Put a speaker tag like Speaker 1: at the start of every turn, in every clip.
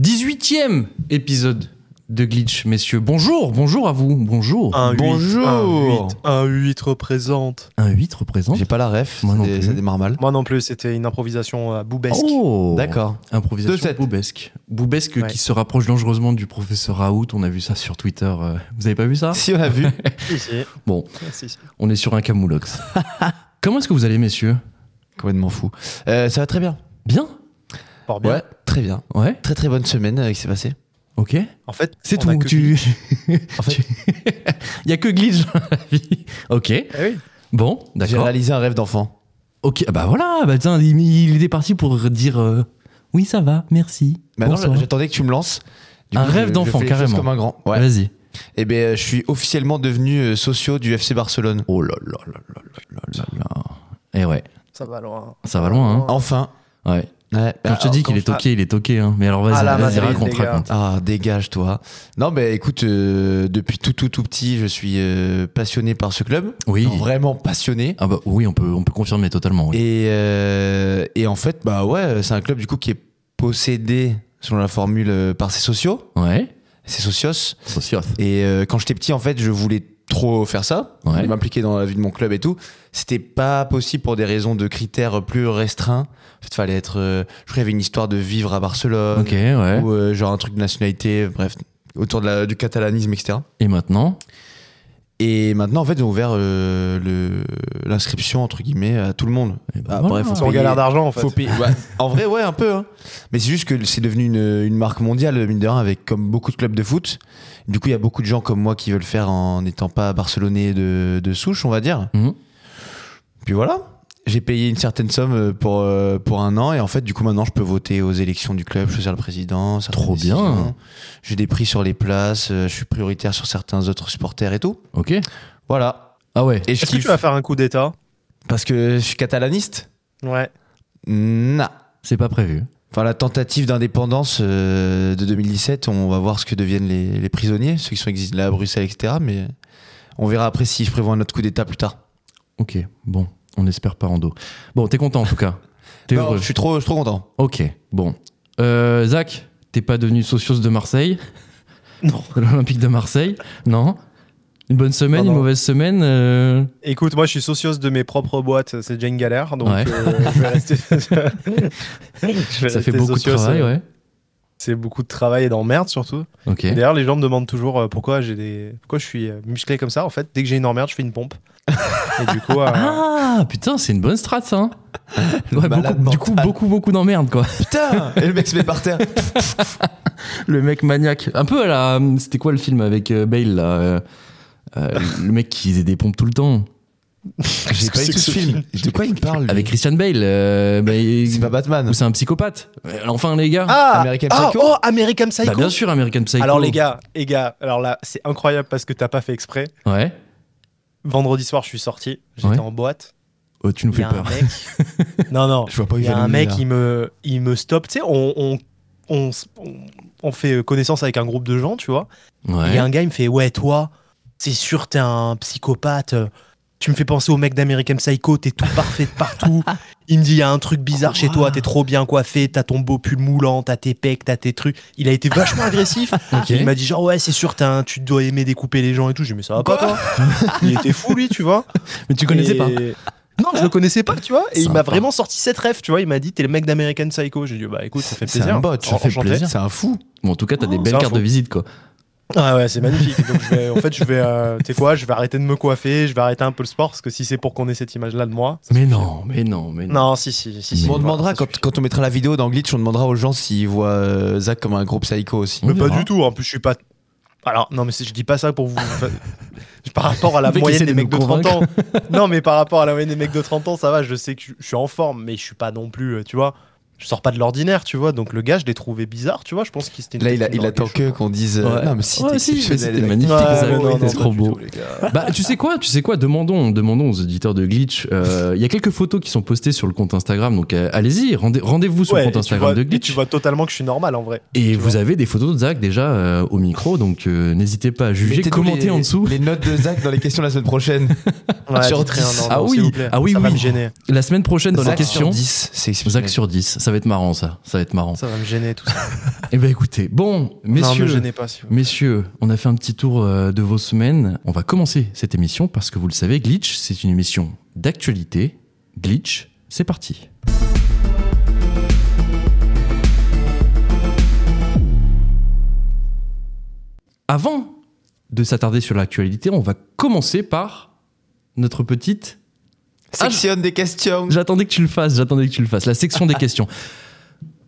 Speaker 1: huitième épisode de Glitch, messieurs. Bonjour, bonjour à vous, bonjour.
Speaker 2: Un huit,
Speaker 3: Bonjour.
Speaker 2: Un 8 représente.
Speaker 1: Un 8 représente.
Speaker 3: J'ai pas la ref,
Speaker 1: Moi non
Speaker 3: c'est-
Speaker 1: plus.
Speaker 3: ça démarre mal.
Speaker 2: Moi non plus, c'était une improvisation euh, boubesque.
Speaker 1: Oh
Speaker 3: D'accord.
Speaker 1: Improvisation
Speaker 3: De sept.
Speaker 1: boubesque. Boubesque
Speaker 2: Ouais.
Speaker 1: qui se rapproche dangereusement du professeur Raoult, on a vu ça sur Twitter. euh, Vous avez pas vu ça
Speaker 3: Si on a vu.
Speaker 2: Si, si.
Speaker 1: Bon.
Speaker 2: Si, si.
Speaker 1: On est sur un camoulox. Comment est-ce que vous allez, messieurs
Speaker 3: Complètement fou. Euh, ça va très bien.
Speaker 1: Bien
Speaker 2: Fort bien.
Speaker 3: Ouais, très bien.
Speaker 1: Ouais
Speaker 3: Très très bonne semaine euh, qui s'est passée.
Speaker 1: Ok.
Speaker 2: En fait,
Speaker 1: C'est
Speaker 2: on a
Speaker 1: tout.
Speaker 2: que-
Speaker 1: Tu...
Speaker 3: En fait,
Speaker 1: Il y a que Glitch dans la vie. Ok.
Speaker 2: Ah oui.
Speaker 1: Bon,
Speaker 3: j'ai
Speaker 1: d'accord.
Speaker 3: réalisé un rêve d'enfant.
Speaker 1: Ok, ah bah voilà, bah tiens, il, il était parti pour dire euh, oui, ça va, merci.
Speaker 3: Maintenant,
Speaker 1: bonsoir.
Speaker 3: j'attendais que tu me lances. Du
Speaker 1: Un
Speaker 3: coup,
Speaker 1: rêve
Speaker 3: je- je
Speaker 1: d'enfant,
Speaker 3: fais les choses
Speaker 1: carrément.
Speaker 3: Comme un grand. Ouais.
Speaker 1: Vas-y.
Speaker 3: Et ben, euh, je suis officiellement devenu euh, socio du FC Barcelone. Oh là là là là là là là.
Speaker 1: Et Eh ouais,
Speaker 2: Ça va hein. loin.
Speaker 1: ça va loin,
Speaker 3: Enfin.
Speaker 1: hein. Ouais.
Speaker 2: Bah,
Speaker 3: Ouais.
Speaker 1: Quand je te
Speaker 3: Ah,
Speaker 1: dis qu'il
Speaker 3: quand
Speaker 1: est toqué, il est toqué, hein. Mais alors vas-y,
Speaker 2: Ah, la
Speaker 1: vas-y,
Speaker 2: Madrid,
Speaker 1: raconte,
Speaker 2: les gars.
Speaker 1: raconte.
Speaker 3: Ah, dégage-toi. Non, mais écoute, euh, depuis tout tout tout petit, je suis euh, passionné par ce club.
Speaker 1: Oui.
Speaker 3: Non, vraiment passionné.
Speaker 1: Ah bah oui, on peut, on peut confirmer totalement. Oui.
Speaker 3: Et, euh, et en fait, bah ouais, c'est un club du coup qui est possédé, selon la formule, euh, par ses sociaux,
Speaker 1: Ouais.
Speaker 3: ses socios.
Speaker 1: Socios.
Speaker 3: Et euh, quand j'étais petit, en fait, je voulais trop faire ça,
Speaker 1: Ouais.
Speaker 3: m'impliquer dans la vie de mon club et tout. C'était pas possible pour des raisons de critères plus restreints. En fait, fallait être. euh, je crois qu'il y avait une histoire de vivre à Barcelone,
Speaker 1: Ok, ouais.
Speaker 3: ou euh, genre un truc de nationalité, bref, autour de la- du catalanisme, etc.
Speaker 1: Et maintenant
Speaker 3: Et maintenant, en fait, ils ont ouvert euh, le- l'inscription, entre guillemets, à tout le monde.
Speaker 1: Eh ben
Speaker 3: Ah,
Speaker 1: voilà.
Speaker 3: Bref, on
Speaker 2: Sans galère d'argent, en fait.
Speaker 3: Faut payer. Ouais. en vrai, ouais, un peu. hein. Mais c'est juste que c'est devenu une, une marque mondiale, mine de rien, avec comme beaucoup de clubs de foot. Du coup, il y a beaucoup de gens comme moi qui veulent faire en n'étant pas barcelonais de, de souche, on va dire.
Speaker 1: Mhm.
Speaker 3: Puis voilà. J'ai payé une certaine somme euh, pour, euh, pour un an et en fait, du coup, maintenant, je peux voter aux élections du club, choisir le président. certaines
Speaker 1: Trop bien.
Speaker 3: décisions. J'ai des prix sur les places, euh, je suis prioritaire sur certains autres supporters et tout.
Speaker 1: Ok.
Speaker 3: Voilà.
Speaker 1: Ah ouais.
Speaker 3: Et
Speaker 2: Est-ce
Speaker 3: je
Speaker 2: que
Speaker 3: kiffe
Speaker 2: tu vas faire un coup d'état
Speaker 3: parce que je suis catalaniste.
Speaker 2: Ouais.
Speaker 3: Nah.
Speaker 1: C'est pas prévu.
Speaker 3: Enfin, la tentative d'indépendance euh, de 2017, on va voir ce que deviennent les, les prisonniers, ceux qui sont exilés là à Bruxelles, etc. Mais on verra après si je prévois un autre coup d'État plus tard.
Speaker 1: Ok. Bon, on espère pas en dos. Bon, t'es content en tout cas. T'es
Speaker 3: Non,
Speaker 1: heureux.
Speaker 3: je suis trop, je suis trop content.
Speaker 1: Ok. Bon. Euh, Zach, t'es pas devenu socios de Marseille,
Speaker 2: Non.
Speaker 1: de l'Olympique de Marseille Non. Une bonne semaine,
Speaker 2: Non,
Speaker 1: une
Speaker 2: non.
Speaker 1: mauvaise semaine euh,
Speaker 2: Écoute, moi, je suis socios de mes propres boîtes. C'est déjà une galère. Donc,
Speaker 1: Ouais.
Speaker 2: euh, je vais rester. je vais
Speaker 1: Ça fait
Speaker 2: rester
Speaker 1: beaucoup de
Speaker 2: socios,
Speaker 1: travail,
Speaker 2: euh,
Speaker 1: ouais.
Speaker 2: C'est beaucoup de travail et d'emmerde, surtout.
Speaker 1: Ok.
Speaker 2: Et D'ailleurs, les gens me demandent toujours euh, pourquoi j'ai des, pourquoi je suis euh, musclé comme ça. En fait, dès que j'ai une emmerde, je fais une pompe. et du coup, euh,
Speaker 1: Ah putain, c'est une bonne strat ça. hein.
Speaker 3: Le
Speaker 1: Ouais,
Speaker 3: malade
Speaker 1: beaucoup- du coup,
Speaker 3: mental.
Speaker 1: beaucoup, beaucoup d'emmerdes quoi.
Speaker 3: Putain Et le mec se met par terre.
Speaker 1: Le mec maniaque. Un peu à la. C'était quoi le film avec euh, Bale là euh, euh, Le mec qui faisait des pompes tout le temps.
Speaker 3: J'ai
Speaker 2: Qu'est-ce
Speaker 3: pas
Speaker 2: que
Speaker 3: vu
Speaker 2: c'est
Speaker 3: tout
Speaker 2: que ce
Speaker 3: ce film. De quoi il me parle lui
Speaker 1: Avec Christian Bale. euh, bah, il-
Speaker 3: C'est pas Batman.
Speaker 1: ou c'est un psychopathe. Euh, Enfin les gars.
Speaker 2: Ah,
Speaker 3: American
Speaker 2: ah,
Speaker 3: Psycho
Speaker 2: oh, American Psycho.
Speaker 1: Bah, bien sûr, American Psycho.
Speaker 2: Alors les gars, les gars, alors là, c'est incroyable parce que t'as pas fait exprès.
Speaker 1: Ouais.
Speaker 2: Vendredi soir, je suis sorti, j'étais
Speaker 1: Ouais.
Speaker 2: en boîte.
Speaker 1: Oh, tu nous
Speaker 2: Il y
Speaker 1: fais
Speaker 2: a un
Speaker 1: peur.
Speaker 2: mec. non non,
Speaker 3: Je vois pas où
Speaker 2: il y a
Speaker 3: va
Speaker 2: un
Speaker 3: nous
Speaker 2: mec,
Speaker 3: mener, là.
Speaker 2: il me, il me stoppe. Tu sais, on, on, on, s- on- on fait connaissance avec un groupe de gens, tu vois. Il y
Speaker 1: Ouais.
Speaker 2: a un gars, il me fait ouais toi, c'est sûr t'es un psychopathe. Tu me fais penser au mec d'American Psycho, t'es tout parfait de partout. Il me dit, il y a un truc bizarre chez toi, t'es trop bien coiffé, t'as ton beau pull moulant, t'as tes pecs, t'as tes trucs. Il a été vachement agressif.
Speaker 1: Ok.
Speaker 2: Il m'a dit genre ouais c'est sûr t'as un- tu dois aimer découper les gens et tout. J'ai dit mais ça va pas toi. il était fou lui tu vois.
Speaker 1: Mais tu connaissais
Speaker 2: Et-
Speaker 1: pas.
Speaker 2: Non je le connaissais pas tu vois. Et il
Speaker 1: Sympa.
Speaker 2: m'a vraiment sorti cette rêve tu vois. Il m'a dit t'es le mec d'American Psycho. J'ai dit bah écoute ça fait
Speaker 3: C'est
Speaker 2: plaisir.
Speaker 3: un bot, ça fait
Speaker 2: Enchanté.
Speaker 3: plaisir. C'est un fou.
Speaker 1: Bon, en tout cas, t'as des
Speaker 2: Oh,
Speaker 1: belles
Speaker 2: c'est
Speaker 1: cartes
Speaker 2: un
Speaker 1: de visite quoi.
Speaker 2: Ah ouais c'est magnifique. Donc je vais- en fait je vais euh, tu sais quoi je vais arrêter de me coiffer, je vais arrêter un peu le sport parce que si c'est pour qu'on ait cette image là de moi. ça
Speaker 1: Mais
Speaker 2: suffit.
Speaker 1: non, mais non, mais non.
Speaker 2: Non si si si. si
Speaker 3: on
Speaker 2: voilà,
Speaker 3: demandera,
Speaker 2: ça
Speaker 3: quand,
Speaker 2: suffit.
Speaker 3: quand on mettra la vidéo dans Glitch, on demandera aux gens s'ils voient euh, Zach comme un gros psycho aussi.
Speaker 1: On
Speaker 2: Mais pas
Speaker 1: verra.
Speaker 2: du tout. En plus je suis pas. Alors non mais c'est- je dis pas ça pour vous. enfin, Par rapport à la
Speaker 1: Le mec
Speaker 2: moyenne
Speaker 1: essaie
Speaker 2: des
Speaker 1: de
Speaker 2: mecs de
Speaker 1: nous
Speaker 2: 30 ans. Non, mais par rapport à la moyenne des mecs de 30 ans, ça va, je sais que je- je suis en forme, mais je suis pas non plus, euh, tu vois. Je sors pas de l'ordinaire, tu vois. Donc le gars, je l'ai trouvé bizarre, tu vois. Je pense qu'il c'était une
Speaker 3: Là, il, a-
Speaker 2: personne
Speaker 3: il
Speaker 2: dans
Speaker 3: attend
Speaker 2: quelque
Speaker 3: que
Speaker 2: chose.
Speaker 3: qu'on dise. euh,
Speaker 1: Ouais.
Speaker 3: Non, mais si,
Speaker 1: Ouais,
Speaker 3: t'es
Speaker 1: si, mais
Speaker 3: exceptionnel, Ah,
Speaker 1: c'était
Speaker 3: mec.
Speaker 1: magnifique,
Speaker 2: Ouais,
Speaker 1: Zach.
Speaker 2: ouais, non,
Speaker 1: C'était
Speaker 2: non,
Speaker 1: trop beau. Bah, tu sais quoi, tu sais quoi, demandons, demandons aux auditeurs de Glitch. euh, Il y a quelques photos qui sont postées sur le compte Instagram, donc euh, allez-y, rendez- rendez-vous sur
Speaker 2: Ouais,
Speaker 1: le compte
Speaker 2: et tu
Speaker 1: Instagram
Speaker 2: vois-
Speaker 1: de
Speaker 2: et
Speaker 1: Glitch.
Speaker 2: tu vois totalement que je suis normal en vrai.
Speaker 1: Et
Speaker 2: tu
Speaker 1: vous avez des photos de Zach déjà euh, au micro, donc euh, n'hésitez pas à juger,
Speaker 3: Mettez-nous
Speaker 1: commentez
Speaker 3: les-
Speaker 1: en dessous.
Speaker 3: Les notes de Zach dans les questions la semaine prochaine.
Speaker 2: Ouais,
Speaker 3: Sur
Speaker 2: dites rien,
Speaker 3: 10.
Speaker 2: non, non,
Speaker 1: Ah
Speaker 2: s'il
Speaker 1: oui,
Speaker 2: vous plaît.
Speaker 1: ah oui,
Speaker 2: ça va
Speaker 1: oui.
Speaker 2: me gêner.
Speaker 1: La semaine prochaine dans
Speaker 3: Zach
Speaker 1: la question,
Speaker 3: sur 10, c'est exceptionnel.
Speaker 1: Zach sur 10, ça va être marrant ça. Ça va être marrant.
Speaker 2: Ça va me gêner tout ça.
Speaker 1: Eh ben écoutez, bon,
Speaker 2: non, me
Speaker 1: messieurs,
Speaker 2: gênez pas. Si vous...
Speaker 1: Messieurs, on a fait un petit tour euh, de vos semaines. On va commencer cette émission parce que vous le savez, Glitch, c'est une émission d'actualité. Glitch, c'est parti. Avant de s'attarder sur l'actualité, on va commencer par notre petite
Speaker 3: Sectionne des questions.
Speaker 1: J'attendais que tu le fasses, j'attendais que tu le fasses. La section des questions.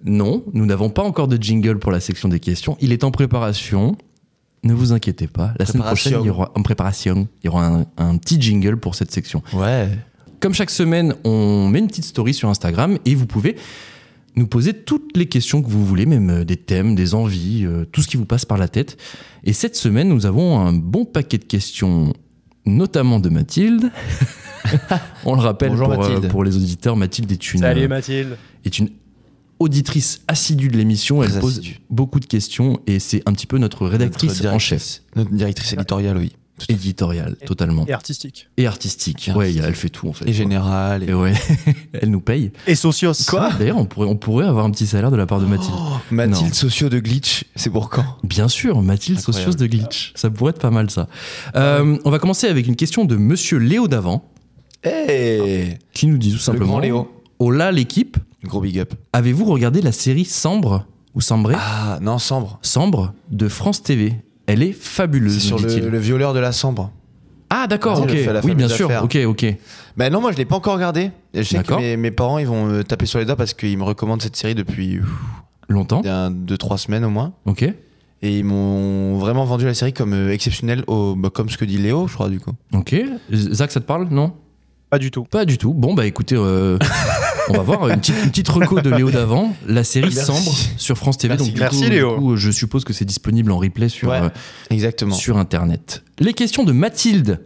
Speaker 1: Non, nous n'avons pas encore de jingle pour la section des questions. Il est en préparation. Ne vous inquiétez pas. La semaine prochaine,
Speaker 3: Préparation.
Speaker 1: il y aura, en préparation, il y aura un, un petit jingle pour cette section.
Speaker 3: Ouais.
Speaker 1: Comme chaque semaine, on met une petite story sur Instagram et vous pouvez nous poser toutes les questions que vous voulez, même euh, des thèmes, des envies, euh, tout ce qui vous passe par la tête. Et cette semaine, nous avons un bon paquet de questions, notamment de Mathilde. on le rappelle
Speaker 3: Bonjour,
Speaker 1: pour, euh,
Speaker 3: Mathilde.
Speaker 1: pour les auditeurs, Mathilde est une,
Speaker 2: Salut
Speaker 1: euh,
Speaker 2: Mathilde.
Speaker 1: est une auditrice assidue de l'émission. Elle
Speaker 3: Très
Speaker 1: pose
Speaker 3: assidue.
Speaker 1: beaucoup de questions et c'est un petit peu notre rédactrice
Speaker 3: Notre
Speaker 1: en chef.
Speaker 3: Notre directrice éditoriale, oui.
Speaker 1: Éditoriale, totalement.
Speaker 2: Et artistique.
Speaker 1: Et artistique.
Speaker 3: Et
Speaker 1: Ouais,
Speaker 3: artistique.
Speaker 1: elle fait tout en fait.
Speaker 3: Et générale.
Speaker 1: Et oh, ouais, elle nous paye.
Speaker 2: Et socios.
Speaker 1: D'ailleurs, on pourrait, on pourrait avoir un petit salaire de la part de Mathilde.
Speaker 3: Oh, Mathilde
Speaker 1: Non.
Speaker 3: Socio de Glitch, c'est pour quand
Speaker 1: Bien sûr, Mathilde
Speaker 3: Oh Incroyable.
Speaker 1: Socios de Glitch. Ça pourrait être pas mal ça. Euh, on va commencer avec une question de monsieur Léo Davant
Speaker 3: Hey
Speaker 1: qui nous dit tout
Speaker 3: Le
Speaker 1: simplement Eh.
Speaker 3: grand Léo.
Speaker 1: Hola l'équipe,
Speaker 3: Gros big up.
Speaker 1: avez-vous regardé la série Sambre ou Sambré
Speaker 3: Ah, non, Sambre.
Speaker 1: Sambre de France TV Elle est fabuleuse,
Speaker 3: C'est sur
Speaker 1: nous dit-il.
Speaker 3: le, le violeur de la Sambre.
Speaker 1: Ah d'accord,
Speaker 3: Ah,
Speaker 1: ok.
Speaker 3: elle fait la
Speaker 1: Oui, bien
Speaker 3: fameuse
Speaker 1: sûr.
Speaker 3: affaire.
Speaker 1: Ok, ok.
Speaker 3: Bah non, moi je l'ai pas encore regardé. Et Je sais que
Speaker 1: D'accord.
Speaker 3: mes, mes parents ils vont me taper sur les doigts parce qu'ils me recommandent cette série depuis ouf,
Speaker 1: Longtemps.
Speaker 3: un, deux trois semaines au moins.
Speaker 1: Ok.
Speaker 3: Et ils m'ont vraiment vendu la série comme euh, exceptionnelle, au, bah, comme ce que dit Léo, je crois du coup.
Speaker 1: Ok. Zach, ça te parle Non
Speaker 2: Pas du tout.
Speaker 1: Pas du tout. Bon bah écoutez, euh, on va voir une petite, une petite reco de Léo d'avant. La série
Speaker 3: Merci.
Speaker 1: Sambre sur France TV.
Speaker 3: Merci.
Speaker 1: Donc du
Speaker 2: Merci,
Speaker 1: coup,
Speaker 2: Léo.
Speaker 1: du coup, euh, je suppose que c'est disponible en replay sur
Speaker 3: Ouais.
Speaker 1: euh,
Speaker 3: Exactement.
Speaker 1: sur Internet. Les questions de Mathilde.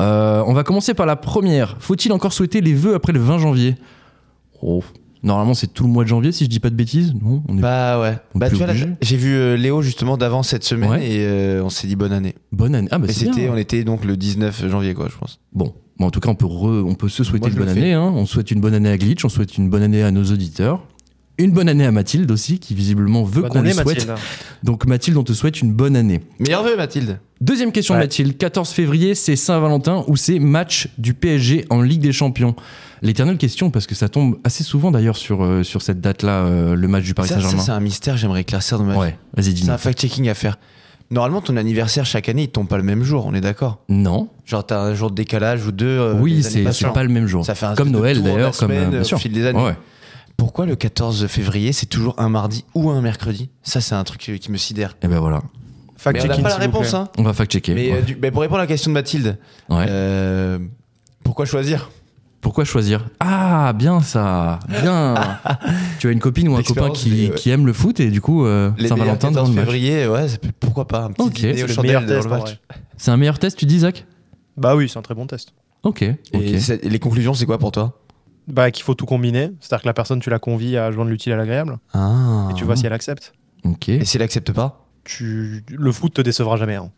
Speaker 1: Euh, on va commencer par la première. Faut-il encore souhaiter les vœux après le 20 janvier Oh. Normalement, c'est tout le mois de janvier, si je dis pas de bêtises. Non, on est
Speaker 3: Bah ouais.
Speaker 1: On est
Speaker 3: Bah
Speaker 1: plus
Speaker 3: tu vois, là,
Speaker 1: obligé.
Speaker 3: j'ai vu euh, Léo justement d'avant cette semaine
Speaker 1: Ouais.
Speaker 3: et euh, on s'est dit bonne année.
Speaker 1: bonne année. Ah bah
Speaker 3: Mais
Speaker 1: c'est
Speaker 3: c'était,
Speaker 1: bien.
Speaker 3: on était donc le 19 janvier quoi, je pense.
Speaker 1: Bon. Bon, en tout cas, on peut, re- on peut se souhaiter
Speaker 3: Moi, je
Speaker 1: une bonne
Speaker 3: le fais.
Speaker 1: année. hein. On souhaite une bonne année à Glitch, on souhaite une bonne année à nos auditeurs. Une bonne année à Mathilde aussi, qui visiblement veut
Speaker 2: Bonne
Speaker 1: qu'on lui
Speaker 2: année
Speaker 1: souhaite.
Speaker 2: Mathilde.
Speaker 1: Donc Mathilde, on te souhaite une bonne année.
Speaker 3: Meilleur vœu Mathilde.
Speaker 1: Deuxième question
Speaker 2: Ouais.
Speaker 1: de Mathilde. 14 février, c'est Saint-Valentin ou c'est match du PSG en Ligue des Champions L'éternelle question, parce que ça tombe assez souvent d'ailleurs sur, euh, sur cette date-là, euh, le match du Paris
Speaker 3: ça, ça,
Speaker 1: Saint-Germain.
Speaker 3: c'est un mystère, j'aimerais éclaircir dans ma vie.
Speaker 1: Ouais, vas-y, dis
Speaker 3: C'est un fact-checking à faire. Normalement, ton anniversaire chaque année, il tombe pas le même jour, on est d'accord
Speaker 1: Non,
Speaker 3: Genre, t'as un jour de décalage ou deux. euh,
Speaker 1: oui,
Speaker 3: les années
Speaker 1: c'est
Speaker 3: passent.
Speaker 1: c'est pas le même jour.
Speaker 3: Ça fait un
Speaker 1: Comme
Speaker 3: espèce de
Speaker 1: Noël
Speaker 3: tour de la
Speaker 1: d'ailleurs, comme.
Speaker 3: semaine,
Speaker 1: euh, bien
Speaker 3: au
Speaker 1: sûr.
Speaker 3: fil des années.
Speaker 1: Ouais.
Speaker 3: Pourquoi le 14 février, c'est toujours un mardi ou un mercredi Ça, c'est un truc euh, qui qui me sidère.
Speaker 1: Et ben voilà,
Speaker 3: Mais on n'a
Speaker 2: Fact-checking,
Speaker 3: pas la
Speaker 2: s'il vous plaît.
Speaker 3: réponse, hein.
Speaker 1: on va fact-checker.
Speaker 3: Mais,
Speaker 1: Ouais.
Speaker 3: euh, du- mais pour répondre à la question de Mathilde,
Speaker 1: Ouais.
Speaker 3: euh, pourquoi choisir
Speaker 1: Pourquoi choisir Ah, bien ça Bien Tu as une copine ou un copain
Speaker 3: L'expérience
Speaker 1: qui,
Speaker 3: des- ouais.
Speaker 1: qui aime le foot et du coup, euh,
Speaker 3: Les meilleurs
Speaker 1: Saint-Valentin dans
Speaker 3: 14
Speaker 1: le match.
Speaker 3: février, ouais, ça peut- pourquoi pas Un petit
Speaker 1: Ok.
Speaker 3: dîner
Speaker 2: C'est
Speaker 3: au
Speaker 2: le
Speaker 3: chandelle
Speaker 2: meilleur
Speaker 3: dans
Speaker 2: test,
Speaker 3: le
Speaker 2: en
Speaker 3: match.
Speaker 2: vrai.
Speaker 1: C'est un meilleur test, tu dis, Zach
Speaker 2: Bah oui, c'est un très bon test.
Speaker 1: Ok.
Speaker 3: Et
Speaker 1: ok.
Speaker 3: c'est- et les conclusions, c'est quoi pour toi
Speaker 2: Bah qu'il faut tout combiner, c'est-à-dire que la personne tu la convies à joindre l'utile à l'agréable
Speaker 3: Ah.
Speaker 2: et tu vois si elle accepte.
Speaker 1: Ok.
Speaker 3: Et si elle accepte pas
Speaker 2: Tu le foot te décevra jamais. hein.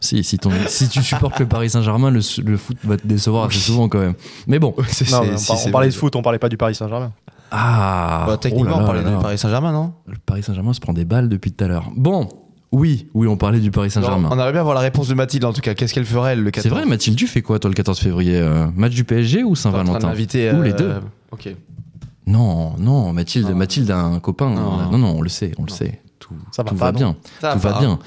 Speaker 1: Si, si, ton- si tu supportes le Paris Saint-Germain, le, s- le foot va te décevoir assez souvent quand même. Mais bon.
Speaker 3: C'est-
Speaker 2: Non,
Speaker 3: c'est-
Speaker 2: mais on,
Speaker 3: si
Speaker 2: par- on
Speaker 3: c'est
Speaker 2: parlait
Speaker 3: vrai.
Speaker 2: de foot, on parlait pas du Paris Saint-Germain.
Speaker 1: Ah
Speaker 3: Bah,
Speaker 1: oh
Speaker 3: techniquement,
Speaker 1: là
Speaker 3: on
Speaker 1: là
Speaker 3: parlait
Speaker 1: là
Speaker 3: du
Speaker 1: là.
Speaker 3: Paris Saint-Germain, non
Speaker 1: Le Paris Saint-Germain se prend des balles depuis tout à l'heure. Bon, oui, oui, on parlait du Paris
Speaker 3: Non,
Speaker 1: Saint-Germain.
Speaker 3: On aimerait bien avoir la réponse de Mathilde en tout cas. Qu'est-ce qu'elle ferait elle, le 14
Speaker 1: C'est vrai, Mathilde, tu fais quoi toi le 14 février euh, Match du PSG ou
Speaker 3: T'es en train de
Speaker 1: Saint-Valentin
Speaker 3: l'inviter,
Speaker 1: Ou les
Speaker 3: euh,
Speaker 1: deux.
Speaker 3: Ok.
Speaker 1: Non, non, Mathilde,
Speaker 3: Non.
Speaker 1: Mathilde a un copain.
Speaker 3: Non,
Speaker 1: Euh,
Speaker 3: non.
Speaker 1: non, non, on le sait, on le
Speaker 3: Non. Ah bah,
Speaker 1: sait. Tout,
Speaker 2: Ça va
Speaker 1: tout
Speaker 2: pas,
Speaker 1: va
Speaker 2: non
Speaker 1: bien,
Speaker 3: Ça
Speaker 1: tout va bien.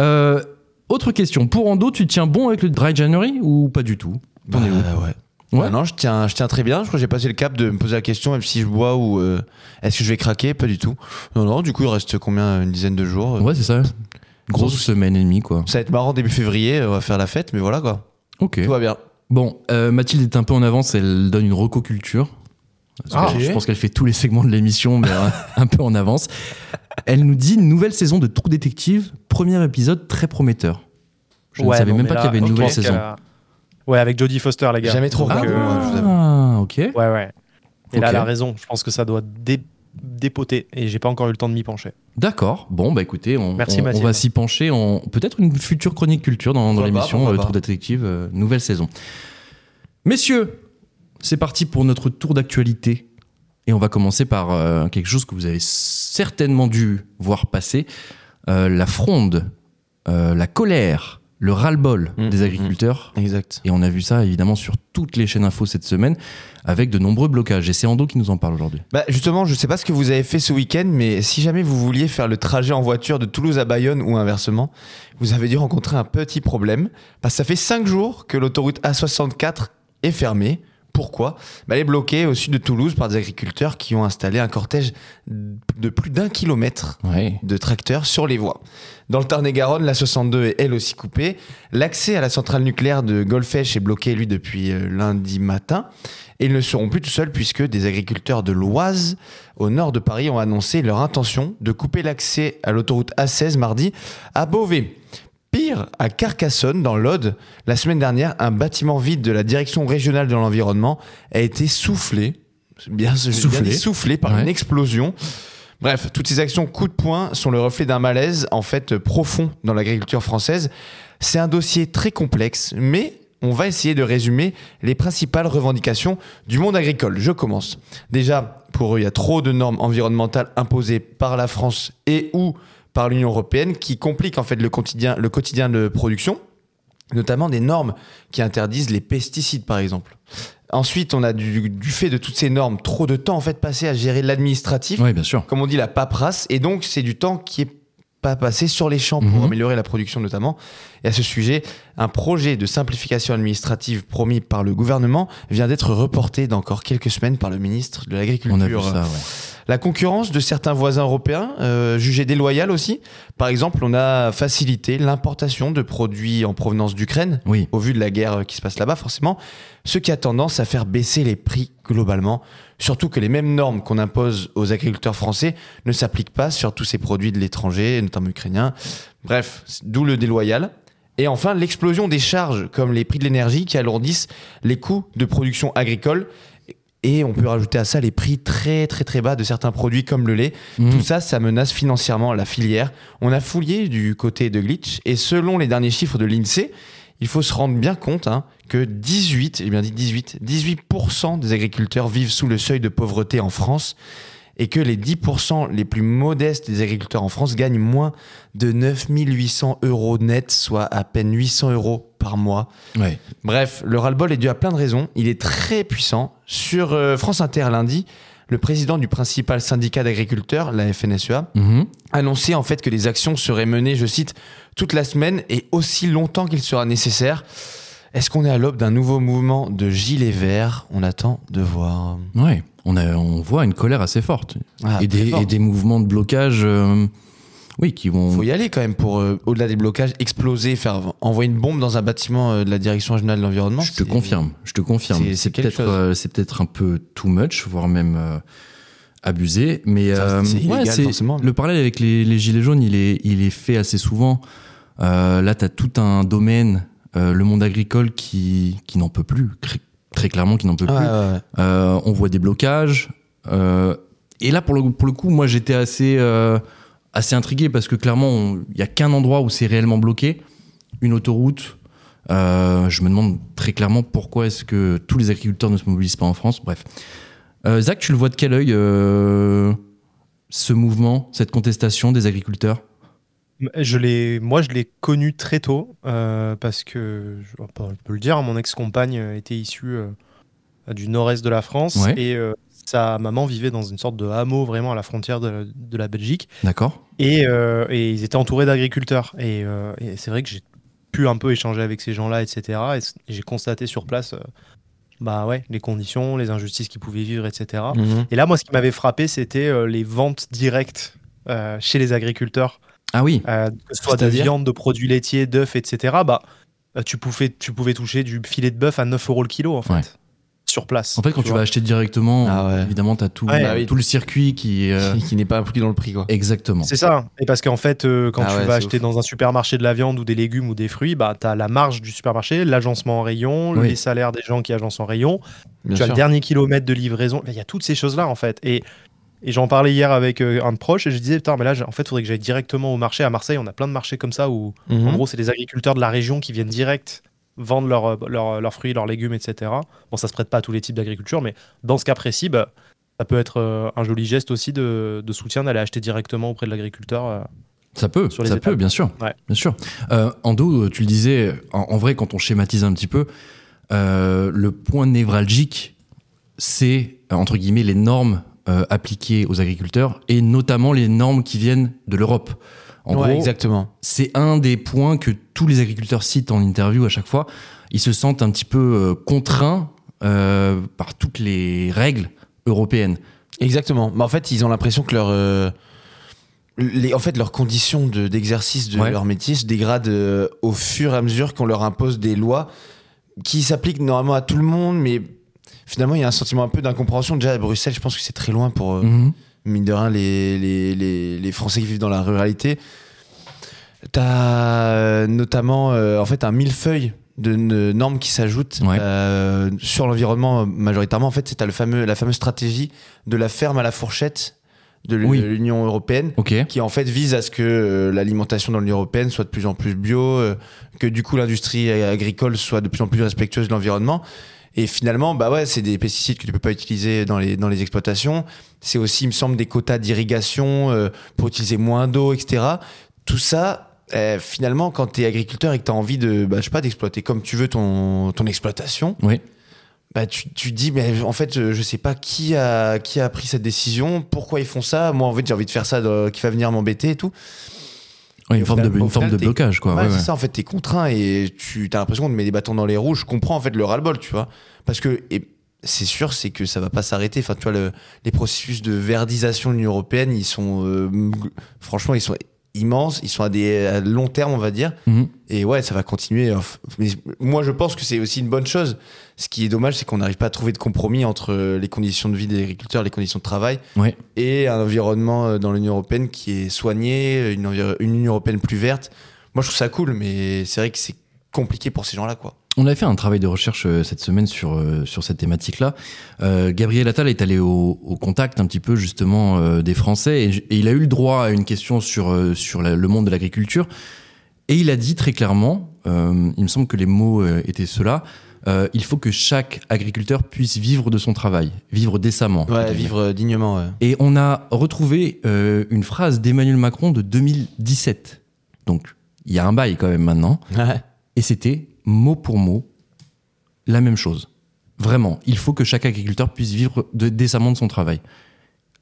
Speaker 1: Euh, autre question, pour Ando, tu tiens bon avec le Dry January ou pas du tout T'en es où
Speaker 3: Bah, ouais.
Speaker 1: Ouais.
Speaker 3: Bah non, je tiens, je tiens très bien. Je crois que j'ai passé le cap de me poser la question, même si je bois ou euh, est-ce que je vais craquer Pas du tout. Non, non, du coup, il reste combien Une dizaine de jours euh.
Speaker 1: Ouais, c'est ça. Grosse
Speaker 3: Grosse-
Speaker 1: semaine et demie, quoi.
Speaker 3: Ça va être marrant début février, on va faire la fête, mais voilà quoi.
Speaker 1: Ok.
Speaker 3: Tout va bien.
Speaker 1: Bon, euh, Mathilde est un peu en avance, elle donne une recoculture.
Speaker 3: Ah, ok.
Speaker 1: je pense qu'elle fait tous les segments de l'émission, mais euh, un peu en avance. Elle nous dit nouvelle saison de Trou Détective, premier épisode très prometteur. Je
Speaker 2: Ouais,
Speaker 1: ne savais
Speaker 2: non,
Speaker 1: même
Speaker 2: mais
Speaker 1: pas
Speaker 2: là,
Speaker 1: qu'il y avait une
Speaker 2: ok,
Speaker 1: nouvelle
Speaker 2: parce
Speaker 1: saison.
Speaker 2: qu'elle a- Ouais, avec Jodie Foster, les gars.
Speaker 3: Jamais trop
Speaker 1: Ah,
Speaker 2: Donc,
Speaker 3: regardé,
Speaker 2: euh,
Speaker 3: moi, je vous avoue.
Speaker 1: ok.
Speaker 2: Ouais, ouais. Et là,
Speaker 1: Ok.
Speaker 2: elle a raison. Je pense que ça doit dé- dépoter. Et j'ai pas encore eu le temps de m'y pencher.
Speaker 1: D'accord. Bon, bah écoutez, on,
Speaker 2: Merci,
Speaker 1: on- on
Speaker 2: Mathilde.
Speaker 1: va s'y pencher. en Peut-être une future chronique culture dans, dans
Speaker 3: Pourquoi pas,
Speaker 1: l'émission
Speaker 3: pourquoi
Speaker 1: euh,
Speaker 3: pas.
Speaker 1: Trou Détective, euh, nouvelle saison. Messieurs, c'est parti pour notre tour d'actualité. Et on va commencer par euh, quelque chose que vous avez certainement dû voir passer, euh, la fronde, euh, la colère, le ras-le-bol
Speaker 3: Mmh,
Speaker 1: des
Speaker 3: mmh,
Speaker 1: agriculteurs.
Speaker 3: Exact.
Speaker 1: Et on a vu ça évidemment sur toutes les chaînes info cette semaine, avec de nombreux blocages. Et c'est Ando qui nous en parle aujourd'hui.
Speaker 3: Bah justement, je sais pas ce que vous avez fait ce week-end, mais si jamais vous vouliez faire le trajet en voiture de Toulouse à Bayonne ou inversement, vous avez dû rencontrer un petit problème. Parce que ça fait 5 jours que l'autoroute A64 est fermée. Pourquoi bah, Elle est bloquée au sud de Toulouse par des agriculteurs qui ont installé un cortège de plus d'un kilomètre
Speaker 1: Ouais.
Speaker 3: de tracteurs sur les voies. Dans le Tarn-et-Garonne, la 62 est elle aussi coupée. L'accès à la centrale nucléaire de Golfech est bloqué, lui, depuis euh, lundi matin. Et ils ne seront plus tout seuls puisque des agriculteurs de l'Oise, au nord de Paris, ont annoncé leur intention de couper l'accès à l'autoroute A16 mardi à Beauvais. Pire, à Carcassonne, dans l'Aude, la semaine dernière, un bâtiment vide de la direction régionale de l'environnement a été soufflé, bien, bien
Speaker 1: Soufflé.
Speaker 3: dit, soufflé par
Speaker 1: Ouais.
Speaker 3: une explosion. Bref, toutes ces actions coup de poing sont le reflet d'un malaise en fait profond dans l'agriculture française. C'est un dossier très complexe, mais on va essayer de résumer les principales revendications du monde agricole. Je commence. Déjà, pour eux, il y a trop de normes environnementales imposées par la France et ou par l'Union européenne qui compliquent en fait le quotidien, le quotidien de production, notamment des normes qui interdisent les pesticides par exemple. Ensuite, on a du, du fait de toutes ces normes trop de temps en fait passé à gérer l'administratif
Speaker 1: Ouais, bien sûr.
Speaker 3: comme on dit, la paperasse. Et donc, c'est du temps qui est pas passé sur les champs pour
Speaker 1: Mhm.
Speaker 3: améliorer la production notamment. Et à ce sujet, un projet de simplification administrative promis par le gouvernement vient d'être reporté d'encore quelques semaines par le ministre de l'Agriculture.
Speaker 1: On a vu ça, ouais.
Speaker 3: La concurrence de certains voisins européens, euh, jugée déloyale aussi. Par exemple, on a facilité l'importation de produits en provenance d'Ukraine
Speaker 1: Oui.
Speaker 3: au vu de la guerre qui se passe là-bas, forcément, ce qui a tendance à faire baisser les prix globalement. Surtout que les mêmes normes qu'on impose aux agriculteurs français ne s'appliquent pas sur tous ces produits de l'étranger, notamment ukrainiens. Bref, d'où le déloyal. Et enfin, l'explosion des charges, comme les prix de l'énergie, qui alourdissent les coûts de production agricole. Et on peut rajouter à ça les prix très très très bas de certains produits comme le lait,
Speaker 1: Mmh.
Speaker 3: tout ça, ça menace financièrement la filière. On a fouillé du côté de Glitch et selon les derniers chiffres de l'INSEE, E, il faut se rendre bien compte hein, que 18, j'ai bien dit 18, 18% des agriculteurs vivent sous le seuil de pauvreté en France et que les 10% les plus modestes des agriculteurs en France gagnent moins de 9800 euros net, soit à peine 800 euros par mois.
Speaker 1: Ouais.
Speaker 3: Bref, le ras-le-bol est dû à plein de raisons. Il est très puissant. Sur euh, France Inter lundi, le président du principal syndicat d'agriculteurs, la FNSEA,
Speaker 1: Mhm.
Speaker 3: E annonçait en fait que les actions seraient menées, je cite, toute la semaine et aussi longtemps qu'il sera nécessaire. Est-ce qu'on est à l'aube d'un nouveau mouvement de gilets verts On attend de voir.
Speaker 1: Ouais. On, a, on voit une colère assez forte.
Speaker 3: Ah,
Speaker 1: et,
Speaker 3: très
Speaker 1: des,
Speaker 3: fort.
Speaker 1: et des mouvements de blocage. euh, oui, qui vont.
Speaker 3: faut y aller quand même pour, euh, au-delà des blocages, exploser, faire envoyer une bombe dans un bâtiment euh, de la direction régionale de l'environnement.
Speaker 1: Je te
Speaker 3: c'est-
Speaker 1: confirme, je te confirme.
Speaker 3: c'est-
Speaker 1: C'est
Speaker 3: c'est quelque
Speaker 1: peut-être
Speaker 3: chose.
Speaker 1: euh, c'est peut-être un peu too much, voire même euh, abusé. Mais
Speaker 3: Ça,
Speaker 1: euh,
Speaker 3: c'est illégal, forcément.
Speaker 1: le parallèle avec les, les gilets jaunes, il est, il est fait assez souvent. Euh, là, tu as tout un domaine, euh, le monde agricole qui, qui n'en peut plus, cr- très clairement qui n'en peut
Speaker 3: Ah Ouais,
Speaker 1: plus.
Speaker 3: ouais, ouais.
Speaker 1: Euh, on voit des blocages. euh, et là, pour le, pour le coup, moi, j'étais assez, euh, assez intrigué parce que clairement, on- il n'y a qu'un endroit où c'est réellement bloqué, une autoroute. Euh, je me demande très clairement pourquoi est-ce que tous les agriculteurs ne se mobilisent pas en France. Bref. Euh, Zach, tu le vois de quel œil euh, ce mouvement, cette contestation des agriculteurs
Speaker 2: Je l'ai, moi, je l'ai connu très tôt euh, parce que, je oh, bah, on peut le dire, mon ex-compagne euh, était issue euh, du nord-est de la France
Speaker 1: Ouais.
Speaker 2: et euh, sa maman vivait dans une sorte de hameau vraiment à la frontière de la, de la Belgique
Speaker 1: D'accord
Speaker 2: et, euh, et ils étaient entourés d'agriculteurs. Et, euh, et c'est vrai que j'ai pu un peu échanger avec ces gens-là, etc. Et c- j'ai constaté sur place, euh, bah ouais, les conditions, les injustices qu'ils pouvaient vivre, etc.
Speaker 3: Mhm.
Speaker 2: Et là, moi, ce qui m'avait frappé, c'était euh, les ventes directes euh, chez les agriculteurs
Speaker 1: Ah oui
Speaker 2: euh, que ce soit de
Speaker 3: C'est-à-dire
Speaker 2: viande, de produits laitiers, d'œufs, etc., bah, euh, tu, pouvais, tu pouvais toucher du filet de bœuf à 9 euros le kilo, en fait,
Speaker 1: Ouais.
Speaker 2: sur place.
Speaker 1: En fait, quand tu, vas
Speaker 2: vois.
Speaker 1: acheter directement,
Speaker 3: Ah ouais.
Speaker 1: évidemment, tu as tout,
Speaker 2: Ouais.
Speaker 1: euh,
Speaker 3: Ah oui.
Speaker 1: tout le circuit qui. euh,
Speaker 3: Qui, qui n'est pas inclus dans le prix, quoi.
Speaker 1: Exactement.
Speaker 2: C'est ça. Et parce qu'en fait, euh, quand
Speaker 3: Ah
Speaker 2: tu
Speaker 3: ouais,
Speaker 2: vas
Speaker 3: c'est
Speaker 2: acheter
Speaker 3: ouf.
Speaker 2: dans un supermarché de la viande ou des légumes ou des fruits, bah, tu as la marge du supermarché, l'agencement en rayon,
Speaker 1: Oui.
Speaker 2: les salaires des gens qui agencent en rayon,
Speaker 3: Bien
Speaker 2: tu as
Speaker 3: sûr.
Speaker 2: le dernier kilomètre de livraison. Il y a toutes ces choses-là, en fait. Et. Et j'en parlais hier avec euh, un de proche et je disais, putain, mais là, j'ai- en fait, faudrait que j'aille directement au marché. À Marseille, on a plein de marchés comme ça où, En
Speaker 1: Hmm.
Speaker 3: Mhm.
Speaker 2: gros, c'est des agriculteurs de la région qui viennent direct vendre euh, leurs euh, leurs- leurs fruits, leurs légumes, etc. Bon, ça se prête pas à tous les types d'agriculture, mais dans ce cas précis, bah, ça peut être euh, un joli geste aussi de, de soutien d'aller acheter directement auprès de l'agriculteur. euh.
Speaker 1: Ça peut,
Speaker 2: Sur
Speaker 1: ça
Speaker 2: les étapes.
Speaker 1: peut, bien sûr.
Speaker 2: Ouais.
Speaker 1: Bien sûr. Euh, Ando, tu le disais, en, en vrai, quand on schématise un petit peu, euh, le point névralgique, c'est, euh, entre guillemets, les normes euh, appliquées aux agriculteurs et notamment les normes qui viennent de l'Europe. En
Speaker 3: Ouais,
Speaker 1: gros,
Speaker 3: exactement.
Speaker 1: c'est un des points que tous les agriculteurs citent en interview à chaque fois. Ils se sentent un petit peu euh, contraints euh, par toutes les règles européennes.
Speaker 3: Exactement. Mais en fait, ils ont l'impression que leur. euh, les, en fait, leurs conditions de- d'exercice de,
Speaker 1: Ouais.
Speaker 3: leur métier se dégradent euh, au fur et à mesure qu'on leur impose des lois qui s'appliquent normalement à tout le monde, mais finalement, il y a un sentiment un peu d'incompréhension. Déjà, à Bruxelles, je pense que c'est très loin pour, euh,
Speaker 1: Mhm.
Speaker 3: mine de rien, les, les, les, les Français qui vivent dans la ruralité. T'as euh, notamment euh, en fait un millefeuille de n- normes qui s'ajoutent
Speaker 1: Ouais.
Speaker 3: euh, sur l'environnement euh, majoritairement. En fait, c'est t'as le fameux la fameuse stratégie de la ferme à la fourchette de l'U-
Speaker 1: Oui.
Speaker 3: l'Union européenne
Speaker 1: Ok.
Speaker 3: qui en fait vise à ce que euh, l'alimentation dans l'Union européenne soit de plus en plus bio, euh, que du coup l'industrie euh, agricole soit de plus en plus respectueuse de l'environnement. Et finalement, bah ouais, c'est des pesticides que tu peux pas utiliser dans les dans les exploitations. C'est aussi, il me semble, des quotas d'irrigation euh, pour utiliser moins d'eau, etc. Tout ça, euh, finalement, quand tu es agriculteur et que tu as envie de, bah, je sais pas, d'exploiter comme tu veux ton ton exploitation,
Speaker 1: Oui.
Speaker 3: bah, tu, tu te dis, mais en fait, euh, je sais pas qui a, qui a pris cette décision, pourquoi ils font ça. Moi, en fait, j'ai envie de faire ça, de- qui va venir m'embêter et tout.
Speaker 1: Ouais,
Speaker 3: Au
Speaker 1: une forme,
Speaker 3: final-
Speaker 1: de, une
Speaker 3: au
Speaker 1: forme
Speaker 3: final,
Speaker 1: de
Speaker 3: t'es-
Speaker 1: blocage, quoi.
Speaker 3: Ouais,
Speaker 1: Ouais,
Speaker 3: c'est
Speaker 1: ouais.
Speaker 3: ça, en fait, t'es contraint et tu as l'impression qu'on te met des bâtons dans les roues. Je comprends, en fait, le ras-le-bol, tu vois. Parce que, et c'est sûr, c'est que ça va pas s'arrêter. Enfin, tu vois, le- les processus de verdisation de l'Union européenne, ils sont, euh, g- franchement, ils sont immenses, ils sont à des à long terme, on va dire.
Speaker 1: Mhm.
Speaker 3: Et ouais, ça va continuer. Enfin, Mais moi, je pense que c'est aussi une bonne chose. Ce qui est dommage, c'est qu'on n'arrive pas à trouver de compromis entre euh, les conditions de vie des agriculteurs, les conditions de travail,
Speaker 1: Ouais.
Speaker 3: et un environnement euh, dans l'Union européenne qui est soigné, une, envir- une Union européenne plus verte. Moi, je trouve ça cool, mais c'est vrai que c'est compliqué pour ces gens-là, quoi.
Speaker 1: On avait fait un travail de recherche euh, cette semaine sur, euh, sur cette thématique-là. Euh, Gabriel Attal est allé au, au contact un petit peu justement euh, des Français et, j- et il a eu le droit à une question sur, euh, sur la- le monde de l'agriculture. Et il a dit très clairement, euh, il me semble que les mots euh, étaient ceux-là, euh, il faut que chaque agriculteur puisse vivre de son travail, vivre décemment.
Speaker 3: Ouais,
Speaker 1: entre guillemets.
Speaker 3: vivre euh, dignement. ouais.
Speaker 1: Et on a retrouvé euh, une phrase d'Emmanuel Macron de 2017. Donc il y a un bail quand même maintenant et c'était mot pour mot la même chose. Vraiment, il faut que chaque agriculteur puisse vivre de- décemment de son travail.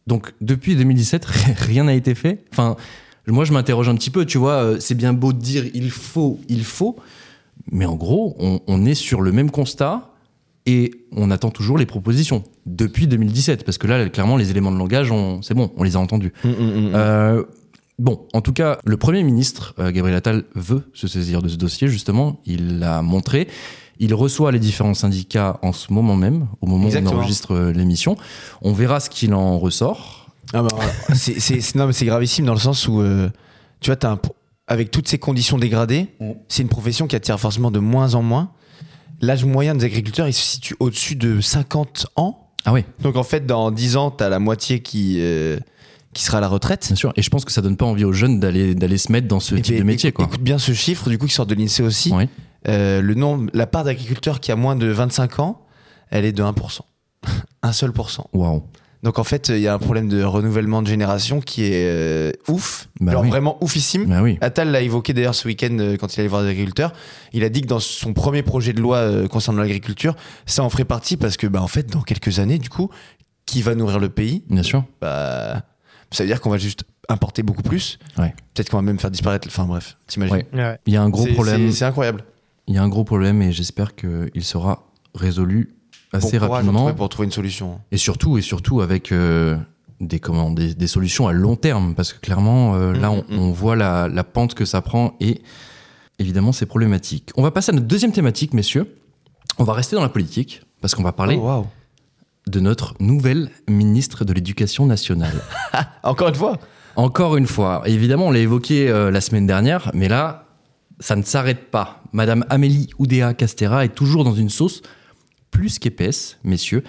Speaker 1: Donc depuis 2017, rien n'a été fait. Enfin, moi je m'interroge un petit peu, tu vois, euh, c'est bien beau de dire il faut, il faut, mais en gros, on, on est sur le même constat et on attend toujours les propositions depuis 2017 parce que là clairement les éléments de langage, on- c'est bon, on les a entendus.
Speaker 3: Mm, mm, mm.
Speaker 1: Euh, bon, en tout cas, le Premier ministre, euh, Gabriel Attal, veut se saisir de ce dossier, justement. Il l'a montré. Il reçoit les différents syndicats en ce moment même, au moment où
Speaker 3: Exactement.
Speaker 1: on enregistre euh, l'émission. On verra ce qu'il en ressort.
Speaker 3: Ah bah, c'est, c'est- c'est- non, mais c'est gravissime dans le sens où, euh, tu vois, t'as un pro- avec toutes ces conditions dégradées, c'est une profession qui attire forcément de moins en moins. L'âge moyen des agriculteurs, il se situe au-dessus de 50 ans.
Speaker 1: Ah oui,
Speaker 3: Donc en fait, dans 10 ans, t'as la moitié qui, euh, qui sera à la retraite.
Speaker 1: bien sûr. Et je pense que ça donne pas envie aux jeunes d'aller d'aller se mettre dans ce
Speaker 3: Eh
Speaker 1: type
Speaker 3: ben,
Speaker 1: de métier,
Speaker 3: écoute,
Speaker 1: quoi.
Speaker 3: écoute bien ce chiffre, du coup, qui sort de l'INSEE aussi.
Speaker 1: Ouais.
Speaker 3: Euh, le nombre, la part d'agriculteurs qui a moins de 25 ans, elle est de 1%. un seul pourcent.
Speaker 1: Waouh.
Speaker 3: Donc en fait, il y a un problème de renouvellement de génération qui est euh, ouf,
Speaker 1: Bah
Speaker 3: genre
Speaker 1: oui.
Speaker 3: vraiment oufissime.
Speaker 1: Bah oui.
Speaker 3: Attal l'a évoqué d'ailleurs ce week-end euh, quand il allait voir les agriculteurs. Il a dit que dans son premier projet de loi euh, concernant l'agriculture, ça en ferait partie parce que bah, en fait, dans quelques années, du coup, qui va nourrir le pays
Speaker 1: Bien sûr.
Speaker 3: bah, Ça veut dire qu'on va juste importer beaucoup plus.
Speaker 1: Ouais.
Speaker 3: Peut-être qu'on va même faire disparaître. Enfin bref, t'imagines.
Speaker 1: Ouais. Il y a un gros
Speaker 3: C'est-
Speaker 1: problème.
Speaker 3: c'est- C'est incroyable.
Speaker 1: Il y a un gros problème et j'espère qu'il sera résolu assez
Speaker 3: Bon courage, en tout
Speaker 1: rapidement.
Speaker 3: cas, pour trouver une solution.
Speaker 1: Et surtout, et surtout avec euh, des, comment, des, des solutions à long terme, parce que clairement, euh,
Speaker 3: Mm,
Speaker 1: là, on,
Speaker 3: mm, mm.
Speaker 1: on voit la, la pente que ça prend et évidemment, c'est problématique. On va passer à notre deuxième thématique, messieurs. On va rester dans la politique, parce qu'on va parler
Speaker 3: Oh, waouh.
Speaker 1: de notre nouvelle ministre de l'Éducation nationale.
Speaker 3: Encore une fois.
Speaker 1: Encore une fois, évidemment, on l'a évoqué euh, la semaine dernière, mais là, ça ne s'arrête pas. Madame Amélie Oudéa Castera est toujours dans une sauce plus qu'épaisse, messieurs.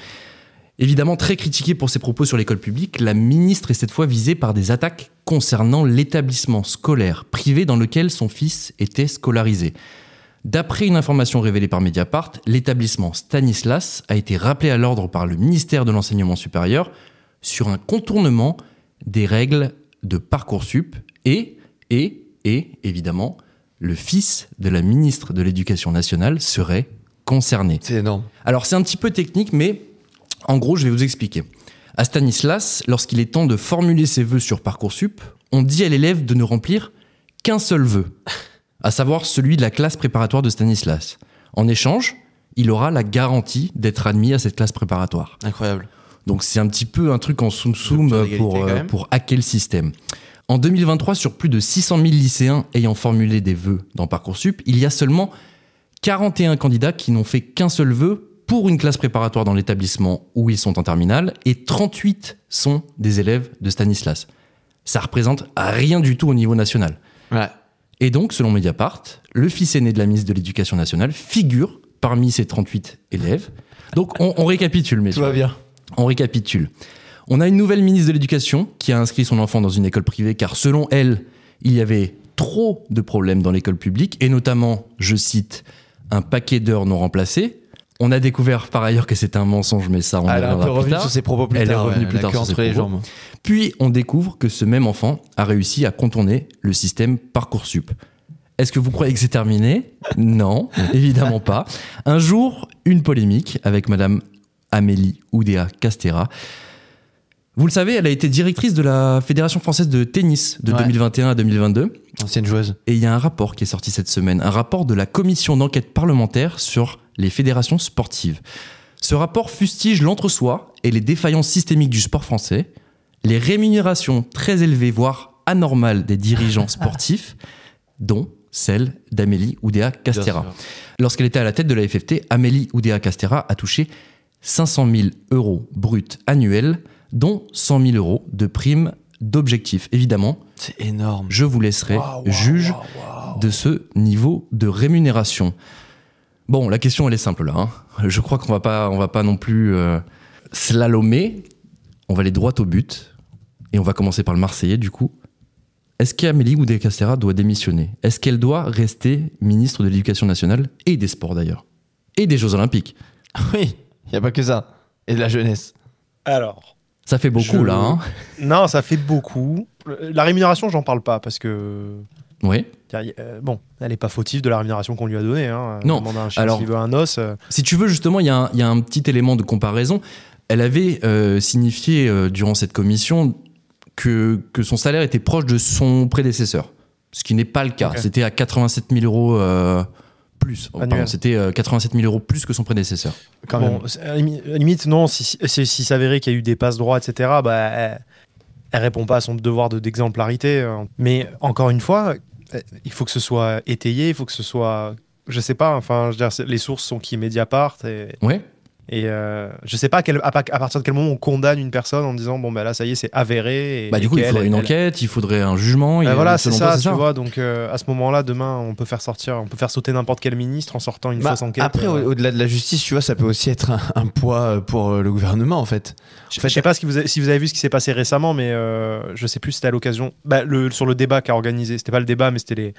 Speaker 1: Évidemment, très critiquée pour ses propos sur l'école publique, la ministre est cette fois visée par des attaques concernant l'établissement scolaire privé dans lequel son fils était scolarisé. D'après une information révélée par Mediapart, l'établissement Stanislas a été rappelé à l'ordre par le ministère de l'Enseignement supérieur sur un contournement des règles de Parcoursup et, et, et, évidemment, le fils de la ministre de l'Éducation nationale serait concerné.
Speaker 3: C'est énorme.
Speaker 1: Alors c'est un petit peu technique, mais en gros, je vais vous expliquer. À Stanislas, lorsqu'il est temps de formuler ses vœux sur Parcoursup, on dit à l'élève de ne remplir qu'un seul vœu, à savoir celui de la classe préparatoire de Stanislas. En échange, il aura la garantie d'être admis à cette classe préparatoire.
Speaker 3: Incroyable.
Speaker 1: Donc c'est un petit peu un truc en soum-soum
Speaker 3: Rupture d'égalité,
Speaker 1: pour,
Speaker 3: quand
Speaker 1: euh,
Speaker 3: même.
Speaker 1: pour hacker le système. En 2023, sur plus de 600 000 lycéens ayant formulé des vœux dans Parcoursup, il y a seulement 41 candidats qui n'ont fait qu'un seul vœu pour une classe préparatoire dans l'établissement où ils sont en terminale et 38 sont des élèves de Stanislas. Ça représente rien du tout au niveau national.
Speaker 3: Ouais.
Speaker 1: Et donc, selon Mediapart, le fils aîné de la ministre de l'Éducation nationale figure parmi ces 38 élèves. Donc, on, on récapitule, messieurs.
Speaker 3: bien.
Speaker 1: On récapitule. On a une nouvelle ministre de l'Éducation qui a inscrit son enfant dans une école privée car selon elle, il y avait trop de problèmes dans l'école publique et notamment, je cite, un paquet d'heures non remplacées. On a découvert par ailleurs que c'était un mensonge, mais ça, on
Speaker 3: Elle est
Speaker 1: en
Speaker 3: un peu
Speaker 1: reviendra plus
Speaker 3: revenue
Speaker 1: tard.
Speaker 3: sur ses propos plus
Speaker 1: Elle est
Speaker 3: tard.
Speaker 1: revenue
Speaker 3: ouais,
Speaker 1: plus
Speaker 3: la
Speaker 1: tard
Speaker 3: queue
Speaker 1: sur ses
Speaker 3: entre les
Speaker 1: propos.
Speaker 3: jambes.
Speaker 1: Puis on découvre que ce même enfant a réussi à contourner le système Parcoursup. Est-ce que vous croyez que c'est terminé Non, évidemment pas. Un jour, une polémique avec Madame Amélie Oudéa Castera. Vous le savez, elle a été directrice de la Fédération française de tennis de
Speaker 3: Ouais.
Speaker 1: 2021 à 2022.
Speaker 3: Ancienne joueuse.
Speaker 1: Et il y a un rapport qui est sorti cette semaine, un rapport de la commission d'enquête parlementaire sur les fédérations sportives. Ce rapport fustige l'entre-soi et les défaillances systémiques du sport français, les rémunérations très élevées, voire anormales des dirigeants sportifs, dont celle d'Amélie Oudéa Castera.
Speaker 3: Bien sûr.
Speaker 1: Lorsqu'elle était à la tête de la FFT, Amélie Oudéa Castera a touché 500 000 euros bruts annuels, dont 100 000 euros de primes d'objectifs. Évidemment,
Speaker 3: C'est énorme.
Speaker 1: je vous laisserai
Speaker 2: Waouh, waouh,
Speaker 1: juge
Speaker 2: waouh, waouh.
Speaker 1: de ce niveau de rémunération. Bon, la question elle est simple là. hein. Je crois qu'on va pas, on va pas non plus euh, slalomer. On va aller droit au but et on va commencer par le Marseillais du coup. Est-ce qu'Amélie Oudéa-Castéra doit démissionner Est-ce qu'elle doit rester ministre de l'Éducation nationale et des Sports d'ailleurs et des Jeux Olympiques
Speaker 3: Oui, il n'y a pas que ça. Et de la jeunesse.
Speaker 2: Alors.
Speaker 1: Ça fait beaucoup
Speaker 2: Je-
Speaker 1: là. Hein
Speaker 2: Non, ça fait beaucoup. La rémunération, j'en parle pas parce que.
Speaker 1: oui.
Speaker 2: tiens, y- euh, bon, elle est pas fautive de la rémunération qu'on lui a donnée. Hein.
Speaker 1: Non,
Speaker 2: Demander à un chien
Speaker 1: alors-
Speaker 2: s'il veut un os. euh,
Speaker 1: Si tu veux, justement, il y, a un- il y a un petit élément de comparaison. Elle avait euh, signifié euh, durant cette commission que, que son salaire était proche de son prédécesseur, ce qui n'est pas le cas.
Speaker 2: Ok.
Speaker 1: C'était à 87 000 euros euh, plus. Oh,
Speaker 2: Annuel.
Speaker 1: pardon, c'était euh, 87 000 euros plus que son prédécesseur.
Speaker 3: Quand
Speaker 2: bon,
Speaker 3: même.
Speaker 2: c'est- à la limi- à la limite, non, si, si, si- si s'avérait qu'il y a eu des passes droits, etc., bah, elle, elle répond pas à son devoir de- d'exemplarité. euh. Mais encore une fois, euh, il faut que ce soit étayé, il faut que ce soit. Je sais pas, enfin, je veux dire, c'est- les sources sont qui Mediapart et,
Speaker 1: Ouais.
Speaker 2: et euh, je sais pas à, quel- à pa- à partir de quel moment on condamne une personne en disant bon, bah là, ça y est, c'est avéré. et-
Speaker 1: Bah,
Speaker 2: et
Speaker 1: du coup, il
Speaker 2: qu'elle-
Speaker 1: faudrait une
Speaker 2: elle-
Speaker 1: enquête, il faudrait un jugement.
Speaker 2: Bah
Speaker 1: il-
Speaker 2: voilà, c'est
Speaker 1: selon
Speaker 2: ça,
Speaker 1: toi,
Speaker 2: tu vois. Donc euh, à ce moment-là, demain, on peut faire sortir, on peut faire sauter n'importe quel ministre en sortant une
Speaker 3: Bah,
Speaker 2: fausse enquête.
Speaker 3: après,
Speaker 2: euh,
Speaker 3: au- au-delà de la justice, tu vois, ça peut aussi être un, un poids euh, pour euh, le gouvernement, en fait.
Speaker 2: Je,
Speaker 3: En fait,
Speaker 2: je sais pas ce que vous avez- si vous avez vu ce qui s'est passé récemment, mais euh, je sais plus si c'était à l'occasion. Bah, le, sur le débat qu'a organisé, c'était pas le débat, mais c'était les-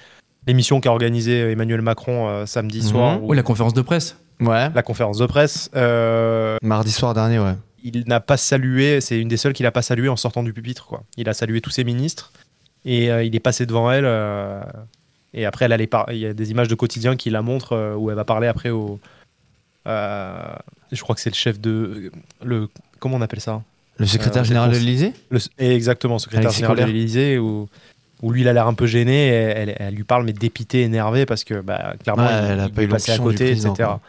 Speaker 2: l'émission qu'a organisé Emmanuel Macron euh, samedi
Speaker 3: Mhm.
Speaker 2: soir, ou
Speaker 1: Oui, la conférence de presse.
Speaker 3: Ouais.
Speaker 2: la conférence de presse. euh,
Speaker 3: Mardi soir dernier, ouais.
Speaker 2: il n'a pas salué, c'est une des seules qu'il n'a pas salué en sortant du pupitre. Quoi. Il a salué tous ses ministres et euh, il est passé devant elle. euh, et après, elle allait par- il y a des images de quotidien qui la montrent euh, où elle va parler après au. euh, je crois que c'est le chef de. Le, comment on appelle ça
Speaker 3: Le secrétaire
Speaker 2: Euh,
Speaker 3: général de
Speaker 2: réponse.
Speaker 3: l'Élysée
Speaker 2: le, Exactement, secrétaire
Speaker 3: Alexis
Speaker 2: général de
Speaker 3: Kohler.
Speaker 2: l'Élysée où, où lui, il a l'air un peu gêné. et Elle, elle lui parle, mais dépité, énervé parce que bah, clairement,
Speaker 3: Ouais,
Speaker 2: il,
Speaker 3: elle a
Speaker 2: il
Speaker 3: pas eu
Speaker 2: est passé à
Speaker 3: l'onction du
Speaker 2: côté, etc.
Speaker 3: président, quoi.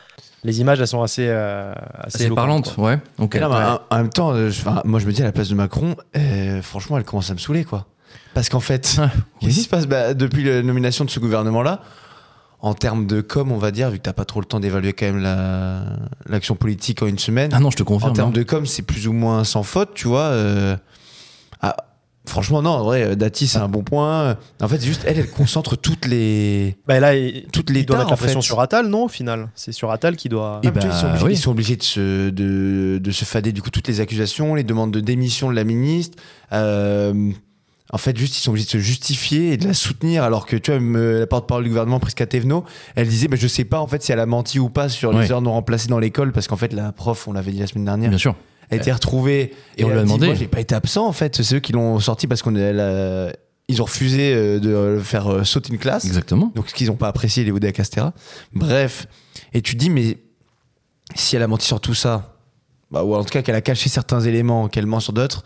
Speaker 2: Les images, elles sont assez. euh, assez
Speaker 1: C'est
Speaker 2: éloquentes,
Speaker 1: parlante,
Speaker 2: quoi. bah,
Speaker 1: ouais. Ok.
Speaker 3: Et non, mais
Speaker 2: ouais.
Speaker 3: en- en même temps, euh, je- enfin, moi je me dis à la place de Macron, euh, franchement, elle commence à me saouler, quoi. Parce qu'en fait, qu'est-ce qui se passe Bah, depuis la nomination de ce gouvernement-là En termes de com, on va dire, vu que t'as pas trop le temps d'évaluer quand même la- l'action politique en une semaine,
Speaker 1: Ah non, je te
Speaker 3: en
Speaker 1: confirme.
Speaker 3: termes
Speaker 1: hein.
Speaker 3: de com, c'est plus ou moins sans faute, tu vois. euh, ah, franchement, non, en vrai, Dati,
Speaker 2: Ah.
Speaker 3: c'est un bon point. En fait, c'est juste, elle, elle concentre toutes les.
Speaker 2: Bah, là, il-
Speaker 3: Toutes
Speaker 2: Il
Speaker 3: les
Speaker 2: doit mettre la pression sur Attal, non, au final C'est sur Attal qui doit.
Speaker 1: Et
Speaker 3: Ah, putain,
Speaker 1: bah,
Speaker 3: ils, sont obligés,
Speaker 1: oui.
Speaker 3: ils sont obligés de se, de, de se fader du coup toutes les accusations, les demandes de démission de la ministre. Euh, en fait, juste, ils sont obligés de se justifier et de la soutenir. Alors que tu vois, même, euh, la porte-parole du gouvernement, Prisca Thévenot, elle disait bah, Je sais pas en fait si elle a menti ou pas sur les
Speaker 1: Ouais.
Speaker 3: heures non remplacées dans l'école, parce qu'en fait, la prof, on l'avait dit la semaine dernière,
Speaker 1: Bien sûr.
Speaker 3: a été retrouvée.
Speaker 1: Et on lui
Speaker 3: elle
Speaker 1: a
Speaker 3: dit,
Speaker 1: demandé.
Speaker 3: Moi, j'ai pas été absent, en fait. C'est eux qui l'ont sorti parce qu'on elle a- ils ont refusé euh, de le faire euh, sauter une classe.
Speaker 1: Exactement.
Speaker 3: Donc, ce qu'ils n'ont pas apprécié, les Oda Castera. Bref. Et tu te dis, mais si elle a menti sur tout ça, bah, ou en tout cas qu'elle a caché certains éléments, qu'elle ment sur d'autres,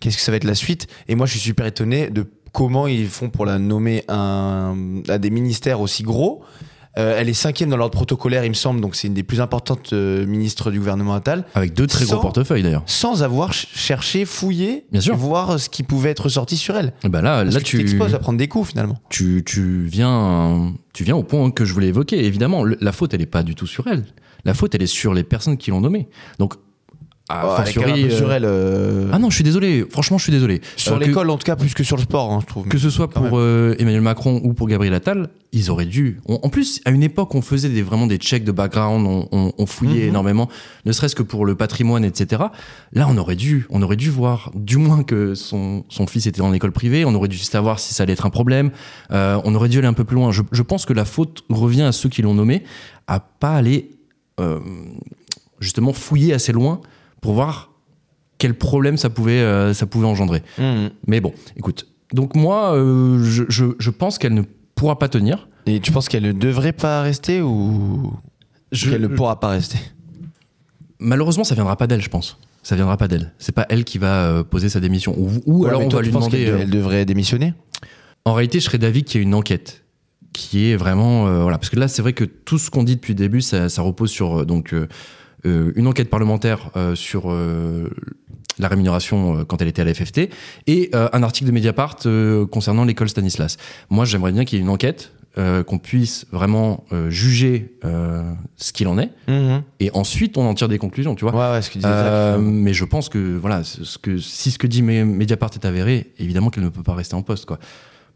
Speaker 3: qu'est-ce que ça va être la suite Et moi, je suis super étonné de comment ils font pour la nommer un, à des ministères aussi gros. Euh, elle est cinquième dans l'ordre protocolaire, il me semble, donc c'est une des plus importantes euh, ministres du gouvernement Attal,
Speaker 1: Avec deux très
Speaker 3: Sans-
Speaker 1: gros portefeuilles d'ailleurs.
Speaker 3: sans avoir ch- cherché, fouillé,
Speaker 1: Bien sûr.
Speaker 3: voir ce qui pouvait être sorti sur elle.
Speaker 1: Et bah là,
Speaker 3: Parce
Speaker 1: là
Speaker 3: que
Speaker 1: tu
Speaker 3: t'exposes à prendre des coups finalement.
Speaker 1: tu, tu viens, tu viens au point que je voulais évoquer. Évidemment, le- la faute, elle n'est pas du tout sur elle. La faute, elle est sur les personnes qui l'ont nommée. Donc, à
Speaker 3: Oh, elle
Speaker 1: fortiori,
Speaker 3: cale un peu
Speaker 1: euh,
Speaker 3: sur elle. euh,
Speaker 1: Ah non, je suis désolé. Franchement, je suis désolé.
Speaker 3: sur
Speaker 1: Euh, que-
Speaker 3: l'école, en tout cas, plus que sur le sport, hein, je trouve.
Speaker 1: Que ce soit
Speaker 3: Quand
Speaker 1: pour euh, Emmanuel Macron ou pour Gabriel Attal, ils auraient dû. on- en plus, à une époque, on faisait des, vraiment des checks de background, on, on- on fouillait
Speaker 3: Mhm.
Speaker 1: énormément, ne serait-ce que pour le patrimoine, etc. Là, on aurait dû, on aurait dû voir, du moins que son, son fils était dans l'école privée, on aurait dû savoir si ça allait être un problème. euh, on aurait dû aller un peu plus loin. Je, je pense que la faute revient à ceux qui l'ont nommé, à pas aller euh, justement fouiller assez loin pour voir quel problème ça pouvait, euh, ça pouvait engendrer.
Speaker 3: Mhm.
Speaker 1: Mais bon, écoute. Donc moi, euh, je, je, je pense qu'elle ne pourra pas tenir.
Speaker 3: Et tu penses qu'elle ne devrait pas rester ou
Speaker 1: Je-
Speaker 3: qu'elle ne pourra pas rester
Speaker 1: Malheureusement, ça viendra pas d'elle, je pense. Ça viendra pas d'elle. C'est pas elle qui va euh, poser sa démission. Ou, ou
Speaker 3: Ouais,
Speaker 1: alors
Speaker 3: mais
Speaker 1: on
Speaker 3: toi,
Speaker 1: va
Speaker 3: tu
Speaker 1: lui
Speaker 3: penses
Speaker 1: demander.
Speaker 3: qu'elle de-
Speaker 1: euh,
Speaker 3: Elle devrait démissionner
Speaker 1: En réalité, je serais d'avis qu'il y ait une enquête qui est vraiment euh, voilà parce que là c'est vrai que tout ce qu'on dit depuis le début ça, ça repose sur euh, donc euh, euh, une enquête parlementaire euh, sur euh, la rémunération euh, quand elle était à la FFT et euh, un article de Mediapart euh, concernant l'école Stanislas. Moi, j'aimerais bien qu'il y ait une enquête euh, qu'on puisse vraiment euh, juger euh, ce qu'il en est et ensuite on en tire des conclusions, tu vois.
Speaker 3: Ouais, ouais, ce que disait
Speaker 1: Mhm. Euh,
Speaker 3: Zach.
Speaker 1: mais je pense que voilà, ce ce que, si ce que dit Me- Mediapart est avéré, évidemment qu'elle ne peut pas rester en poste. Quoi.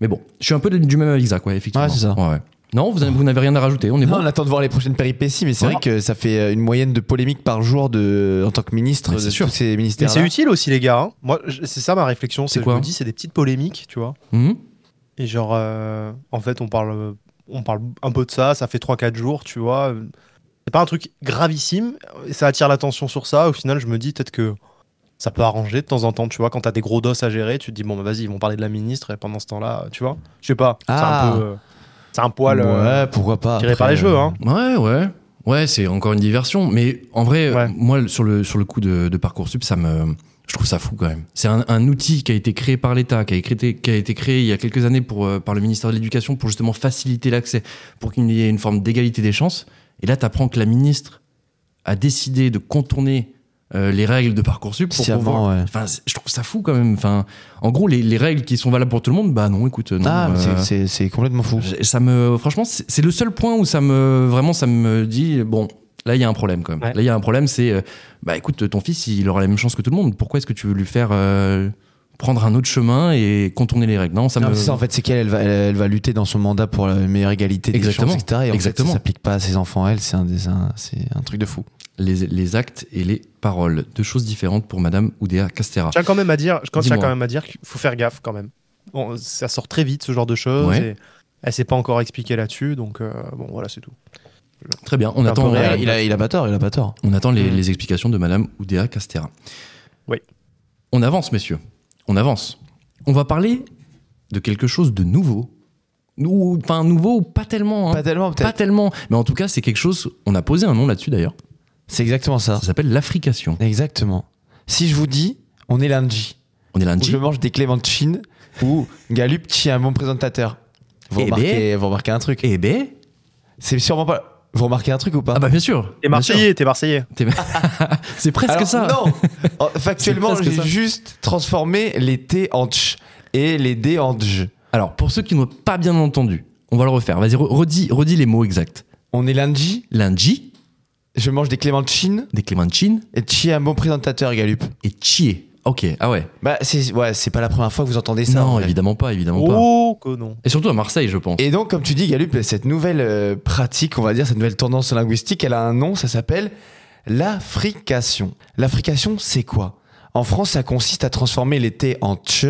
Speaker 1: Mais bon, je suis un peu du même avis que Zach, ouais, effectivement.
Speaker 3: Ouais, c'est ça.
Speaker 1: Ouais, ouais. Non, vous, avez- vous n'avez rien à rajouter, on est
Speaker 3: Non,
Speaker 1: bon.
Speaker 3: on attend de voir les prochaines péripéties, mais c'est
Speaker 1: Voilà.
Speaker 3: vrai que ça fait euh, une moyenne de polémiques par jour de, en tant que ministre
Speaker 1: Mais
Speaker 3: de
Speaker 1: c'est sûr.
Speaker 3: tous ces
Speaker 2: Mais
Speaker 3: ministères.
Speaker 2: c'est utile aussi, les gars. hein. Moi, je- c'est ça ma réflexion.
Speaker 1: C'est
Speaker 2: C'est
Speaker 1: quoi
Speaker 2: Je me dis, c'est des petites polémiques, tu vois.
Speaker 1: Mhm.
Speaker 2: Et genre, euh, en fait, on parle, euh, on parle un peu de ça. Ça fait 3-4 jours, tu vois. euh, C'est pas un truc gravissime. et Ça attire l'attention sur ça. Au final, je me dis peut-être que ça peut arranger de temps en temps, tu vois. Quand t'as des gros dos à gérer, tu te dis, bon, bah, vas-y, ils vont parler de la ministre. Et pendant ce temps-là, tu vois. Je sais pas.
Speaker 3: Ah.
Speaker 2: C'est un peu. euh, c'est un poil. euh,
Speaker 3: Ouais, pourquoi pas.
Speaker 2: tiré
Speaker 3: Après, euh,
Speaker 2: par les cheveux, hein.
Speaker 1: Ouais, ouais. Ouais, c'est encore une diversion. Mais en vrai,
Speaker 2: Ouais.
Speaker 1: moi, sur le, sur le coup de, de Parcoursup, ça me. Je trouve ça fou quand même. C'est un, un outil qui a été créé par l'État, qui a, été- qui a été créé il y a quelques années pour, euh, par le ministère de l'Éducation pour justement faciliter l'accès, pour qu'il y ait une forme d'égalité des chances. Et là, tu apprends que la ministre a décidé de contourner euh, les règles de Parcoursup pour
Speaker 3: Sciemment,
Speaker 1: pouvoir.
Speaker 3: ouais.
Speaker 1: Enfin, c'est- je trouve ça fou quand même. Enfin, en gros, les, les règles qui sont valables pour tout le monde, bah non, écoute, non.
Speaker 3: Ah, mais c'est-
Speaker 1: euh,
Speaker 3: c'est c'est complètement fou.
Speaker 1: j'ai- ça me franchement c'est c'est le seul point où ça me vraiment ça me dit bon là il y a un problème quand même
Speaker 2: Ouais.
Speaker 1: là il y a un problème c'est euh, bah écoute ton fils il aura la même chance que tout le monde pourquoi est-ce que tu veux lui faire euh, prendre un autre chemin et contourner les règles non ça
Speaker 3: Non,
Speaker 1: me
Speaker 3: mais c'est ça, en fait, c'est qu'elle elle va, elle, elle va lutter dans son mandat pour la meilleure égalité des
Speaker 1: Exactement.
Speaker 3: chances, etc. Et en
Speaker 1: Exactement.
Speaker 3: fait, ça s'applique pas à ses enfants, elle, c'est un, des- un- c'est un truc de fou.
Speaker 1: les, les actes et les paroles deux choses différentes pour madame Oudéa Castera
Speaker 2: Je tiens quand même à dire, je tiens
Speaker 1: Dis-moi.
Speaker 2: quand même à dire qu'il faut faire gaffe quand même. Bon, ça sort très vite ce genre de choses.
Speaker 1: Ouais.
Speaker 2: Et elle s'est pas encore expliquée là-dessus, donc euh, bon voilà, c'est tout.
Speaker 1: très bien on
Speaker 2: Un
Speaker 1: attend
Speaker 2: peu
Speaker 1: euh,
Speaker 2: réel.
Speaker 3: il, a, il a pas tort, il a pas tort.
Speaker 1: on attend les,
Speaker 2: Mm.
Speaker 1: les explications de madame Oudéa Castera
Speaker 2: Oui.
Speaker 1: on avance messieurs on avance on va parler de quelque chose de nouveau ou enfin nouveau ou pas tellement hein.
Speaker 3: Pas tellement,
Speaker 1: Pas
Speaker 3: peut-être.
Speaker 1: tellement, mais en tout cas, c'est quelque chose. On a posé un nom là-dessus d'ailleurs.
Speaker 3: C'est exactement ça.
Speaker 1: Ça s'appelle l'Africation.
Speaker 3: Exactement. Si je vous dis, on est lundi.
Speaker 1: On est
Speaker 3: Ou je
Speaker 1: lundi.
Speaker 3: mange des clémentines ou Galup tient un bon présentateur. Vous
Speaker 1: Eh
Speaker 3: remarquez, vous remarquez un truc.
Speaker 1: Eh ben,
Speaker 3: C'est sûrement pas. Vous remarquez un truc ou pas
Speaker 1: ah bah bien sûr.
Speaker 2: T'es
Speaker 1: bien sûr.
Speaker 2: Marseillais, t'es Marseillais.
Speaker 1: T'es- c'est presque
Speaker 3: Alors,
Speaker 1: ça.
Speaker 3: Non Oh, Factuellement,
Speaker 1: C'est presque
Speaker 3: j'ai
Speaker 1: ça.
Speaker 3: juste transformé les T en tch et les D en dj.
Speaker 1: Alors pour ceux qui n'ont pas bien entendu, on va le refaire. Vas-y, re- redis, redis les mots exacts.
Speaker 3: On est lundi,
Speaker 1: Lundi,
Speaker 3: je mange des clémentines
Speaker 1: des clémentines
Speaker 3: et tient un bon présentateur, Galup.
Speaker 1: et chier. Ok, ah ouais.
Speaker 3: Bah, c'est ouais, c'est pas la première fois que vous entendez ça. en
Speaker 1: non,
Speaker 3: vrai.
Speaker 1: évidemment pas, évidemment pas.
Speaker 2: Oh que non.
Speaker 1: Et surtout à Marseille, je pense.
Speaker 3: Et donc, comme tu dis, Galup, cette nouvelle euh, pratique, on va dire, cette nouvelle tendance linguistique, elle a un nom, ça s'appelle l'africation. L'africation, c'est quoi En France, ça consiste à transformer les T en tche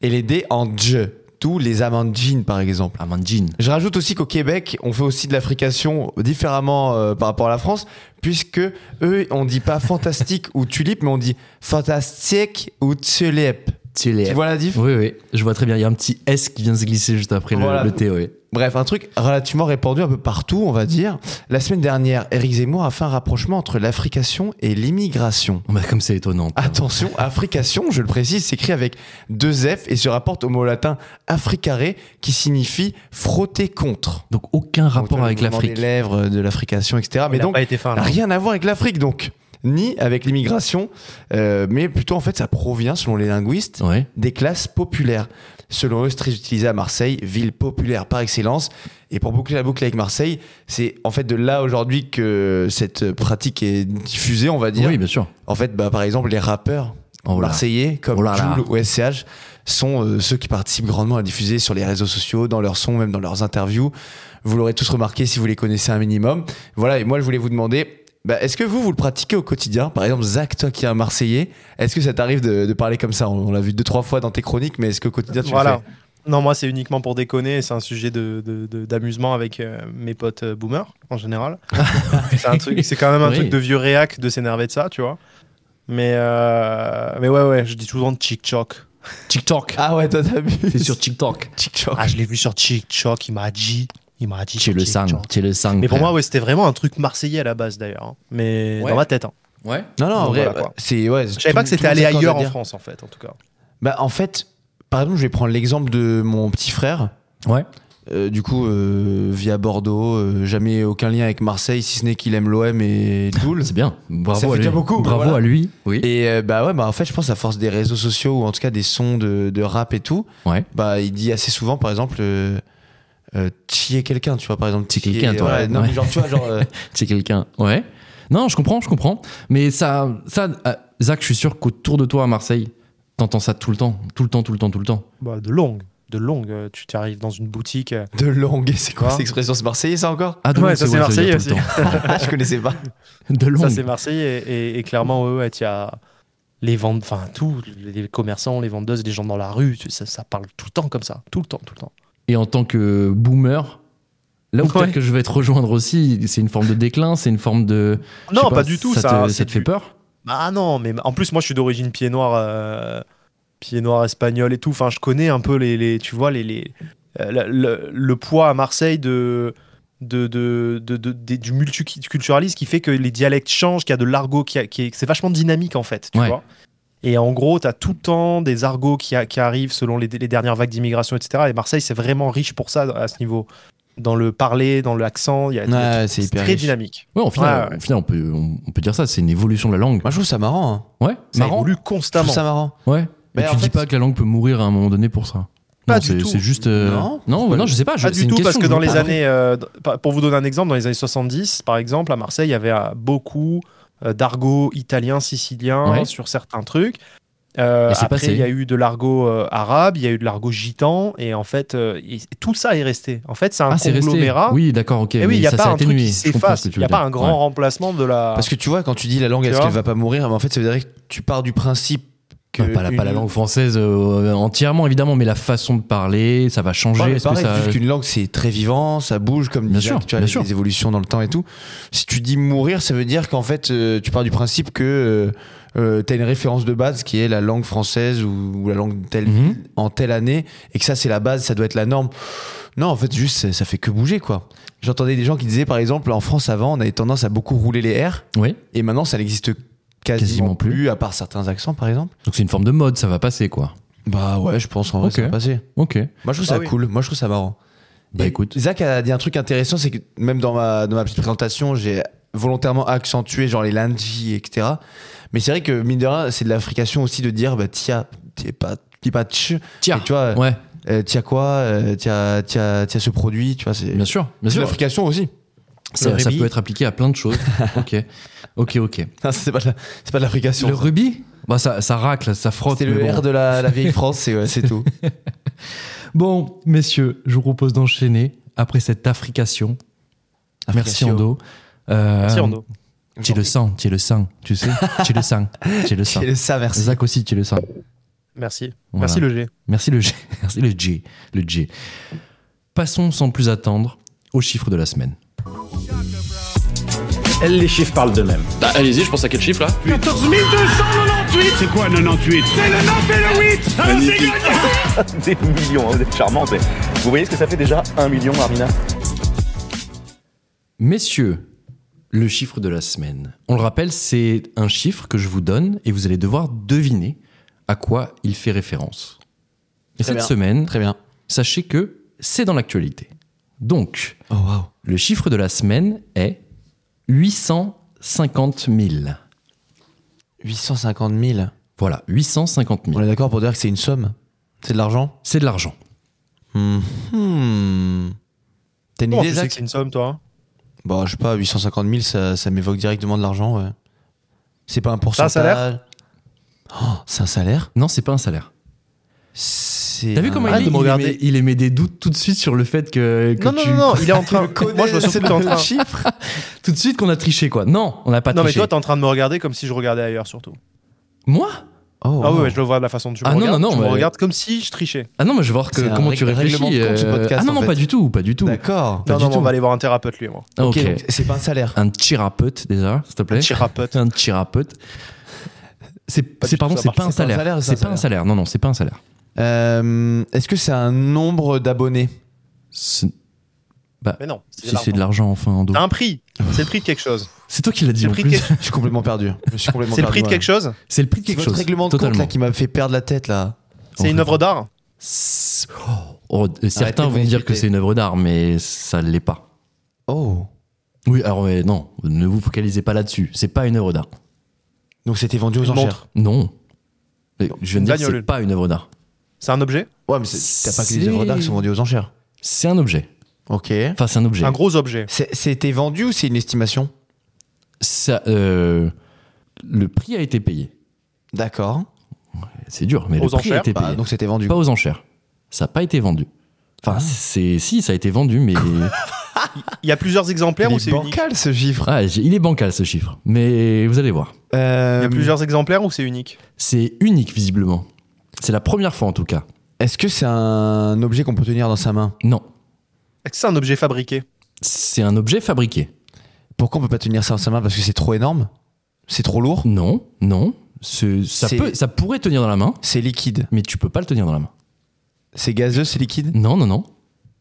Speaker 3: et les D en dje tous les amandines, par exemple.
Speaker 1: Amandine.
Speaker 3: Je rajoute aussi qu'au Québec, on fait aussi de l'africation différemment euh, par rapport à la France, puisque eux, on dit pas fantastique ou tulipe, mais on dit fantastique ou tulipe.
Speaker 1: Tu
Speaker 3: Tu vois la diff
Speaker 1: Oui, oui, je vois très bien. Il y a un petit S qui vient se glisser juste après le-
Speaker 3: Voilà.
Speaker 1: le, T, oui.
Speaker 3: Bref, un truc relativement répandu un peu partout, on va dire. La semaine dernière, Éric Zemmour a fait un rapprochement entre l'africation et l'immigration.
Speaker 1: Bah, comme c'est étonnant.
Speaker 3: Ah. Attention, africation, je le précise, s'écrit avec deux F et se rapporte au mot latin africare qui signifie frotter contre.
Speaker 1: Donc aucun rapport
Speaker 3: Donc,
Speaker 1: avec
Speaker 3: le mouvement
Speaker 1: l'Afrique.
Speaker 3: Des lèvres, euh, de l'africation, etc. Mais
Speaker 2: Il a
Speaker 3: donc,
Speaker 2: pas été fin là.
Speaker 3: rien à voir avec l'Afrique, donc. Ni avec l'immigration, euh, mais plutôt en fait, ça provient, selon les linguistes,
Speaker 1: Ouais.
Speaker 3: des classes populaires. Selon eux, c'est très utilisé à Marseille, ville populaire par excellence. Et pour boucler la boucle avec Marseille, c'est en fait de là aujourd'hui que cette pratique est diffusée, on va dire.
Speaker 1: Oui, bien sûr.
Speaker 3: En fait, bah, par exemple, les rappeurs
Speaker 1: Oh là.
Speaker 3: marseillais, comme
Speaker 1: Oh là là.
Speaker 3: Jul ou SCH, sont euh, ceux qui participent grandement à diffuser sur les réseaux sociaux, dans leurs sons, même dans leurs interviews. Vous l'aurez tous remarqué si vous les connaissez un minimum. Voilà, et moi, je voulais vous demander, bah, est-ce que vous, vous le pratiquez au quotidien Par exemple, Zach, toi qui es un Marseillais, est-ce que ça t'arrive de, de parler comme ça On, on l'a vu deux, trois fois dans tes chroniques, mais est-ce qu'au quotidien, tu le
Speaker 2: Voilà.
Speaker 3: fais
Speaker 2: Non, moi, c'est uniquement pour déconner. et C'est un sujet de- de- de- d'amusement avec euh, mes potes euh, boomers, en général. c'est un truc- c'est quand même un
Speaker 1: Oui.
Speaker 2: truc de vieux réac de s'énerver de ça, tu vois. Mais, euh, mais ouais, ouais, je dis souvent chic-choc.
Speaker 1: TikTok.
Speaker 3: Ah ouais, toi, t'as vu
Speaker 1: C'est sur TikTok.
Speaker 3: TikTok.
Speaker 2: Ah, je l'ai vu sur chic-choc, il m'a dit. Il m'a dit.
Speaker 1: Chez
Speaker 2: sur
Speaker 1: le
Speaker 2: Chic-Choc.
Speaker 1: sang. Chez le sang.
Speaker 2: Mais pour
Speaker 1: frère.
Speaker 2: moi, ouais, c'était vraiment un truc marseillais à la base, d'ailleurs. hein. Mais
Speaker 1: Ouais.
Speaker 2: dans ma tête. hein.
Speaker 1: Ouais.
Speaker 3: Non, non, en
Speaker 2: Donc
Speaker 3: vrai,
Speaker 2: voilà, quoi.
Speaker 3: c'est. Ouais,
Speaker 2: Je savais pas que c'était allé ailleurs en France, en fait, en tout cas.
Speaker 3: Bah, en fait, par exemple, je vais prendre l'exemple de mon petit frère.
Speaker 1: Ouais.
Speaker 3: Euh, du coup, euh, via Bordeaux, euh, jamais aucun lien avec Marseille, si ce n'est qu'il aime l'OM et Toul.
Speaker 1: C'est bien. Bravo
Speaker 3: Ça fait
Speaker 1: à lui.
Speaker 3: déjà beaucoup,
Speaker 1: Bravo
Speaker 3: voilà.
Speaker 1: à lui. Oui.
Speaker 3: Et euh, bah ouais, bah en fait, je pense à force des réseaux sociaux ou en tout cas des sons de, de rap et tout,
Speaker 1: Ouais.
Speaker 3: bah il dit assez souvent, par exemple, euh, euh, chier quelqu'un, tu vois, par exemple,
Speaker 1: Chier
Speaker 3: chier-
Speaker 1: quelqu'un, toi,
Speaker 3: voilà,
Speaker 1: ouais.
Speaker 3: non, mais
Speaker 1: Ouais.
Speaker 3: genre, tu vois, genre, euh,
Speaker 1: C'est quelqu'un. Ouais. Non, je comprends, je comprends. Mais ça, ça, euh, Zach, je suis sûr qu'autour de toi à Marseille, t'entends ça tout le temps, tout le temps, tout le temps, tout le temps.
Speaker 2: Bah, de longue. De longue. euh, Tu tu arrives dans une boutique. euh,
Speaker 3: de longue, c'est quoi
Speaker 2: Quoi
Speaker 3: cette expression C'est marseillais, ça encore
Speaker 1: Ah, de
Speaker 2: Ouais,
Speaker 1: longue,
Speaker 2: ça,
Speaker 1: c'est
Speaker 2: c'est
Speaker 1: vrai, veut dire
Speaker 2: marseillais
Speaker 1: tout le temps.
Speaker 3: Ah, Je connaissais pas.
Speaker 1: De longue.
Speaker 2: Ça, c'est Marseillais. Et, et- et clairement, ouais, ouais, il y a les ventes, enfin, tout, les commerçants, les vendeuses, les gens dans la rue, tu- ça, ça parle tout le temps comme ça. Tout le temps, tout le temps.
Speaker 1: Et en tant que boomer, là où
Speaker 2: Ouais.
Speaker 1: peut-être que je vais te rejoindre aussi, c'est une forme de déclin, c'est une forme de. je sais
Speaker 2: Non, pas, du tout. Ça, hein,
Speaker 1: te,
Speaker 2: c'est
Speaker 1: ça te fait
Speaker 2: du-
Speaker 1: peur
Speaker 2: Ah non, mais en plus, moi, je suis d'origine pied noir, euh, pied noir espagnol et tout. Enfin, je connais un peu les, les- tu vois, les, les, euh, le, le- le poids à Marseille de. De, de- de- de- des- du multiculturalisme qui fait que les dialectes changent, qu'il y a de l'argot, qui, qui est- c'est vachement dynamique en fait, tu
Speaker 1: Ouais.
Speaker 2: vois. Et en gros, tu as tout le temps des argots qui, a- qui arrivent selon les, les dernières vagues d'immigration, etc. Et Marseille, c'est vraiment riche pour ça à ce niveau. Dans le parler, dans l'accent, il y a, il y a
Speaker 3: Ouais,
Speaker 2: tout-
Speaker 3: c'est hyper
Speaker 2: très
Speaker 3: riche.
Speaker 2: dynamique.
Speaker 1: Ouais, au final,
Speaker 2: Ouais, ouais.
Speaker 1: au final, on, peut, on, on peut dire ça, c'est une évolution de la langue.
Speaker 3: Moi, je trouve ça marrant. hein.
Speaker 1: Ouais,
Speaker 2: Ça
Speaker 1: marrant.
Speaker 2: évolue
Speaker 3: Je trouve
Speaker 2: constamment.
Speaker 3: ça marrant.
Speaker 1: Ouais.
Speaker 3: Mais
Speaker 1: Mais tu
Speaker 3: en
Speaker 1: dis
Speaker 3: fait-
Speaker 1: pas que la langue peut mourir à un moment donné pour ça.
Speaker 2: Pas
Speaker 1: Non,
Speaker 2: du
Speaker 1: c'est-
Speaker 2: tout.
Speaker 1: C'est juste. euh,
Speaker 3: Non.
Speaker 1: non, bah non, je sais pas. je-
Speaker 2: Pas
Speaker 1: c'est
Speaker 2: du
Speaker 1: une
Speaker 2: tout, parce
Speaker 1: question
Speaker 2: que
Speaker 1: je
Speaker 2: dans
Speaker 1: vous
Speaker 2: les
Speaker 1: pose.
Speaker 2: années, euh, d- pas- pour vous donner un exemple, dans les années 70, par exemple, à Marseille, il y avait euh, beaucoup euh, d'argot italien, sicilien
Speaker 1: Ouais.
Speaker 2: sur certains trucs. Euh,
Speaker 1: Et c'est
Speaker 2: après,
Speaker 1: passé.
Speaker 2: il y a eu de l'argot euh, arabe, il y a eu de l'argot gitan, et en fait, euh, et- tout ça est resté. En fait, c'est un
Speaker 1: Ah, c'est resté.
Speaker 2: conglomérat.
Speaker 1: Oui, d'accord, ok.
Speaker 2: Et oui,
Speaker 1: mais
Speaker 2: il n'y a
Speaker 1: ça
Speaker 2: pas
Speaker 1: s'est
Speaker 2: un truc
Speaker 1: atténué.
Speaker 2: qui
Speaker 1: Je comprends ce
Speaker 2: s'efface.
Speaker 1: que tu
Speaker 2: Il
Speaker 1: veux
Speaker 2: n'y a
Speaker 1: dire.
Speaker 2: pas un grand
Speaker 1: Ouais.
Speaker 2: remplacement de la.
Speaker 3: Parce que tu vois, quand Ah. tu dis la langue,
Speaker 2: Tu
Speaker 3: est-ce
Speaker 2: vois
Speaker 3: qu'elle va pas mourir Mais En fait, ça veut dire que tu pars du principe que.
Speaker 1: Pas, la, pas la
Speaker 3: une-
Speaker 1: langue française euh, entièrement, évidemment, mais la façon de parler, ça va changer.
Speaker 3: Ouais, mais
Speaker 1: est-ce que
Speaker 3: pareil,
Speaker 1: ça-
Speaker 3: vu qu'une langue c'est très vivant, ça bouge comme
Speaker 1: Bien
Speaker 3: disait,
Speaker 1: sûr,
Speaker 3: tu as
Speaker 1: bien
Speaker 3: les
Speaker 1: sûr.
Speaker 3: évolutions dans le temps et tout. Si tu dis mourir, ça veut dire qu'en fait euh, tu pars du principe que tu as une référence de base qui est la langue française ou, ou la langue de telle
Speaker 1: Mhm.
Speaker 3: ville en telle année et que ça c'est la base, ça doit être la norme. Non, en fait juste ça, ça fait que bouger quoi. J'entendais des gens qui disaient par exemple en France avant on avait tendance à beaucoup rouler les R
Speaker 1: Oui,
Speaker 3: et maintenant ça n'existe quasiment,
Speaker 1: Quasiment plus.
Speaker 3: plus. à part certains accents par exemple.
Speaker 1: donc c'est une forme de mode, ça va passer quoi.
Speaker 3: Bah ouais, je pense en vrai
Speaker 1: Ok.
Speaker 3: ça va passer.
Speaker 1: Ok.
Speaker 3: Moi je trouve
Speaker 2: Bah
Speaker 3: ça
Speaker 2: oui.
Speaker 3: cool, moi je trouve ça marrant.
Speaker 1: Bah
Speaker 3: Et
Speaker 1: écoute.
Speaker 3: Zach a dit un truc intéressant, c'est que même dans ma, dans ma petite présentation, j'ai volontairement accentué genre les lundis, etc. Mais c'est vrai que mine de rien, c'est de l'africation aussi de dire bah tiens, t'es pas t'es pas tch.
Speaker 1: Tiens.
Speaker 3: Et tu vois,
Speaker 1: Ouais,
Speaker 3: euh, tiens quoi, euh, tiens tiens tiens ce produit, tu vois, c'est
Speaker 1: bien sûr. Bien
Speaker 3: c'est de
Speaker 1: sûr.
Speaker 3: l'africation aussi.
Speaker 1: Ça,
Speaker 2: Le
Speaker 1: ça
Speaker 2: rugby.
Speaker 1: peut être appliqué à plein de choses. ok. Ok, ok.
Speaker 3: Non, c'est pas de la- c'est pas de l'africation.
Speaker 1: Le rubis bah, ça, ça racle, ça frotte.
Speaker 3: C'est le
Speaker 1: mais bon.
Speaker 3: R de la, la vieille France, c'est ouais, c'est tout.
Speaker 1: Bon, messieurs, je vous propose d'enchaîner après cette africation. Merci
Speaker 3: Africation.
Speaker 1: Ando. Euh,
Speaker 2: Merci, Ando.
Speaker 1: Tu le sens, tu le sens, tu sais, tu le sens, tu le sens.
Speaker 3: Et ça, merci.
Speaker 1: Zach aussi, tu le sens.
Speaker 2: Merci.
Speaker 1: Voilà.
Speaker 2: Merci le G.
Speaker 1: Merci le G. Merci le G. Le G. Passons sans plus attendre aux chiffres de la semaine.
Speaker 4: Elle, les chiffres parlent d'eux-mêmes.
Speaker 5: Bah, allez-y, je pense à quel chiffre là
Speaker 6: 14 298 C'est quoi 98 C'est le 9 et le 8 Alors c'est gagné
Speaker 4: Des millions, hein, vous êtes charmants, mais vous voyez ce que ça fait déjà Un million, Armina
Speaker 1: Messieurs, le chiffre de la semaine. On le rappelle, c'est un chiffre que je vous donne et vous allez devoir deviner à quoi il fait référence. Et cette
Speaker 3: bien.
Speaker 1: semaine,
Speaker 3: Très bien.
Speaker 1: sachez que c'est dans l'actualité. Donc,
Speaker 3: Oh, waouh.
Speaker 1: le chiffre de la semaine est 850 000.
Speaker 3: 850 000.
Speaker 1: Voilà, 850 000.
Speaker 3: On est d'accord pour dire que c'est une somme C'est de l'argent
Speaker 1: C'est de l'argent.
Speaker 3: Hmm. T'as une
Speaker 1: Oh,
Speaker 2: Comment tu
Speaker 3: idée,
Speaker 2: sais
Speaker 3: Zach
Speaker 2: que c'est une somme, toi hein
Speaker 3: Bon, Bah, je sais pas, 850 000, ça, ça m'évoque directement de l'argent, ouais. C'est pas un pourcentage.
Speaker 2: salaire
Speaker 3: Oh, C'est un salaire
Speaker 1: Non, c'est pas un salaire.
Speaker 3: C'est.
Speaker 1: T'as vu
Speaker 3: un-
Speaker 1: comment
Speaker 2: Ah,
Speaker 1: il,
Speaker 2: de
Speaker 1: est-
Speaker 2: me
Speaker 1: il,
Speaker 2: regarder.
Speaker 1: émet, il émet des doutes tout de suite sur le fait que, que
Speaker 2: Non, non,
Speaker 1: tu-
Speaker 2: non, non, il est en train. Moi, je vois surtout que t'es en train.
Speaker 3: chiffre
Speaker 1: tout de suite qu'on a triché quoi. Non, on n'a pas
Speaker 2: Non, mais
Speaker 1: triché.
Speaker 2: toi, t'es en train de me regarder comme si je regardais ailleurs, surtout.
Speaker 1: Moi
Speaker 3: Oh,
Speaker 2: Ah
Speaker 3: wow.
Speaker 2: oui, ouais, je le vois de la façon dont tu me
Speaker 1: Ah non,
Speaker 2: regardes.
Speaker 1: non, non,
Speaker 2: tu me
Speaker 1: mais-
Speaker 2: regardes comme si je trichais.
Speaker 1: Ah non, mais je veux voir que-
Speaker 3: C'est un
Speaker 1: comment tu
Speaker 3: règle-
Speaker 1: réfléchis.
Speaker 3: règlement de compte, ce podcast,
Speaker 1: ah non, non,
Speaker 3: en
Speaker 1: pas
Speaker 3: fait.
Speaker 1: du tout, pas du tout.
Speaker 3: D'accord.
Speaker 1: Pas
Speaker 2: non,
Speaker 1: du
Speaker 2: non,
Speaker 1: tout.
Speaker 2: on va aller voir un thérapeute, lui, moi.
Speaker 1: Ah,
Speaker 3: Ok,
Speaker 1: ok.
Speaker 3: donc c'est pas un salaire.
Speaker 1: Un thérapeute déjà, s'il te plaît.
Speaker 2: Thérapeute.
Speaker 1: Un thérapeute. C'est c'est-
Speaker 2: du
Speaker 1: pardon,
Speaker 2: tout
Speaker 1: c'est pas
Speaker 3: ça
Speaker 1: un
Speaker 3: marche. C'est pas un
Speaker 1: salaire.
Speaker 3: salaire, c'est un
Speaker 1: C'est pas un salaire. Non, non, c'est pas un salaire.
Speaker 3: Euh, Est-ce que c'est un nombre d'abonnés
Speaker 1: C'est- Bah,
Speaker 2: Mais non, c'est
Speaker 1: si c'est de l'argent enfin en dos.
Speaker 2: T'as un prix. C'est le prix de quelque chose.
Speaker 1: C'est toi qui l'as dit
Speaker 2: C'est
Speaker 1: en
Speaker 2: le prix de
Speaker 1: plus.
Speaker 2: quelque
Speaker 3: Je suis complètement perdu. Je suis complètement
Speaker 2: C'est le prix de quelque chose
Speaker 1: C'est le prix de quelque
Speaker 3: Votre
Speaker 1: chose.
Speaker 3: règlement de compte
Speaker 1: Totalement.
Speaker 3: là, qui m'a fait perdre la tête là.
Speaker 2: C'est une œuvre d'art
Speaker 1: C'est- oh, oh, certains
Speaker 3: de
Speaker 1: vont dire que
Speaker 3: discuter.
Speaker 1: c'est une œuvre d'art, mais ça l'est pas.
Speaker 3: Oh.
Speaker 1: Oui, alors mais non, ne vous focalisez pas là-dessus. C'est pas une œuvre d'art.
Speaker 3: Donc c'était vendu aux
Speaker 2: Une
Speaker 3: enchères.
Speaker 2: montre.
Speaker 1: Non. Mais Je viens de dire que c'est
Speaker 2: Bagnole.
Speaker 1: pas une œuvre d'art.
Speaker 2: C'est un objet
Speaker 3: Ouais, mais c'est- t'as pas que les
Speaker 1: C'est-
Speaker 3: œuvres d'art qui sont vendues aux enchères.
Speaker 1: C'est un objet.
Speaker 3: Ok.
Speaker 1: Enfin, c'est un objet.
Speaker 2: Un gros objet.
Speaker 3: C'est- C'était vendu ou c'est une estimation
Speaker 1: Ça, euh, le prix a été payé.
Speaker 3: D'accord.
Speaker 1: C'est dur, mais
Speaker 2: Aux
Speaker 1: le prix a
Speaker 2: enchères
Speaker 1: été payé.
Speaker 3: Bah, donc c'était vendu.
Speaker 1: pas aux enchères. Ça n'a pas été vendu. Enfin, c'est si, ça a été vendu, mais
Speaker 2: Il y a plusieurs exemplaires
Speaker 3: Il
Speaker 2: ou
Speaker 3: est
Speaker 2: c'est unique
Speaker 3: bancal ce chiffre.
Speaker 1: Ah, j'ai- il est bancal ce chiffre. Mais vous allez voir,
Speaker 2: Il y
Speaker 3: Euh,
Speaker 2: a plusieurs exemplaires ou c'est unique
Speaker 1: c'est unique visiblement. C'est la première fois en tout cas.
Speaker 3: Est-ce que c'est un objet qu'on peut tenir dans sa main
Speaker 1: Non,
Speaker 2: Est-ce que c'est un objet fabriqué
Speaker 1: c'est un objet fabriqué.
Speaker 3: Pourquoi on peut pas tenir ça dans sa main Parce que c'est trop énorme C'est trop lourd
Speaker 1: Non, non. Ce- ça
Speaker 3: C'est-
Speaker 1: peut, ça pourrait tenir dans la main,
Speaker 3: C'est liquide
Speaker 1: mais tu peux pas le tenir dans la main.
Speaker 3: C'est gazeux, c'est liquide
Speaker 1: Non, non, non.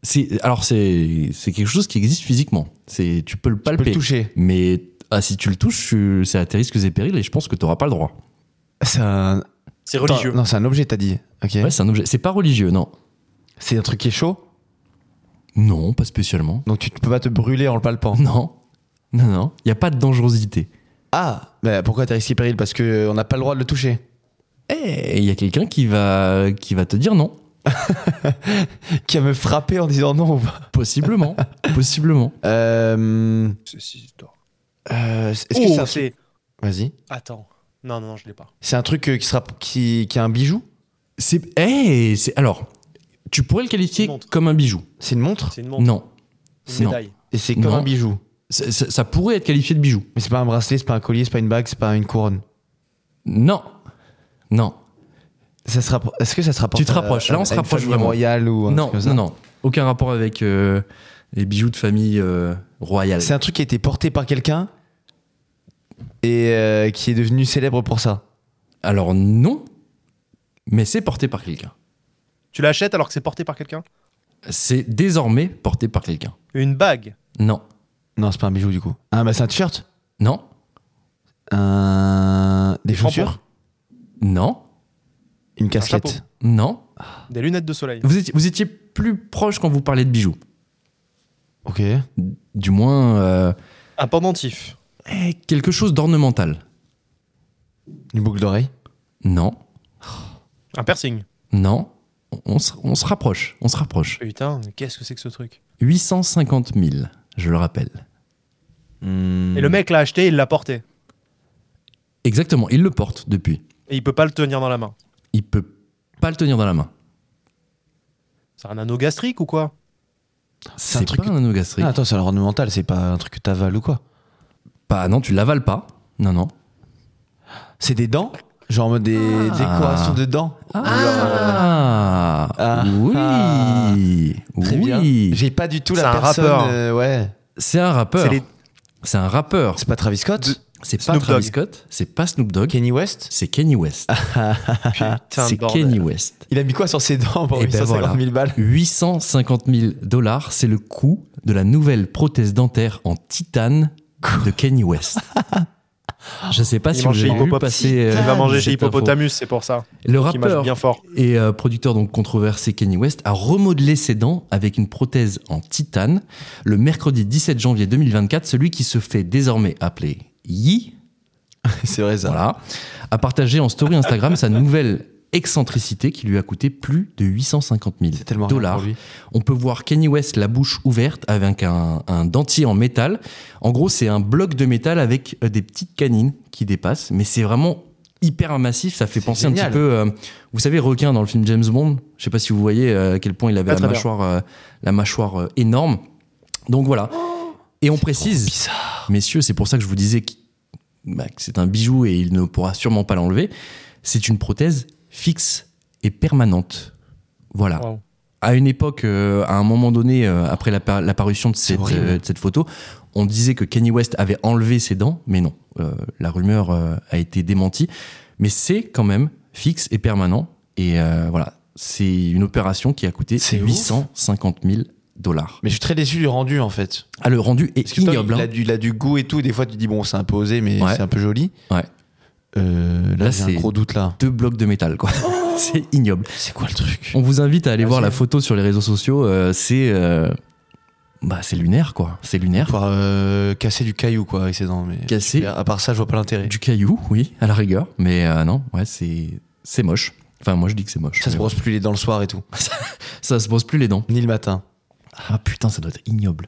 Speaker 1: C'est alors c'est c'est quelque chose qui existe physiquement. C'est tu peux le
Speaker 3: On peut le
Speaker 1: palper,
Speaker 3: toucher.
Speaker 1: mais ah, si tu le touches, tu- c'est à tes risques et périls et je pense que tu n'auras pas le droit.
Speaker 3: C'est un...
Speaker 2: C'est religieux.
Speaker 3: Non, c'est un objet, t'as dit. Ok.
Speaker 1: Ouais, c'est un objet. C'est pas religieux, non.
Speaker 3: C'est un truc qui est chaud
Speaker 1: Non, pas spécialement.
Speaker 3: Donc tu ne peux pas te brûler en le palpant.
Speaker 1: Non, non, non. Il y a pas de dangerosité.
Speaker 3: Ah bah Pourquoi t'as risqué péril Parce qu'on n'a pas le droit de le toucher.
Speaker 1: Eh, il y a quelqu'un qui va qui va te dire non.
Speaker 3: Qui va me frapper en disant non ou pas
Speaker 1: Possiblement, possiblement.
Speaker 3: Euh, euh, Est-ce
Speaker 2: Oh,
Speaker 3: que c'est un truc-
Speaker 2: c'est.
Speaker 3: Vas-y.
Speaker 2: Attends. Non, non, non, je l'ai pas.
Speaker 3: C'est un truc euh, qui, sera... qui... qui est un bijou
Speaker 1: C'est eh, c'est alors. Tu pourrais le qualifier
Speaker 2: Une montre.
Speaker 1: comme un bijou.
Speaker 3: C'est une montre
Speaker 2: C'est une montre.
Speaker 1: Non,
Speaker 2: Une
Speaker 1: non.
Speaker 2: médaille.
Speaker 3: Et c'est comme
Speaker 1: Non.
Speaker 3: un bijou.
Speaker 1: C'est- c'est- ça pourrait être qualifié de bijou.
Speaker 3: Mais c'est pas un bracelet, c'est pas un collier, c'est pas une bague, c'est pas une couronne.
Speaker 1: Non, non.
Speaker 3: Ça se rappro- Est-ce que ça se rapproche euh,
Speaker 1: Tu te rapproches. Là, on se rapproche vraiment.
Speaker 3: Royal ou un
Speaker 1: Non,
Speaker 3: truc comme ça
Speaker 1: non, non. Aucun rapport avec euh, les bijoux de famille euh, royale.
Speaker 3: C'est un truc qui a été porté par quelqu'un et euh, qui est devenu célèbre pour ça.
Speaker 1: Alors non, mais c'est porté par quelqu'un.
Speaker 2: Tu l'achètes alors que c'est porté par quelqu'un
Speaker 1: C'est désormais porté par quelqu'un.
Speaker 2: Une bague.
Speaker 1: Non,
Speaker 3: Non, c'est pas un bijou du coup. Ah, bah c'est un t-shirt.
Speaker 1: non,
Speaker 3: Un... Des chaussures.
Speaker 1: non,
Speaker 3: Une casquette.
Speaker 2: chapeau.
Speaker 1: non.
Speaker 2: Des lunettes de soleil.
Speaker 1: Vous étiez, vous étiez plus proche quand vous parlez de bijoux.
Speaker 3: Ok.
Speaker 1: Du moins, euh,
Speaker 2: Un pendentif.
Speaker 1: eh, quelque chose d'ornemental.
Speaker 3: Une boucle d'oreille.
Speaker 1: Non,
Speaker 2: Un piercing.
Speaker 1: non. On- On se, on se rapproche, on se rapproche.
Speaker 2: Putain, mais qu'est-ce que c'est que ce truc
Speaker 1: 850 000, je le rappelle.
Speaker 3: Hmm.
Speaker 1: Hmm.
Speaker 2: Et le mec l'a acheté, il l'a porté.
Speaker 1: Exactement, il le porte depuis.
Speaker 2: Et il peut pas le tenir dans la main.
Speaker 1: Il peut pas le tenir dans la main.
Speaker 2: C'est un anneau gastrique ou quoi
Speaker 1: C'est
Speaker 3: un truc-
Speaker 1: pas un anogastrique.
Speaker 3: Ah, attends, c'est un ornemental, c'est pas un truc que t'avales ou quoi.
Speaker 1: Pas, non, tu l'avales pas. Non, non.
Speaker 3: C'est des dents Genre en mode des décorations dedans.
Speaker 1: Ah,
Speaker 3: Ah.
Speaker 1: oui,
Speaker 3: Ah. Très bien.
Speaker 1: oui.
Speaker 3: J'ai pas du tout
Speaker 2: C'est
Speaker 3: la
Speaker 2: un
Speaker 3: personne.
Speaker 2: rappeur.
Speaker 3: euh, ouais.
Speaker 1: C'est un
Speaker 2: C'est
Speaker 1: rappeur.
Speaker 2: les-
Speaker 1: C'est un rappeur.
Speaker 3: C'est pas Travis Scott.
Speaker 1: C'est pas
Speaker 2: Snoop
Speaker 1: Travis
Speaker 2: Dogg.
Speaker 1: Scott. C'est pas Snoop Dogg.
Speaker 3: Kenny West.
Speaker 1: C'est Kenny West.
Speaker 2: Putain,
Speaker 1: Ah, c'est
Speaker 2: bordel.
Speaker 1: Kenny West.
Speaker 3: Il a mis quoi sur ses dents pour
Speaker 1: Eh ben
Speaker 3: 850 000 balles
Speaker 1: 850 000 dollars, c'est le coût de la nouvelle prothèse dentaire en titane de Kenny West. Je sais pas
Speaker 2: Il
Speaker 1: si
Speaker 2: mange
Speaker 1: vous
Speaker 2: chez
Speaker 1: avez vu
Speaker 2: Hippopot-
Speaker 1: passer. euh,
Speaker 2: Il va manger chez
Speaker 1: cette info.
Speaker 2: Hippopotamus, c'est pour ça.
Speaker 1: Le
Speaker 2: Qui mange
Speaker 1: rappeur
Speaker 2: bien fort.
Speaker 1: et euh, producteur donc controversé Kenny West a remodelé ses dents avec une prothèse en titane le mercredi 17 janvier 2024. Celui qui se fait désormais appeler Yi,
Speaker 3: C'est vrai ça.
Speaker 1: voilà, a partagé en story Instagram sa nouvelle excentricité qui lui a coûté plus de 850
Speaker 3: C'est
Speaker 1: 000
Speaker 3: tellement rien
Speaker 1: dollars.
Speaker 3: pour lui.
Speaker 1: On peut voir Kenny West la bouche ouverte avec un, un dentier en métal. En gros, c'est un bloc de métal avec euh, des petites canines qui dépassent, mais c'est vraiment hyper massif. Ça fait
Speaker 3: C'est
Speaker 1: penser un
Speaker 3: génial.
Speaker 1: petit peu, euh, vous savez, requin dans le film James Bond. Je sais pas si vous voyez euh, à quel point il avait
Speaker 2: Ah,
Speaker 1: la
Speaker 2: très bien.
Speaker 1: mâchoire, euh, la mâchoire euh, énorme. Donc voilà. Et on précise, messieurs, c'est pour ça que je vous disais qu'- bah, que c'est un bijou et il ne pourra sûrement pas l'enlever. C'est une prothèse fixe et permanente. Voilà
Speaker 2: Wow.
Speaker 1: à une époque, euh, à un moment donné, euh, après la par- l'apparition de, cette,
Speaker 3: horrible.
Speaker 1: euh, de cette photo, on disait que Kanye West avait enlevé ses dents, mais non, Euh, la rumeur euh, a été démentie. Mais c'est quand même fixe et permanent. Et euh, voilà, c'est une opération qui a coûté
Speaker 3: C'est ouf.
Speaker 1: 850 000 dollars.
Speaker 3: Mais je suis très déçu du rendu en fait.
Speaker 1: Ah, le rendu est
Speaker 3: Parce que toi,
Speaker 1: ignoble.
Speaker 3: il,
Speaker 1: hein.
Speaker 3: a du, il a du goût et tout. Des fois, tu dis, bon, c'est un peu osé, mais
Speaker 1: Ouais.
Speaker 3: c'est un peu joli.
Speaker 1: Ouais.
Speaker 3: Euh,
Speaker 1: Là,
Speaker 3: là, j'ai
Speaker 1: c'est-
Speaker 3: un gros doute là.
Speaker 1: Deux blocs de métal, quoi. c'est ignoble. Ah,
Speaker 3: C'est quoi le truc
Speaker 1: Oh. On vous invite à aller voir
Speaker 3: Vas-y.
Speaker 1: la photo sur les réseaux sociaux. euh, c'est. euh, bah, c'est lunaire, quoi. C'est lunaire.
Speaker 3: Pour euh, casser du caillou quoi avec ses dents. Mais...
Speaker 1: Cassé.
Speaker 3: Mais À part ça, je vois pas l'intérêt.
Speaker 1: Du caillou, oui, à la rigueur. Mais euh, non, ouais, c'est c'est moche. Enfin, moi, je dis que c'est moche.
Speaker 3: Ça se
Speaker 1: Mais
Speaker 3: brosse plus les dents le soir et tout.
Speaker 1: bon. Ça se brosse plus les dents.
Speaker 3: Ni le matin.
Speaker 1: Ah putain, ça doit être ignoble.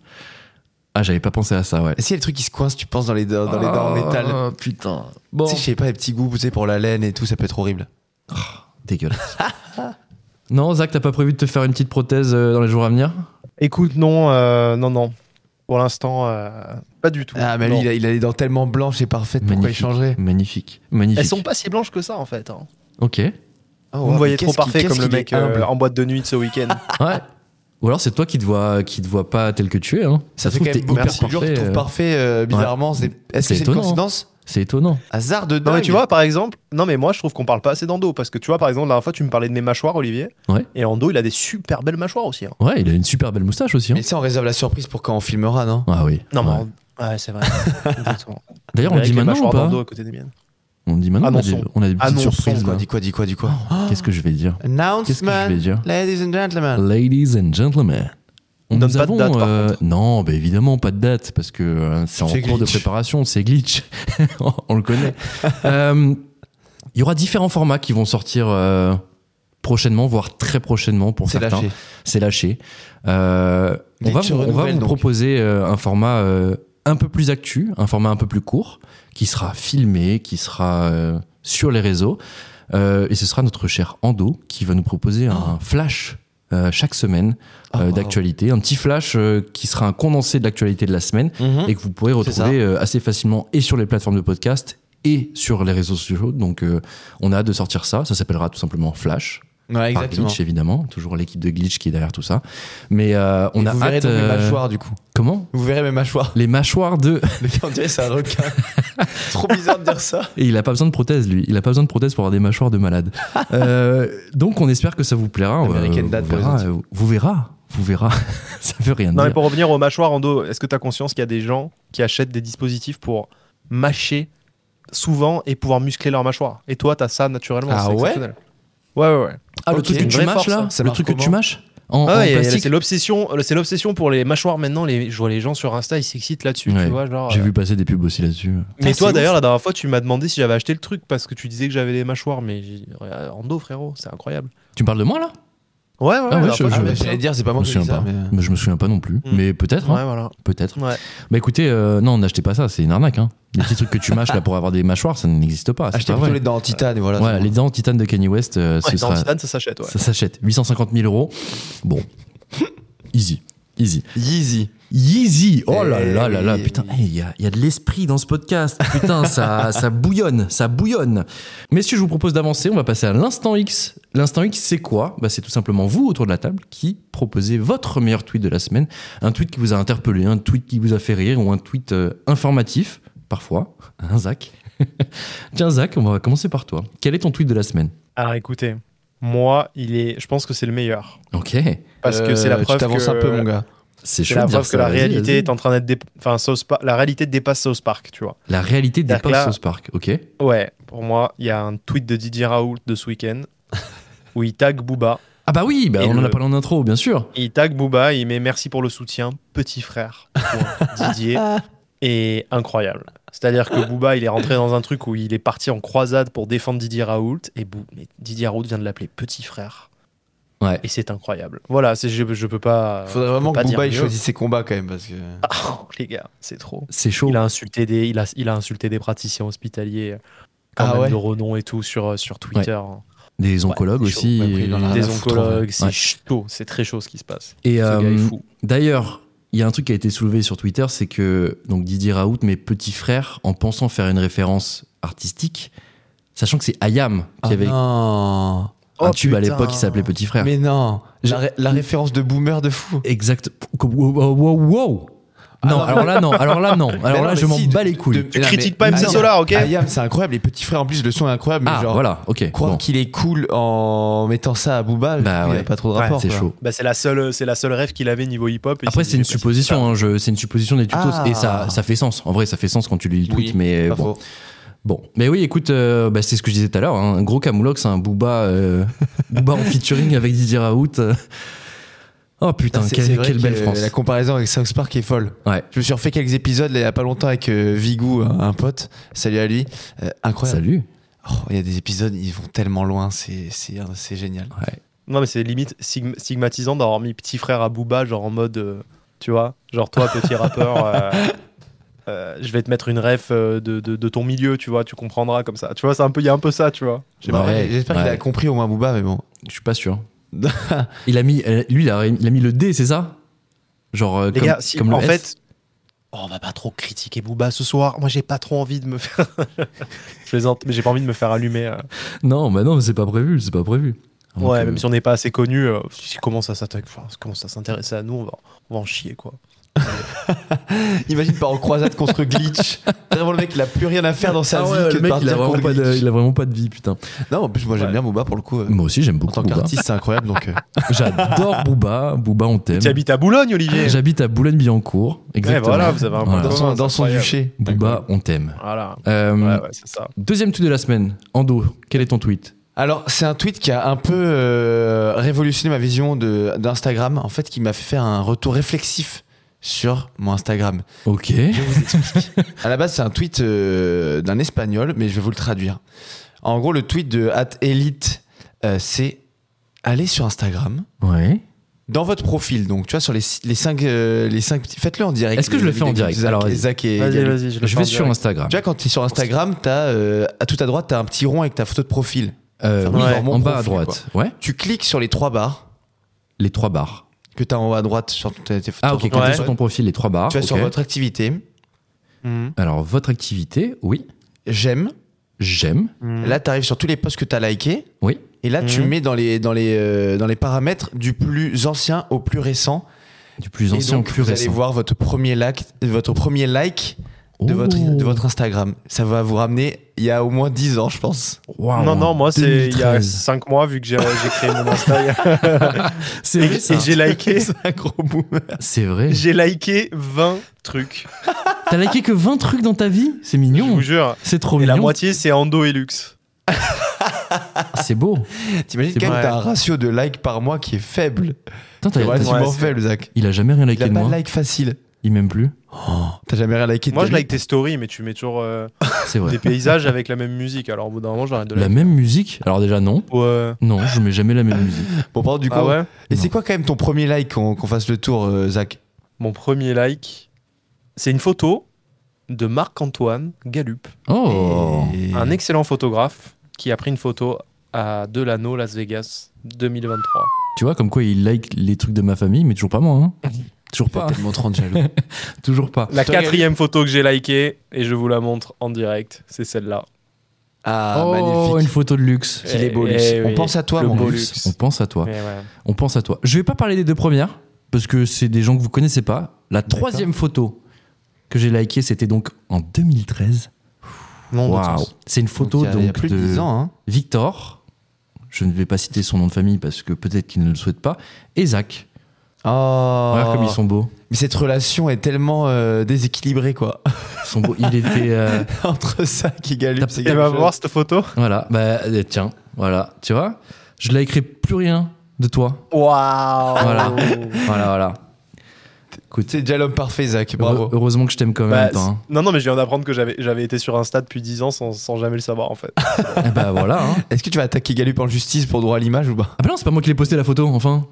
Speaker 1: Ah, j'avais pas pensé à ça, ouais.
Speaker 3: Et s'il y a des trucs qui se coincent, tu penses dans les dents, dans les dents en métal.
Speaker 1: Ah, putain. Bon.
Speaker 3: Tu sais, je sais pas, les petits goûts, tu sais, pour la laine et tout, ça peut être horrible.
Speaker 1: Dégueulasse. non, Zach, t'as pas prévu de te faire une petite prothèse euh, dans les jours à venir
Speaker 2: Écoute, non, euh, non, non. Pour l'instant, euh, pas du tout.
Speaker 3: Ah, mais
Speaker 2: Non.
Speaker 3: lui, il a, il a les dents tellement blanches et parfaites, pourquoi
Speaker 1: Magnifique.
Speaker 3: il changerait
Speaker 1: Magnifique. Magnifique.
Speaker 2: Elles sont pas si blanches que ça en fait. hein.
Speaker 1: Ok. Ouais.
Speaker 2: Vous
Speaker 3: Oh,
Speaker 2: me voyez trop parfait comme le mec euh,
Speaker 3: Ça
Speaker 2: en boîte de nuit de ce week-end.
Speaker 1: Ou alors c'est toi qui te vois, qui te vois pas tel que tu es. Hein.
Speaker 3: fait
Speaker 1: se
Speaker 3: quand
Speaker 1: trouve,
Speaker 3: même
Speaker 1: t'es hyper
Speaker 3: beaucoup de gens qui
Speaker 1: parfait,
Speaker 3: trouvent
Speaker 1: euh,
Speaker 3: parfait, euh, bizarrement. c'est- Est-ce
Speaker 1: C'est
Speaker 3: que c'est une
Speaker 1: étonnant, hein.
Speaker 3: coïncidence
Speaker 1: C'est étonnant.
Speaker 3: Hasard de dingue
Speaker 2: Non mais tu vois par exemple, non mais moi je trouve qu'on parle pas assez d'Endo parce que tu vois par exemple la dernière fois tu me parlais de mes mâchoires Olivier
Speaker 1: Ouais.
Speaker 2: et Endo il a des super belles mâchoires aussi. hein.
Speaker 1: Ouais, il a une super belle moustache aussi. hein.
Speaker 3: Mais ça, on réserve la surprise pour quand on filmera, non
Speaker 1: Ah oui.
Speaker 2: Non
Speaker 1: Ouais.
Speaker 2: mais ouais, c'est vrai. Exactement.
Speaker 1: D'ailleurs, on
Speaker 2: Avec
Speaker 1: dit
Speaker 2: les
Speaker 1: maintenant ou
Speaker 2: mâchoires
Speaker 1: pas
Speaker 2: d'Endo à côté des miennes.
Speaker 1: On dit maintenant, on a, des,
Speaker 2: Annonçons.
Speaker 1: on a des petites
Speaker 2: Annonçons,
Speaker 1: surprises.
Speaker 3: Quoi,
Speaker 1: là.
Speaker 3: dis quoi, dis quoi, dis quoi
Speaker 1: Oh, Qu'est-ce que je vais dire Qu'est-ce que je
Speaker 3: Announcement,
Speaker 1: vais dire
Speaker 3: ladies and gentlemen.
Speaker 1: Ladies and gentlemen.
Speaker 2: On donne pas de date, par
Speaker 1: non, bah évidemment pas de date parce que euh, c'est en
Speaker 3: C'est
Speaker 1: cours de
Speaker 3: glitch.
Speaker 1: préparation, c'est glitch, on le connaît. Euh, Il y aura différents formats qui vont sortir euh, prochainement, voire très prochainement pour
Speaker 3: C'est
Speaker 1: certains.
Speaker 3: lâché.
Speaker 1: C'est lâché. Euh, on
Speaker 3: Glitch
Speaker 1: va vous, on va
Speaker 3: renouvelle,
Speaker 1: vous
Speaker 3: donc.
Speaker 1: proposer euh, un format euh, un peu plus actu, un format un peu plus court, qui sera filmé, qui sera euh, sur les réseaux. Euh, et ce sera notre cher Ando qui va nous proposer un flash euh, chaque semaine
Speaker 3: Ah,
Speaker 1: euh,
Speaker 3: wow.
Speaker 1: d'actualité, un petit flash euh, qui sera un condensé de l'actualité de la semaine
Speaker 3: Mhm.
Speaker 1: et que vous pourrez
Speaker 3: ça.
Speaker 1: retrouver euh, assez facilement et sur les plateformes de podcast et sur les réseaux sociaux. Donc euh, on a hâte de sortir ça, ça s'appellera tout simplement Flash.
Speaker 3: Ouais,
Speaker 1: Par
Speaker 3: exactement.
Speaker 1: Glitch évidemment, toujours l'équipe de Glitch qui est derrière tout ça. Mais euh, on
Speaker 3: Et
Speaker 1: a
Speaker 3: vous verrez
Speaker 1: hâte
Speaker 3: donc mes
Speaker 1: euh,
Speaker 3: mâchoires, du coup.
Speaker 1: comment
Speaker 3: Vous verrez mes mâchoires.
Speaker 1: les mâchoires de
Speaker 3: Le gars, on dirait que c'est un requin. trop bizarre de dire ça. Ah,
Speaker 1: Et il a pas besoin de prothèse, lui. Il a pas besoin de prothèse pour avoir des mâchoires de malade. Euh, donc, on espère que ça vous plaira.
Speaker 3: American Dad
Speaker 1: vous,
Speaker 3: pour les
Speaker 1: verra,
Speaker 3: autres.
Speaker 1: euh, vous verra. Vous verra. ça veut rien
Speaker 2: Non mais
Speaker 1: dire.
Speaker 2: pour revenir aux mâchoires Endo, est-ce que tu as conscience qu'il y a des gens qui achètent des dispositifs pour mâcher souvent et pouvoir muscler leurs mâchoires et toi t'as ça naturellement,
Speaker 3: Ah
Speaker 2: c'est
Speaker 3: ouais
Speaker 2: exceptionnel. Ouais ouais ouais.
Speaker 1: Ah, le
Speaker 3: Ok,
Speaker 1: truc que
Speaker 3: une
Speaker 1: tu
Speaker 2: vraie
Speaker 1: mâches
Speaker 2: force,
Speaker 1: là
Speaker 2: ça.
Speaker 3: Ça
Speaker 1: Le
Speaker 3: marche
Speaker 1: truc que tu
Speaker 3: comment
Speaker 1: mâches en,
Speaker 2: Ah
Speaker 1: en
Speaker 2: ouais, et- et
Speaker 1: plastique
Speaker 2: c'est l'obsession, euh, c'est l'obsession pour les mâchoires maintenant. Les, je vois les gens sur Insta, ils s'excitent là-dessus,
Speaker 1: Ouais.
Speaker 2: tu vois. Genre,
Speaker 1: J'ai
Speaker 2: euh,
Speaker 1: vu passer des pubs aussi là-dessus.
Speaker 2: Mais
Speaker 3: Putain,
Speaker 2: toi
Speaker 3: c'est
Speaker 2: d'ailleurs
Speaker 3: ouf.
Speaker 2: la dernière fois tu m'as demandé si j'avais acheté le truc parce que tu disais que j'avais les mâchoires mais j'ai- euh, en dos frérot c'est incroyable.
Speaker 1: Tu me parles de moi là
Speaker 2: Ouais ouais,
Speaker 1: Ah ouais,
Speaker 2: la dernière
Speaker 1: je-
Speaker 2: fois,
Speaker 1: je-
Speaker 2: tu
Speaker 3: Ah,
Speaker 2: m'as
Speaker 3: mais
Speaker 2: dit ça.
Speaker 3: j'allais dire, c'est pas moi
Speaker 1: Je
Speaker 3: qui
Speaker 1: me
Speaker 3: dis
Speaker 1: souviens
Speaker 3: ça.
Speaker 1: pas. Ah,
Speaker 3: mais- euh, Hmm.
Speaker 1: Mais je me souviens pas non plus.
Speaker 2: Mm.
Speaker 1: Mais peut-être. hein.
Speaker 2: Ouais voilà.
Speaker 1: Peut-être.
Speaker 2: Ouais.
Speaker 1: Bah écoutez, euh, non, n'achetez pas ça. C'est une arnaque. Hein. Les petits trucs que tu mâches là pour avoir des mâchoires, ça n'existe pas. C'est pas
Speaker 3: Achetez plutôt
Speaker 1: vrai.
Speaker 3: les dents en titane, et voilà.
Speaker 1: Voilà,
Speaker 3: c'est
Speaker 1: les
Speaker 3: bon.
Speaker 1: dents en titane de Kanye West, euh,
Speaker 2: Ouais,
Speaker 1: ce
Speaker 2: dans
Speaker 1: sera
Speaker 2: Titan, ça s'achète ouais.
Speaker 1: Ça s'achète. 850 000 euros. Bon. Easy. Easy.
Speaker 3: Yeezy.
Speaker 1: Yeezy. Oh là
Speaker 3: Eh
Speaker 1: là là là.
Speaker 3: oui.
Speaker 1: Putain, eh, il y, a, il y a de l'esprit dans ce podcast. Putain, ça, ça bouillonne. Ça bouillonne. Messieurs, je vous propose d'avancer. On va passer à l'instant X. L'instant X, c'est quoi bah, C'est tout simplement vous autour de la table qui proposez votre meilleur tweet de la semaine. Un tweet qui vous a interpellé, un tweet qui vous a fait rire ou un tweet euh, informatif, parfois. Un Zach. Tiens, Zach, on va commencer par toi. Quel est ton tweet de la semaine
Speaker 2: Alors écoutez, moi, il est, je pense que c'est le meilleur.
Speaker 1: Ok.
Speaker 2: Parce que c'est la
Speaker 3: Euh,
Speaker 2: preuve
Speaker 3: Tu t'avances
Speaker 2: que-
Speaker 3: un peu, mon gars.
Speaker 1: C'est
Speaker 2: C'est
Speaker 1: chaud
Speaker 2: la
Speaker 1: de dire
Speaker 2: preuve que
Speaker 1: ça.
Speaker 2: la
Speaker 1: Vas-y,
Speaker 2: réalité
Speaker 1: vas-y.
Speaker 2: est en train d'être. dép- Enfin, South Park- la réalité dépasse South Park, tu vois.
Speaker 1: La réalité
Speaker 2: C'est-à-dire que
Speaker 1: dépasse
Speaker 2: là-
Speaker 1: South Park. Ok.
Speaker 2: Ouais, pour moi, il y a un tweet de Didier Raoult de ce week-end où il tag Booba.
Speaker 1: Ah bah oui, bah
Speaker 2: Et
Speaker 1: on en a
Speaker 2: le-
Speaker 1: parlé en intro, bien sûr.
Speaker 2: Il tag Booba, il met merci pour le soutien, petit frère. point. Didier est incroyable. C'est-à-dire que Booba, il est rentré dans un truc où il est parti en croisade pour défendre Didier Raoult et Bou- mais Didier Raoult vient de l'appeler petit frère
Speaker 1: Ouais.
Speaker 2: et c'est incroyable. Voilà, c'est je, je peux pas.
Speaker 3: Faudrait
Speaker 2: je peux
Speaker 3: vraiment
Speaker 2: Ah, pas
Speaker 3: que
Speaker 2: dire
Speaker 3: Booba il
Speaker 2: mieux.
Speaker 3: choisisse ses combats quand même parce que.
Speaker 2: Ah, les gars, c'est trop.
Speaker 1: C'est chaud.
Speaker 2: Il a insulté des, il a, il a insulté des praticiens hospitaliers euh, quand
Speaker 3: Ah
Speaker 2: même
Speaker 3: ouais.
Speaker 2: de renom et tout sur, euh, sur Twitter.
Speaker 1: Des oncologues
Speaker 2: Ouais, c'est chaud.
Speaker 1: aussi.
Speaker 3: Ouais, après, il en a
Speaker 1: et-
Speaker 3: rien
Speaker 2: Des
Speaker 3: à foutre,
Speaker 2: oncologues, c'est
Speaker 1: Ouais.
Speaker 2: chaud, c'est très chaud ce qui se passe.
Speaker 1: Et
Speaker 2: Ce gars est
Speaker 1: euh,
Speaker 2: fou.
Speaker 1: d'ailleurs, il y a un truc qui a été soulevé sur Twitter, c'est que donc Didier Raoult, mes petits frères, en pensant faire une référence artistique, sachant que c'est Ayam qui
Speaker 3: Ah
Speaker 1: avait
Speaker 3: non.
Speaker 1: un
Speaker 2: Oh,
Speaker 1: tube à l'époque qui
Speaker 2: putain.
Speaker 1: s'appelait Petit Frère.
Speaker 3: Mais non. La, ré- la référence de boomer de fou.
Speaker 1: Exact. Wow, wow, wow, wow.
Speaker 3: Ah
Speaker 1: non,
Speaker 3: non.
Speaker 1: alors là non, alors là non,
Speaker 3: Mais
Speaker 1: alors
Speaker 3: non,
Speaker 1: là
Speaker 3: mais
Speaker 1: je m'en
Speaker 3: si,
Speaker 1: bats
Speaker 3: de-
Speaker 1: les couilles.
Speaker 3: de-
Speaker 2: Tu
Speaker 3: non,
Speaker 2: critiques
Speaker 3: mais-
Speaker 2: pas
Speaker 3: Ah,
Speaker 2: MC
Speaker 3: non.
Speaker 2: Solar, ok
Speaker 3: Ayam, c'est incroyable. Les petits frères, en plus, le son est incroyable. mais
Speaker 1: Ah
Speaker 3: genre,
Speaker 1: voilà, ok.
Speaker 3: croire
Speaker 1: bon,
Speaker 3: qu'il est cool en mettant ça à Booba, je
Speaker 1: Bah
Speaker 3: trouve, il
Speaker 1: ouais.
Speaker 3: a pas trop de
Speaker 2: Ouais,
Speaker 3: rapport.
Speaker 1: c'est
Speaker 3: quoi.
Speaker 1: chaud.
Speaker 2: Bah, c'est la seule, c'est la seule rêve qu'il avait niveau hip-hop. et il
Speaker 1: Après
Speaker 2: s'est
Speaker 1: c'est
Speaker 2: dit,
Speaker 1: une
Speaker 2: bah, c'est
Speaker 1: supposition,
Speaker 2: ça.
Speaker 1: hein, je- c'est une supposition des tutos
Speaker 3: Ah.
Speaker 1: et ça, ça fait sens. En vrai ça fait sens quand tu lis le tweet,
Speaker 3: Oui,
Speaker 1: mais
Speaker 3: Pas
Speaker 1: bon.
Speaker 3: faux.
Speaker 1: Bon, mais oui, écoute, euh, bah, c'est ce que je disais tout à l'heure. hein. Un gros camoulox, un booba, euh, booba en featuring avec Didier Raoult. euh. Oh putain,
Speaker 3: Putain, Ah, c'est-
Speaker 1: quelle,
Speaker 3: c'est vrai
Speaker 1: quelle
Speaker 3: que
Speaker 1: belle France.
Speaker 3: La comparaison avec South Park est folle.
Speaker 1: Ouais.
Speaker 3: Je me suis refait quelques épisodes là, il y a pas longtemps avec euh, Vigou, un, un pote. Salut à lui. Euh, incroyable.
Speaker 1: Salut.
Speaker 3: Oh, Il y a des épisodes, ils vont tellement loin, c'est c'est- c'est génial.
Speaker 1: Ouais.
Speaker 2: Non, mais c'est limite stigm- stigmatisant d'avoir mis petit frère à Booba, genre en mode, euh, tu vois, genre toi, petit rappeur, euh, euh, je vais te mettre une ref euh, de, de, de ton milieu, tu vois, tu comprendras comme ça. Tu vois, c'est un peu, il y a un peu ça, tu vois.
Speaker 3: J'aimerais-
Speaker 1: Ouais,
Speaker 3: J'espère qu'il
Speaker 1: ouais.
Speaker 3: a compris au moins Booba, mais bon.
Speaker 1: Je suis pas sûr. il a mis, euh, lui, il a, il a mis le D, c'est ça Genre euh,
Speaker 2: Les
Speaker 1: comme,
Speaker 2: gars, si,
Speaker 1: comme le
Speaker 2: en
Speaker 1: S
Speaker 2: fait, Oh, on va pas trop critiquer Booba ce soir. Moi, j'ai pas trop envie de me faire. je plaisante, mais j'ai pas envie de me faire allumer. euh.
Speaker 1: Non, bah non, mais c'est pas prévu, c'est pas prévu. Donc,
Speaker 2: Ouais,
Speaker 1: euh,
Speaker 2: même si on n'est pas assez connu, euh, si commence à s'attaquer, enfin, si commence à s'intéresser à nous, on va, on va en chier, quoi.
Speaker 3: Imagine par en croisade contre Glitch. Vraiment, le mec, il a plus rien à faire dans sa
Speaker 1: Ah
Speaker 3: vie
Speaker 1: ouais,
Speaker 3: que
Speaker 1: le
Speaker 3: de
Speaker 1: mec, il a,
Speaker 3: partir
Speaker 1: vraiment
Speaker 3: contre
Speaker 1: pas de,
Speaker 3: Glitch.
Speaker 1: il a vraiment pas de vie, putain.
Speaker 3: Non, en plus, moi, j'aime bien Booba pour le coup. euh,
Speaker 1: Moi aussi, j'aime
Speaker 3: En
Speaker 1: beaucoup
Speaker 3: tant
Speaker 1: Booba.
Speaker 3: qu'artiste, c'est incroyable. Donc, euh,
Speaker 1: J'adore Booba. Booba, on t'aime.
Speaker 2: Tu habites à Boulogne, Olivier
Speaker 1: Ah, J'habite à Boulogne-Billancourt.
Speaker 2: Ouais,
Speaker 1: Exactement.
Speaker 2: voilà, vous avez un
Speaker 1: Voilà.
Speaker 2: point
Speaker 3: dans,
Speaker 2: de
Speaker 3: son,
Speaker 2: commun,
Speaker 3: dans
Speaker 2: c'est
Speaker 3: son
Speaker 2: incroyable.
Speaker 3: duché.
Speaker 1: Booba, on t'aime.
Speaker 2: Voilà.
Speaker 1: Euh,
Speaker 2: Ouais, ouais, c'est ça.
Speaker 1: Deuxième tweet de la semaine. Ando, quel est ton tweet
Speaker 3: Alors, c'est un tweet qui a un peu euh, révolutionné ma vision de- d'Instagram, en fait, qui m'a fait faire un retour réflexif sur mon Instagram.
Speaker 1: Ok.
Speaker 3: Je vous explique. à la base, c'est un tweet euh, d'un espagnol, mais je vais vous le traduire. En gros, le tweet de at elite, euh, c'est aller sur Instagram.
Speaker 1: Ouais.
Speaker 3: Dans votre profil, donc, tu vois, sur les, les cinq, euh, les cinq petits. Faites-le en direct.
Speaker 1: Est-ce que je
Speaker 3: les
Speaker 1: le fais en
Speaker 3: amis de
Speaker 1: direct
Speaker 3: Zach,
Speaker 1: Alors, vas-y.
Speaker 3: Zach et
Speaker 2: Vas-y,
Speaker 3: Gabi.
Speaker 2: vas-y, je, le
Speaker 1: Je
Speaker 2: fais en
Speaker 1: vais sur
Speaker 2: direct.
Speaker 1: Instagram.
Speaker 3: Tu vois, quand tu es sur Instagram, t'as, euh, à tout à droite, tu as un petit rond avec ta photo de profil.
Speaker 1: Euh,
Speaker 3: Oui,
Speaker 1: oui,
Speaker 3: dans mon
Speaker 1: en bas à
Speaker 3: profil,
Speaker 1: droite. Ouais.
Speaker 3: Tu cliques sur les trois barres
Speaker 1: Les trois barres.
Speaker 3: que tu as en haut à droite sur ton téléphone.
Speaker 1: Ah, ok.
Speaker 3: Tu
Speaker 1: Quand
Speaker 2: Ouais.
Speaker 1: t'es sur ton profil, les trois barres.
Speaker 3: vas sur
Speaker 1: ok.
Speaker 3: votre activité,
Speaker 2: Mhm.
Speaker 1: Alors, votre activité, oui.
Speaker 3: j'aime.
Speaker 1: J'aime.
Speaker 2: Mhm.
Speaker 3: Là, tu arrives sur tous les posts que tu as likés.
Speaker 1: Oui.
Speaker 3: Et là, tu
Speaker 2: Mhm.
Speaker 3: mets dans les, dans, les, euh, dans les paramètres du plus ancien au plus récent.
Speaker 1: Du plus
Speaker 3: et
Speaker 1: ancien au
Speaker 3: donc,
Speaker 1: plus
Speaker 3: vous allez
Speaker 1: récent.
Speaker 3: voir votre premier, like, votre premier like de,
Speaker 1: Oh.
Speaker 3: votre, de votre Instagram. Ça va vous ramener il y a au moins 10 ans, je pense.
Speaker 1: Waouh,
Speaker 2: non, non, moi, c'est il y a
Speaker 1: 2013.
Speaker 2: 5 mois, vu que j'ai euh, j'ai créé mon Insta. il y a-
Speaker 1: C'est vrai, ça.
Speaker 2: Et j'ai liké,
Speaker 3: C'est un gros boomer.
Speaker 1: C'est vrai.
Speaker 2: j'ai liké 20 trucs.
Speaker 1: T'as liké que 20 trucs dans ta vie C'est
Speaker 2: Je
Speaker 1: mignon.
Speaker 2: vous jure.
Speaker 1: C'est trop
Speaker 2: Et la
Speaker 1: mignon.
Speaker 2: moitié, c'est Ando et Lux.
Speaker 1: C'est beau.
Speaker 3: T'imagines
Speaker 1: C'est
Speaker 3: quand
Speaker 2: bon.
Speaker 3: même, t'as un ratio de likes par mois qui est faible.
Speaker 1: Putain,
Speaker 3: C'est
Speaker 1: t'as- t'as-
Speaker 3: relativement
Speaker 2: ouais, c'est-
Speaker 3: faible, Zach.
Speaker 1: Il a jamais rien
Speaker 3: Il a
Speaker 1: liké de
Speaker 3: pas de
Speaker 1: moi.
Speaker 3: like facile.
Speaker 1: Il m'aime plus.
Speaker 3: T'as jamais rien liké de
Speaker 2: Moi,
Speaker 3: ta
Speaker 2: je
Speaker 3: vie.
Speaker 2: like tes stories, mais tu mets toujours euh,
Speaker 1: C'est
Speaker 2: des
Speaker 1: vrai.
Speaker 2: paysages avec la même musique. Alors, au bout d'un moment, j'arrête de
Speaker 1: Ah La
Speaker 2: liker.
Speaker 1: même musique Alors, déjà, non.
Speaker 2: Ouais.
Speaker 1: Non, je mets jamais la même musique.
Speaker 3: Bon, par contre, du coup,
Speaker 2: Ah ouais
Speaker 3: Et
Speaker 1: Non.
Speaker 3: c'est quoi quand même ton premier like qu'on qu'on fasse le tour, euh, Zach
Speaker 2: Mon premier like, c'est une photo de Marc-Antoine Galup,
Speaker 1: Oh
Speaker 3: Et-
Speaker 2: un excellent photographe qui a pris une photo à Delano, Las Vegas, 2023.
Speaker 1: Tu vois, comme quoi il like les trucs de ma famille, mais toujours pas moi. hein. Toujours
Speaker 5: Il va
Speaker 1: pas.
Speaker 5: tellement te rendre jaloux.
Speaker 1: Toujours pas.
Speaker 2: La
Speaker 3: Toi, Eric
Speaker 2: quatrième photo que j'ai likée, et je vous la montre en direct, c'est celle-là.
Speaker 3: Ah,
Speaker 1: oh, une
Speaker 3: magnifique.
Speaker 1: photo de luxe.
Speaker 3: Il est beau,
Speaker 2: Eh,
Speaker 3: Luc.
Speaker 2: eh
Speaker 3: On
Speaker 2: oui,
Speaker 3: pense à toi,
Speaker 2: le
Speaker 3: mon
Speaker 2: beau
Speaker 3: Luc.
Speaker 2: luxe.
Speaker 1: On pense à toi.
Speaker 2: Eh ouais.
Speaker 1: On pense à toi. Je vais pas parler des deux premières parce que c'est des gens que vous connaissez pas. La troisième photo que j'ai likée, c'était donc en 2013.
Speaker 2: Non, dans le
Speaker 1: Waouh.
Speaker 2: sens.
Speaker 1: C'est une photo
Speaker 3: il y a- il y a
Speaker 1: donc
Speaker 3: plus de 10 ans. hein.
Speaker 1: Victor. Je ne vais pas citer son nom de famille parce que peut-être qu'il ne le souhaite pas. Et Zach.
Speaker 3: Oh.
Speaker 1: Regarde comme ils sont beaux.
Speaker 3: Mais cette relation est tellement euh, déséquilibrée, quoi.
Speaker 1: Ils sont beaux. Il était. euh,
Speaker 3: Entre ça qui galupe,
Speaker 1: T'as-
Speaker 3: c'est
Speaker 2: Tu
Speaker 3: quelque
Speaker 2: vas
Speaker 3: chose.
Speaker 2: voir cette photo
Speaker 1: voilà. Bah euh, tiens. Voilà. Tu vois. Je likerai plus rien de toi.
Speaker 2: Waouh
Speaker 1: Voilà. Voilà. Voilà. Écoute.
Speaker 3: C'est déjà l'homme parfait, Zach.
Speaker 1: heure-
Speaker 3: Bravo.
Speaker 1: Heureusement que je t'aime quand même.
Speaker 2: Bah,
Speaker 1: toi, hein.
Speaker 2: Non, non, mais je viens d'apprendre que j'avais j'avais été sur Insta depuis 10 ans sans, sans jamais le savoir en fait.
Speaker 1: Eh bah voilà. hein.
Speaker 3: Est-ce que tu vas attaquer Galup en justice pour droit à l'image ou pas
Speaker 1: Ah bah non, c'est pas moi qui l'ai posté la photo. Enfin.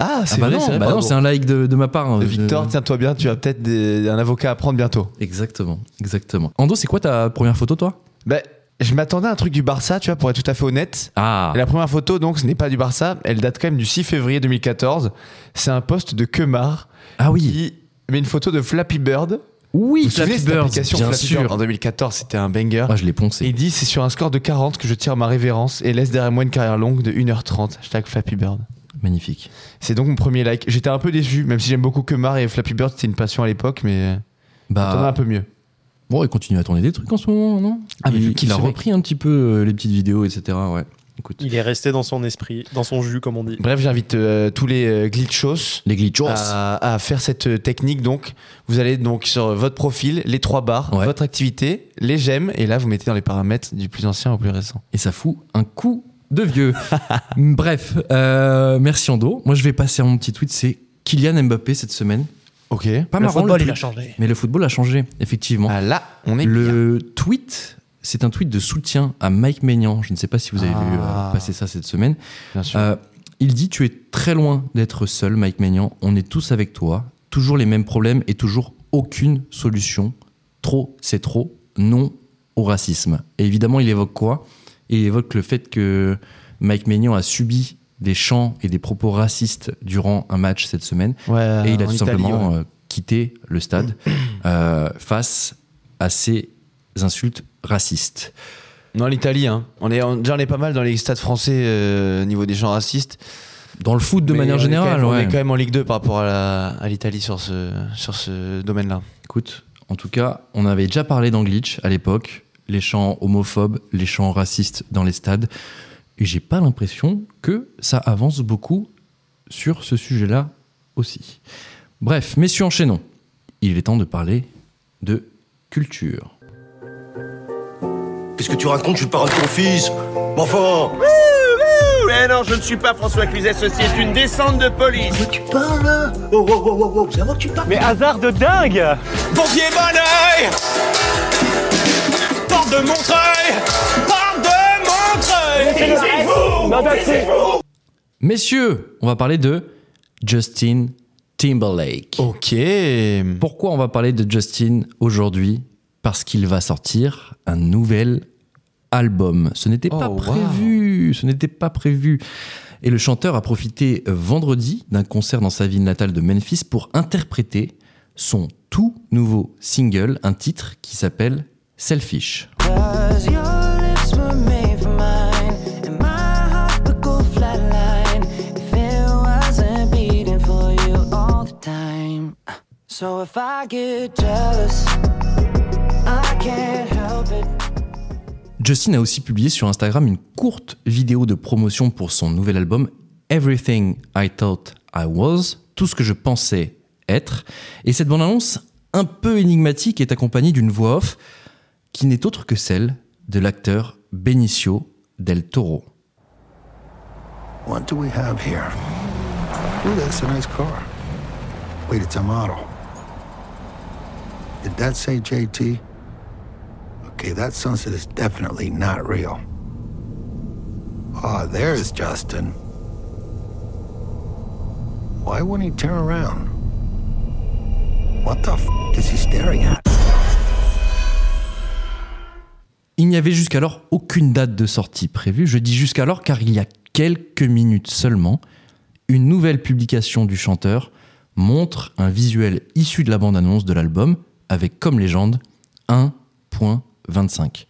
Speaker 3: Ah,
Speaker 1: Ah bah non, bah non, c'est un like de, de ma part. hein.
Speaker 3: Victor,
Speaker 1: Je-
Speaker 3: tiens-toi bien, tu as peut-être des- un avocat à prendre bientôt.
Speaker 1: Exactement, exactement. Ando, c'est quoi ta première photo, toi
Speaker 3: Bah, je m'attendais à un truc du Barça, tu vois, pour être tout à fait honnête.
Speaker 1: Ah,
Speaker 3: La première photo, donc, ce n'est pas du Barça, elle date quand même du 6 février 2014. C'est un poste de Kemar
Speaker 1: ah oui,
Speaker 3: qui met une photo de Flappy Bird.
Speaker 1: oui,
Speaker 3: Vous vous souvenez
Speaker 1: Flappy
Speaker 3: de cette
Speaker 1: Bird,
Speaker 3: application
Speaker 1: bien
Speaker 3: Flappy
Speaker 1: sûr.
Speaker 3: Bird en 2014, c'était un banger.
Speaker 1: Ah, je l'ai poncé.
Speaker 3: Et il dit c'est sur un score de 40 que je tire ma révérence et laisse derrière moi une carrière longue de 1h30. Hashtag Flappy Bird.
Speaker 1: Magnifique.
Speaker 3: C'est donc mon premier like. J'étais un peu déçu, même si j'aime beaucoup Kemar et Flappy Bird, c'était une passion à l'époque, mais on
Speaker 1: Bah,
Speaker 3: un peu mieux.
Speaker 1: bon, il continue à tourner des trucs en ce moment, non
Speaker 3: Ah, mais je
Speaker 1: il,
Speaker 3: kiffe
Speaker 1: il a
Speaker 3: ce mec.
Speaker 1: repris un petit peu euh, les petites vidéos, etc. Ouais, écoute.
Speaker 2: Il est resté dans son esprit, dans son jus, comme on dit.
Speaker 3: Bref, j'invite euh, tous les euh, glitchos
Speaker 1: Les glitchos.
Speaker 3: à, à faire cette euh, technique. Donc, vous allez donc sur votre profil, les trois barres,
Speaker 1: Ouais.
Speaker 3: votre activité, les j'aime, et là vous mettez dans les paramètres du plus ancien au plus récent.
Speaker 1: Et ça fout un coup de vieux. Bref, euh, merci Ando. Moi, je vais passer à mon petit tweet, c'est Kylian Mbappé cette semaine.
Speaker 3: Ok.
Speaker 1: Pas
Speaker 2: Le
Speaker 1: marrant
Speaker 2: football,
Speaker 1: le
Speaker 2: il a
Speaker 1: tweet,
Speaker 2: changé.
Speaker 1: mais le football a changé, effectivement.
Speaker 3: Ah, là, on est bien.
Speaker 1: Le tweet, c'est un tweet de soutien à Mike Maignan. Je ne sais pas si vous avez vu
Speaker 3: Ah.
Speaker 1: euh, passer ça cette semaine.
Speaker 3: bien sûr.
Speaker 1: Euh, il dit Tu es très loin d'être seul, Mike Maignan. On est tous avec toi. Toujours les mêmes problèmes et toujours aucune solution. Trop, c'est trop. Non au racisme. Et évidemment, il évoque quoi Il évoque le fait que Mike Maignan a subi des chants et des propos racistes durant un match cette semaine
Speaker 3: Ouais,
Speaker 1: et il a
Speaker 3: en
Speaker 1: tout
Speaker 3: Italie,
Speaker 1: simplement
Speaker 3: ouais.
Speaker 1: euh, quitté le stade euh, face à ces insultes racistes. euh,
Speaker 3: Non, l'Italie, hein. on est on- déjà on est pas mal dans les stades français euh, au niveau des gens racistes.
Speaker 1: Dans le foot de
Speaker 3: Mais on
Speaker 1: manière
Speaker 3: est quand
Speaker 1: générale,
Speaker 3: même- on
Speaker 1: ouais.
Speaker 3: est quand même en Ligue 2 par rapport à la- à l'Italie sur ce, sur ce domaine-là.
Speaker 1: Écoute, en tout cas, on avait déjà parlé dans Glitch à l'époque, les chants homophobes, les chants racistes dans les stades, et j'ai pas l'impression que ça avance beaucoup sur ce sujet-là aussi. Bref, messieurs, enchaînons. Il est temps de parler de culture.
Speaker 7: Qu'est-ce que tu racontes Je suis le parrain de ton fils. Mais enfin
Speaker 6: Eh non, je ne suis pas François Cluzet, ceci est une descente de police.
Speaker 7: Tu parles Oh, oh, oh, oh, oh, c'est à moi que tu parles.
Speaker 6: Mais hasard de dingue Pompier Bonneuil Porte de Montreuil Porte de Montreuil vous
Speaker 1: Messieurs, on va parler de Justin Timberlake.
Speaker 3: Ok. Bon,
Speaker 1: Pourquoi on va parler de Justin aujourd'hui Parce qu'il va sortir un nouvel album. Ce n'était pas
Speaker 3: Oh, wow.
Speaker 1: prévu. Ce n'était pas prévu. Et le chanteur a profité euh, vendredi d'un concert dans sa ville natale de Memphis pour interpréter son tout nouveau single, un titre qui s'appelle Selfish.
Speaker 8: Cause your lips were made for mine, and my heart would go flatline if it wasn't beating for you all the time. So if I get jealous, I can't help it.
Speaker 1: Justin a aussi publié sur Instagram une courte vidéo de promotion pour son nouvel album Everything I Thought I Was, tout ce que je pensais être. Et cette bande-annonce un peu énigmatique est accompagnée d'une voix off qui n'est autre que celle de l'acteur Benicio del Toro.
Speaker 9: What do we have here? Ooh, that's a nice car. Wait, it's a model. Did that say JT? Okay, that sunset is definitely not real. Ah, there's Justin. Why wouldn't he turn around? What the f is he staring at?
Speaker 1: Il n'y avait jusqu'alors aucune date de sortie prévue. Je dis jusqu'alors car il y a quelques minutes seulement, une nouvelle publication du chanteur montre un visuel issu de la bande-annonce de l'album avec comme légende 1.25.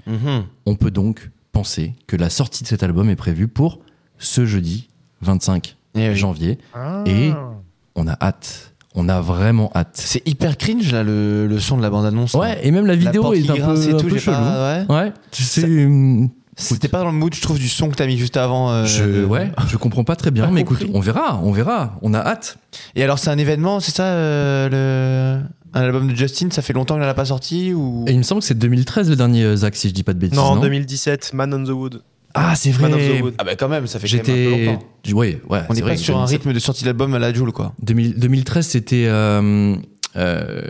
Speaker 1: On peut donc penser que la sortie de cet album est prévue pour ce jeudi 25
Speaker 3: Eh oui.
Speaker 1: janvier. Et on a hâte. On a vraiment hâte.
Speaker 3: C'est hyper cringe là le, le son de la bande annonce.
Speaker 1: Ouais, et même la vidéo
Speaker 3: porte qui
Speaker 1: est un
Speaker 3: grince
Speaker 1: peu,
Speaker 3: et
Speaker 1: un
Speaker 3: tout,
Speaker 1: peu
Speaker 3: j'ai
Speaker 1: chelou.
Speaker 3: pas- ouais.
Speaker 1: Ouais, c'est. hum,
Speaker 3: C'était pas dans le mood, je trouve, du son que t'as mis juste avant. euh,
Speaker 1: Je,
Speaker 3: de-
Speaker 1: ouais, je comprends pas très bien,
Speaker 3: Pas
Speaker 1: mais
Speaker 3: compris.
Speaker 1: écoute, on verra, on verra, on a hâte.
Speaker 3: Et alors, c'est un événement, c'est ça euh, le... Un album de Justin, ça fait longtemps qu'il n'a pas sorti ou...
Speaker 1: Et il me semble que c'est 2013 le dernier euh, Zach, si je dis pas de bêtises.
Speaker 2: Non,
Speaker 1: Non,
Speaker 2: en 2017, Man on the Wood.
Speaker 1: Ah, c'est
Speaker 2: Man of the
Speaker 1: vrai.
Speaker 2: Wood.
Speaker 3: Ah bah quand même, ça fait quand même un peu
Speaker 1: J'étais.
Speaker 3: longtemps.
Speaker 1: Ouais, ouais. c'est
Speaker 3: On n'est
Speaker 1: vrai
Speaker 3: pas
Speaker 1: que
Speaker 3: sur un
Speaker 1: 2007.
Speaker 3: rythme de sortie de l'album à la Joule, quoi.
Speaker 1: 2000 2013, c'était euh, euh,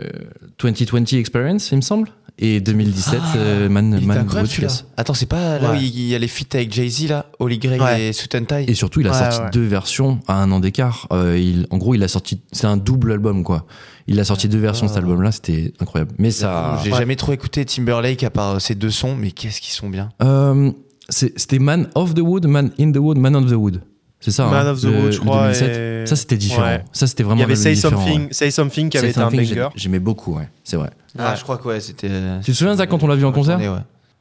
Speaker 1: 2020 Experience, il me semble. Et 2017,
Speaker 3: Ah,
Speaker 1: euh, Man, Man of
Speaker 3: il était
Speaker 1: the
Speaker 3: incroyable
Speaker 1: Wood,
Speaker 3: celui-là.
Speaker 1: yes.
Speaker 3: Attends, c'est pas là où
Speaker 2: Ouais.
Speaker 3: il il y a les feats avec Jay-Z, là Holy Grail
Speaker 2: Ouais.
Speaker 3: et Suit and Tie
Speaker 1: Et surtout, il a
Speaker 2: Ouais,
Speaker 1: sorti
Speaker 2: ouais.
Speaker 1: deux versions à un an d'écart. Euh, il, en gros, il a sorti. C'est un double album, quoi. Il a sorti deux versions
Speaker 3: Ah.
Speaker 1: de cet album-là, c'était incroyable. Mais ça.
Speaker 3: J'ai
Speaker 2: Ouais.
Speaker 3: jamais trop écouté Timberlake à part euh, ces deux sons, mais qu'est-ce qu'ils sont bien.
Speaker 1: Euh, c'est- c'était Man of the Wood, Man in the Wood, Man of the Wood. C'est ça.
Speaker 2: Man
Speaker 1: hein,
Speaker 2: of the
Speaker 1: le-
Speaker 2: Wood, je
Speaker 1: le
Speaker 2: crois,
Speaker 1: 2007.
Speaker 2: et-
Speaker 1: Ça, c'était différent.
Speaker 2: Ouais.
Speaker 1: Ça, c'était
Speaker 2: Il
Speaker 1: vraiment
Speaker 2: y
Speaker 1: un
Speaker 2: avait
Speaker 1: album
Speaker 2: Say
Speaker 1: différent,
Speaker 2: Something,
Speaker 1: ouais.
Speaker 2: Say Something qui
Speaker 1: C'est
Speaker 2: avait été un
Speaker 1: Something que j'ai-
Speaker 2: banger.
Speaker 1: J'aimais beaucoup, ouais. C'est vrai.
Speaker 3: Ah,
Speaker 2: Ouais.
Speaker 3: je crois que ouais, c'était.
Speaker 1: Tu te souviens, Zach, quand on l'a vu en concert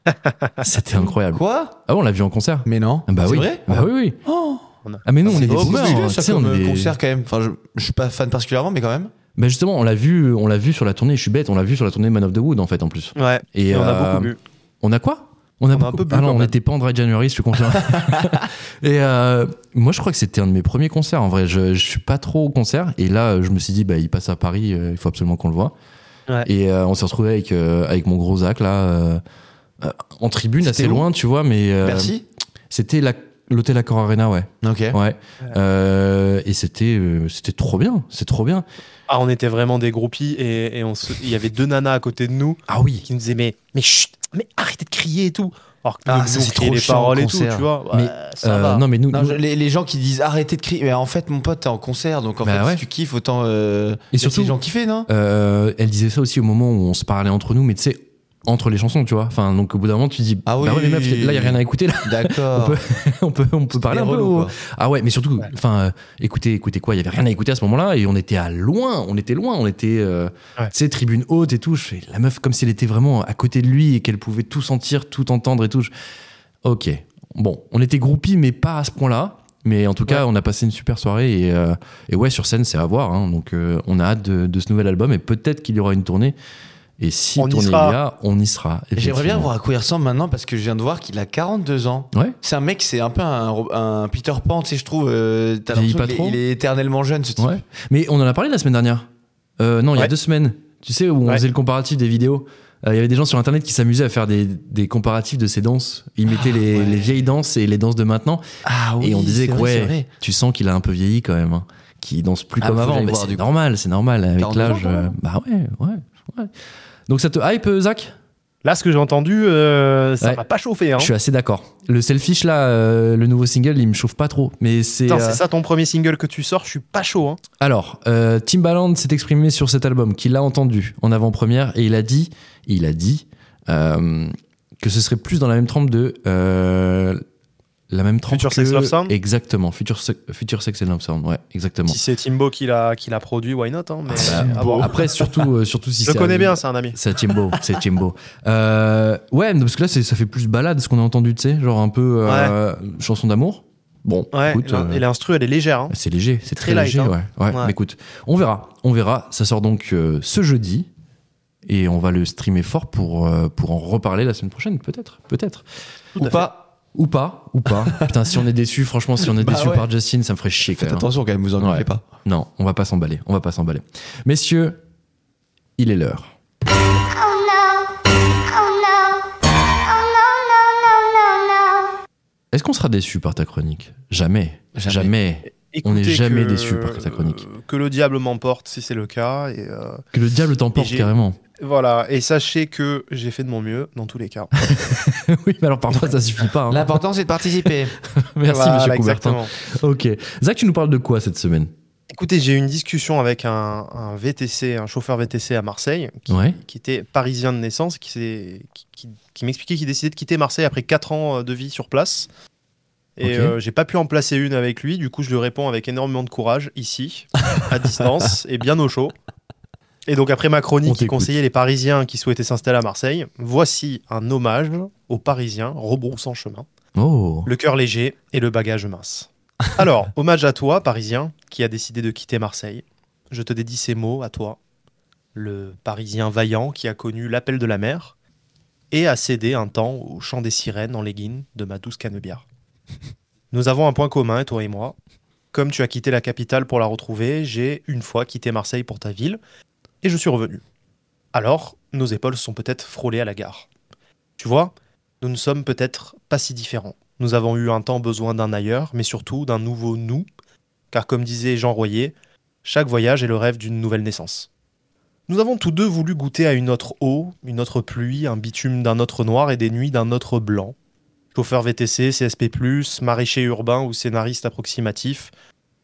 Speaker 1: Ah,
Speaker 3: Attendez, ouais.
Speaker 1: C'était incroyable.
Speaker 3: Quoi
Speaker 1: Ah bon, on l'a vu en concert
Speaker 3: Mais non.
Speaker 1: Ah Bah
Speaker 3: c'est
Speaker 1: oui.
Speaker 3: vrai
Speaker 1: Bah oui, oui.
Speaker 2: On a-
Speaker 1: Ah mais nous, on est des
Speaker 3: Oh,
Speaker 1: boomers.
Speaker 3: c'est
Speaker 1: hein,
Speaker 3: vieux,
Speaker 1: tu
Speaker 3: ça
Speaker 1: sais, on
Speaker 2: euh,
Speaker 3: comme
Speaker 1: est des-
Speaker 3: concert quand même. Enfin, je, je suis pas fan particulièrement, mais quand même.
Speaker 1: Bah justement, on l'a vu, on l'a vu sur la tournée. Je suis bête, on l'a vu sur la tournée Man of the Wood en fait, en plus.
Speaker 2: Ouais.
Speaker 1: Et,
Speaker 2: Et on
Speaker 1: euh,
Speaker 2: a beaucoup bu.
Speaker 1: On a quoi on a,
Speaker 2: On a un peu bu,
Speaker 1: ah non,
Speaker 2: quand
Speaker 1: on
Speaker 2: même.
Speaker 1: n'était pas en Dry January, je suis content. et euh, moi, je crois que c'était un de mes premiers concerts. En vrai, je, je suis pas trop au concert. Et là, je me suis dit, bah, il passe à Paris, euh, il faut absolument qu'on le voit.
Speaker 2: Ouais.
Speaker 1: Et euh, on s'est retrouvé avec euh, avec mon gros Zach là, euh, euh, en tribune
Speaker 3: C'était
Speaker 1: assez
Speaker 3: où
Speaker 1: loin, tu vois. Mais euh,
Speaker 3: Merci.
Speaker 1: c'était la- l'hôtel Accor Arena, ouais.
Speaker 3: Ok.
Speaker 1: Ouais. Euh, et c'était euh, c'était trop bien, c'est trop bien.
Speaker 2: Ah, on était vraiment des groupies et, et on se- il y avait deux nanas à côté de nous
Speaker 1: Ah oui.
Speaker 2: qui nous disaient mais mais chut, mais arrêtez de crier et tout. Alors que nous,
Speaker 3: Ah,
Speaker 2: nous,
Speaker 3: ça,
Speaker 2: on
Speaker 3: c'est
Speaker 2: criait
Speaker 3: trop
Speaker 2: les
Speaker 3: chiant,
Speaker 2: paroles et tout,
Speaker 3: concert.
Speaker 2: tu vois.
Speaker 1: Mais,
Speaker 2: Ouais, ça
Speaker 1: euh,
Speaker 2: va.
Speaker 1: non mais nous,
Speaker 3: Non,
Speaker 1: nous-
Speaker 3: je- les, les gens qui disent arrêtez de crier. Mais en fait, mon pote, t'es en concert, donc en
Speaker 1: Bah
Speaker 3: fait,
Speaker 1: ouais.
Speaker 3: si tu kiffes, autant. Euh,
Speaker 1: et
Speaker 3: laisser
Speaker 1: surtout
Speaker 3: les gens kiffer, non
Speaker 1: euh, elle disait ça aussi au moment où on se parlait entre nous, mais tu sais entre les chansons, tu vois. Enfin donc au bout d'un moment tu dis
Speaker 3: Ah
Speaker 1: bah
Speaker 3: oui.
Speaker 1: ouais, les meufs, là il y a rien à écouter là.
Speaker 3: D'accord.
Speaker 1: On peut- on peut on peut parler un
Speaker 3: C'était
Speaker 1: peu.
Speaker 3: relou,
Speaker 1: au-
Speaker 3: quoi.
Speaker 1: Ah ouais, mais surtout enfin euh, écoutez écoutez quoi, il y avait rien à écouter à ce moment-là et on était à loin, on était loin, on était euh,
Speaker 2: Ouais.
Speaker 1: tu sais tribune haute et tout, Je fais la meuf comme si elle était vraiment à côté de lui et qu'elle pouvait tout sentir, tout entendre et tout. Je- OK. Bon, on était groupies mais pas à ce point-là. Mais en tout cas, on a passé une super soirée et, euh, et ouais, sur scène, c'est à voir. hein. Donc, euh, on a hâte de, de ce nouvel album et peut-être qu'il y aura une tournée. Et si
Speaker 2: On y
Speaker 1: tournée il y
Speaker 2: sera.
Speaker 1: a, on y sera.
Speaker 3: J'aimerais bien
Speaker 1: effectivement.
Speaker 3: voir à quoi il ressemble maintenant parce que je viens de voir qu'il a 42 ans.
Speaker 1: Ouais.
Speaker 3: C'est un mec, c'est un peu un, Ro- un Peter Pan, tu sais, je trouve. euh, t'as
Speaker 1: Vieillit
Speaker 3: l'impression
Speaker 1: pas
Speaker 3: qu'il est-
Speaker 1: trop.
Speaker 3: il est éternellement jeune, ce type.
Speaker 1: Ouais. Mais on en a parlé la semaine dernière. Euh, non, il y a
Speaker 2: Ouais.
Speaker 1: deux semaines. Tu sais, où on
Speaker 2: Ouais.
Speaker 1: faisait le comparatif des vidéos. Euh, Il y avait des gens sur Internet qui s'amusaient à faire des, des comparatifs de ces danses. Ils mettaient les,
Speaker 3: ouais.
Speaker 1: les vieilles danses et les danses de maintenant.
Speaker 3: Ah
Speaker 1: et on disait que
Speaker 3: c'est vrai, c'est
Speaker 1: ouais,
Speaker 3: vrai.
Speaker 1: tu sens qu'il a un peu vieilli quand même. hein. Qu'il danse plus
Speaker 3: Ah,
Speaker 1: comme
Speaker 3: faut que
Speaker 1: avant.
Speaker 3: j'aille
Speaker 1: Mais
Speaker 3: voir,
Speaker 1: c'est
Speaker 3: du coup.
Speaker 1: normal, c'est normal. Avec
Speaker 3: 42 ans,
Speaker 1: l'âge.
Speaker 3: quand
Speaker 1: euh,
Speaker 3: même.
Speaker 1: bah ouais, ouais, ouais. Donc ça te hype, euh, Zach
Speaker 2: Là, ce que j'ai entendu, euh, ça
Speaker 1: Ouais.
Speaker 2: m'a pas chauffé. Hein.
Speaker 1: Je suis assez d'accord. Le selfish là, euh, le nouveau single, il me chauffe pas trop. Mais c'est.
Speaker 2: Putain,
Speaker 1: euh,
Speaker 2: c'est ça ton premier single que tu sors, je suis pas chaud. Hein.
Speaker 1: Alors, euh, Timbaland s'est exprimé sur cet album, qu'il a entendu en avant-première, et il a dit, il a dit euh, que ce serait plus dans la même trempe de euh, la même trempe
Speaker 2: Future
Speaker 1: que-
Speaker 2: Sex Love Sound
Speaker 1: Exactement, Future, Se- Future Sex and Love Sound, ouais, exactement.
Speaker 2: Si c'est Timbo qui l'a qui l'a produit, why not hein, mais,
Speaker 1: Bah,
Speaker 2: à voir.
Speaker 1: Après, surtout, euh, surtout si
Speaker 2: Je
Speaker 1: c'est-
Speaker 2: le connais bien, c'est un ami.
Speaker 1: C'est Timbo, c'est Timbo. Euh, ouais, non, parce que là, c'est- ça fait plus balade ce qu'on a entendu, tu sais, genre un peu euh, chanson d'amour. Bon,
Speaker 2: Ouais,
Speaker 1: écoute,
Speaker 2: l'in-
Speaker 1: euh,
Speaker 2: et l'instru, elle est légère. hein.
Speaker 1: c'est léger, c'est très,
Speaker 2: Très light,
Speaker 1: léger.
Speaker 2: hein.
Speaker 1: Ouais. Ouais,
Speaker 2: Ouais.
Speaker 1: mais écoute, on verra, on verra. Ça sort donc euh, ce jeudi et on va le streamer fort pour euh, pour en reparler la semaine prochaine, peut-être, peut-être
Speaker 2: Tout
Speaker 3: Ou
Speaker 2: à
Speaker 3: pas.
Speaker 1: ou pas, ou pas. Putain, si on est déçu, franchement, si on est
Speaker 3: Bah
Speaker 1: déçu
Speaker 3: ouais.
Speaker 1: par Justin, ça me ferait chier. Quand
Speaker 3: Faites
Speaker 1: même.
Speaker 3: attention quand même, vous en
Speaker 1: Ouais.
Speaker 3: doutez pas.
Speaker 1: Non, on va pas s'emballer, on va pas s'emballer. Messieurs, il est l'heure. Est-ce qu'on sera déçu par ta chronique Jamais.
Speaker 3: Jamais.
Speaker 1: Jamais.
Speaker 2: fait.
Speaker 1: on n'est
Speaker 2: Écoutez
Speaker 1: jamais
Speaker 2: que-
Speaker 1: déçu par ta chronique.
Speaker 2: euh, Que le diable m'emporte si c'est le cas. Et, euh,
Speaker 1: Que le diable t'emporte
Speaker 2: Et j'ai-
Speaker 1: carrément.
Speaker 2: voilà. Et sachez que j'ai fait de mon mieux dans tous les cas.
Speaker 1: oui, mais alors parfois ça suffit pas. hein.
Speaker 3: L'important, c'est de participer.
Speaker 1: Merci,
Speaker 2: Voilà,
Speaker 1: monsieur Coubertin.
Speaker 2: exactement.
Speaker 1: Ok. Zach, tu nous parles de quoi cette semaine
Speaker 2: Écoutez, j'ai eu une discussion avec un, un VTC, un chauffeur VTC à Marseille, qui,
Speaker 1: Ouais.
Speaker 2: qui était parisien de naissance, qui, s'est- qui, qui- qui m'expliquait qu'il décidait de quitter Marseille après 4 ans euh, de vie sur place. Et
Speaker 1: Ok.
Speaker 2: euh, j'ai pas pu en placer une avec lui, du coup je lui réponds avec énormément de courage, ici, à distance et bien au chaud. Et donc après ma
Speaker 1: On
Speaker 2: chronique qui
Speaker 1: t'écoute.
Speaker 2: conseillait les Parisiens qui souhaitaient s'installer à Marseille, voici un hommage aux Parisiens rebroussant chemin,
Speaker 1: Oh.
Speaker 2: le cœur léger et le bagage mince. Alors, hommage à toi, Parisien, qui a décidé de quitter Marseille. Je te dédie ces mots à toi, le Parisien vaillant qui a connu l'appel de la mer et a cédé un temps au chant des sirènes en léguine de ma douce canebière. Nous avons un point commun, toi et moi. Comme tu as quitté la capitale pour la retrouver, j'ai une fois quitté Marseille pour ta ville, et je suis revenu. Alors, nos épaules se sont peut-être frôlées à la gare. Tu vois, nous ne sommes peut-être pas si différents. Nous avons eu un temps besoin d'un ailleurs, mais surtout d'un nouveau nous, car comme disait Jean Royer, chaque voyage est le rêve d'une nouvelle naissance. Nous avons tous deux voulu goûter à une autre eau, une autre pluie, un bitume d'un autre noir et des nuits d'un autre blanc. Chauffeur VTC, CSP+, maraîcher urbain ou scénariste approximatif,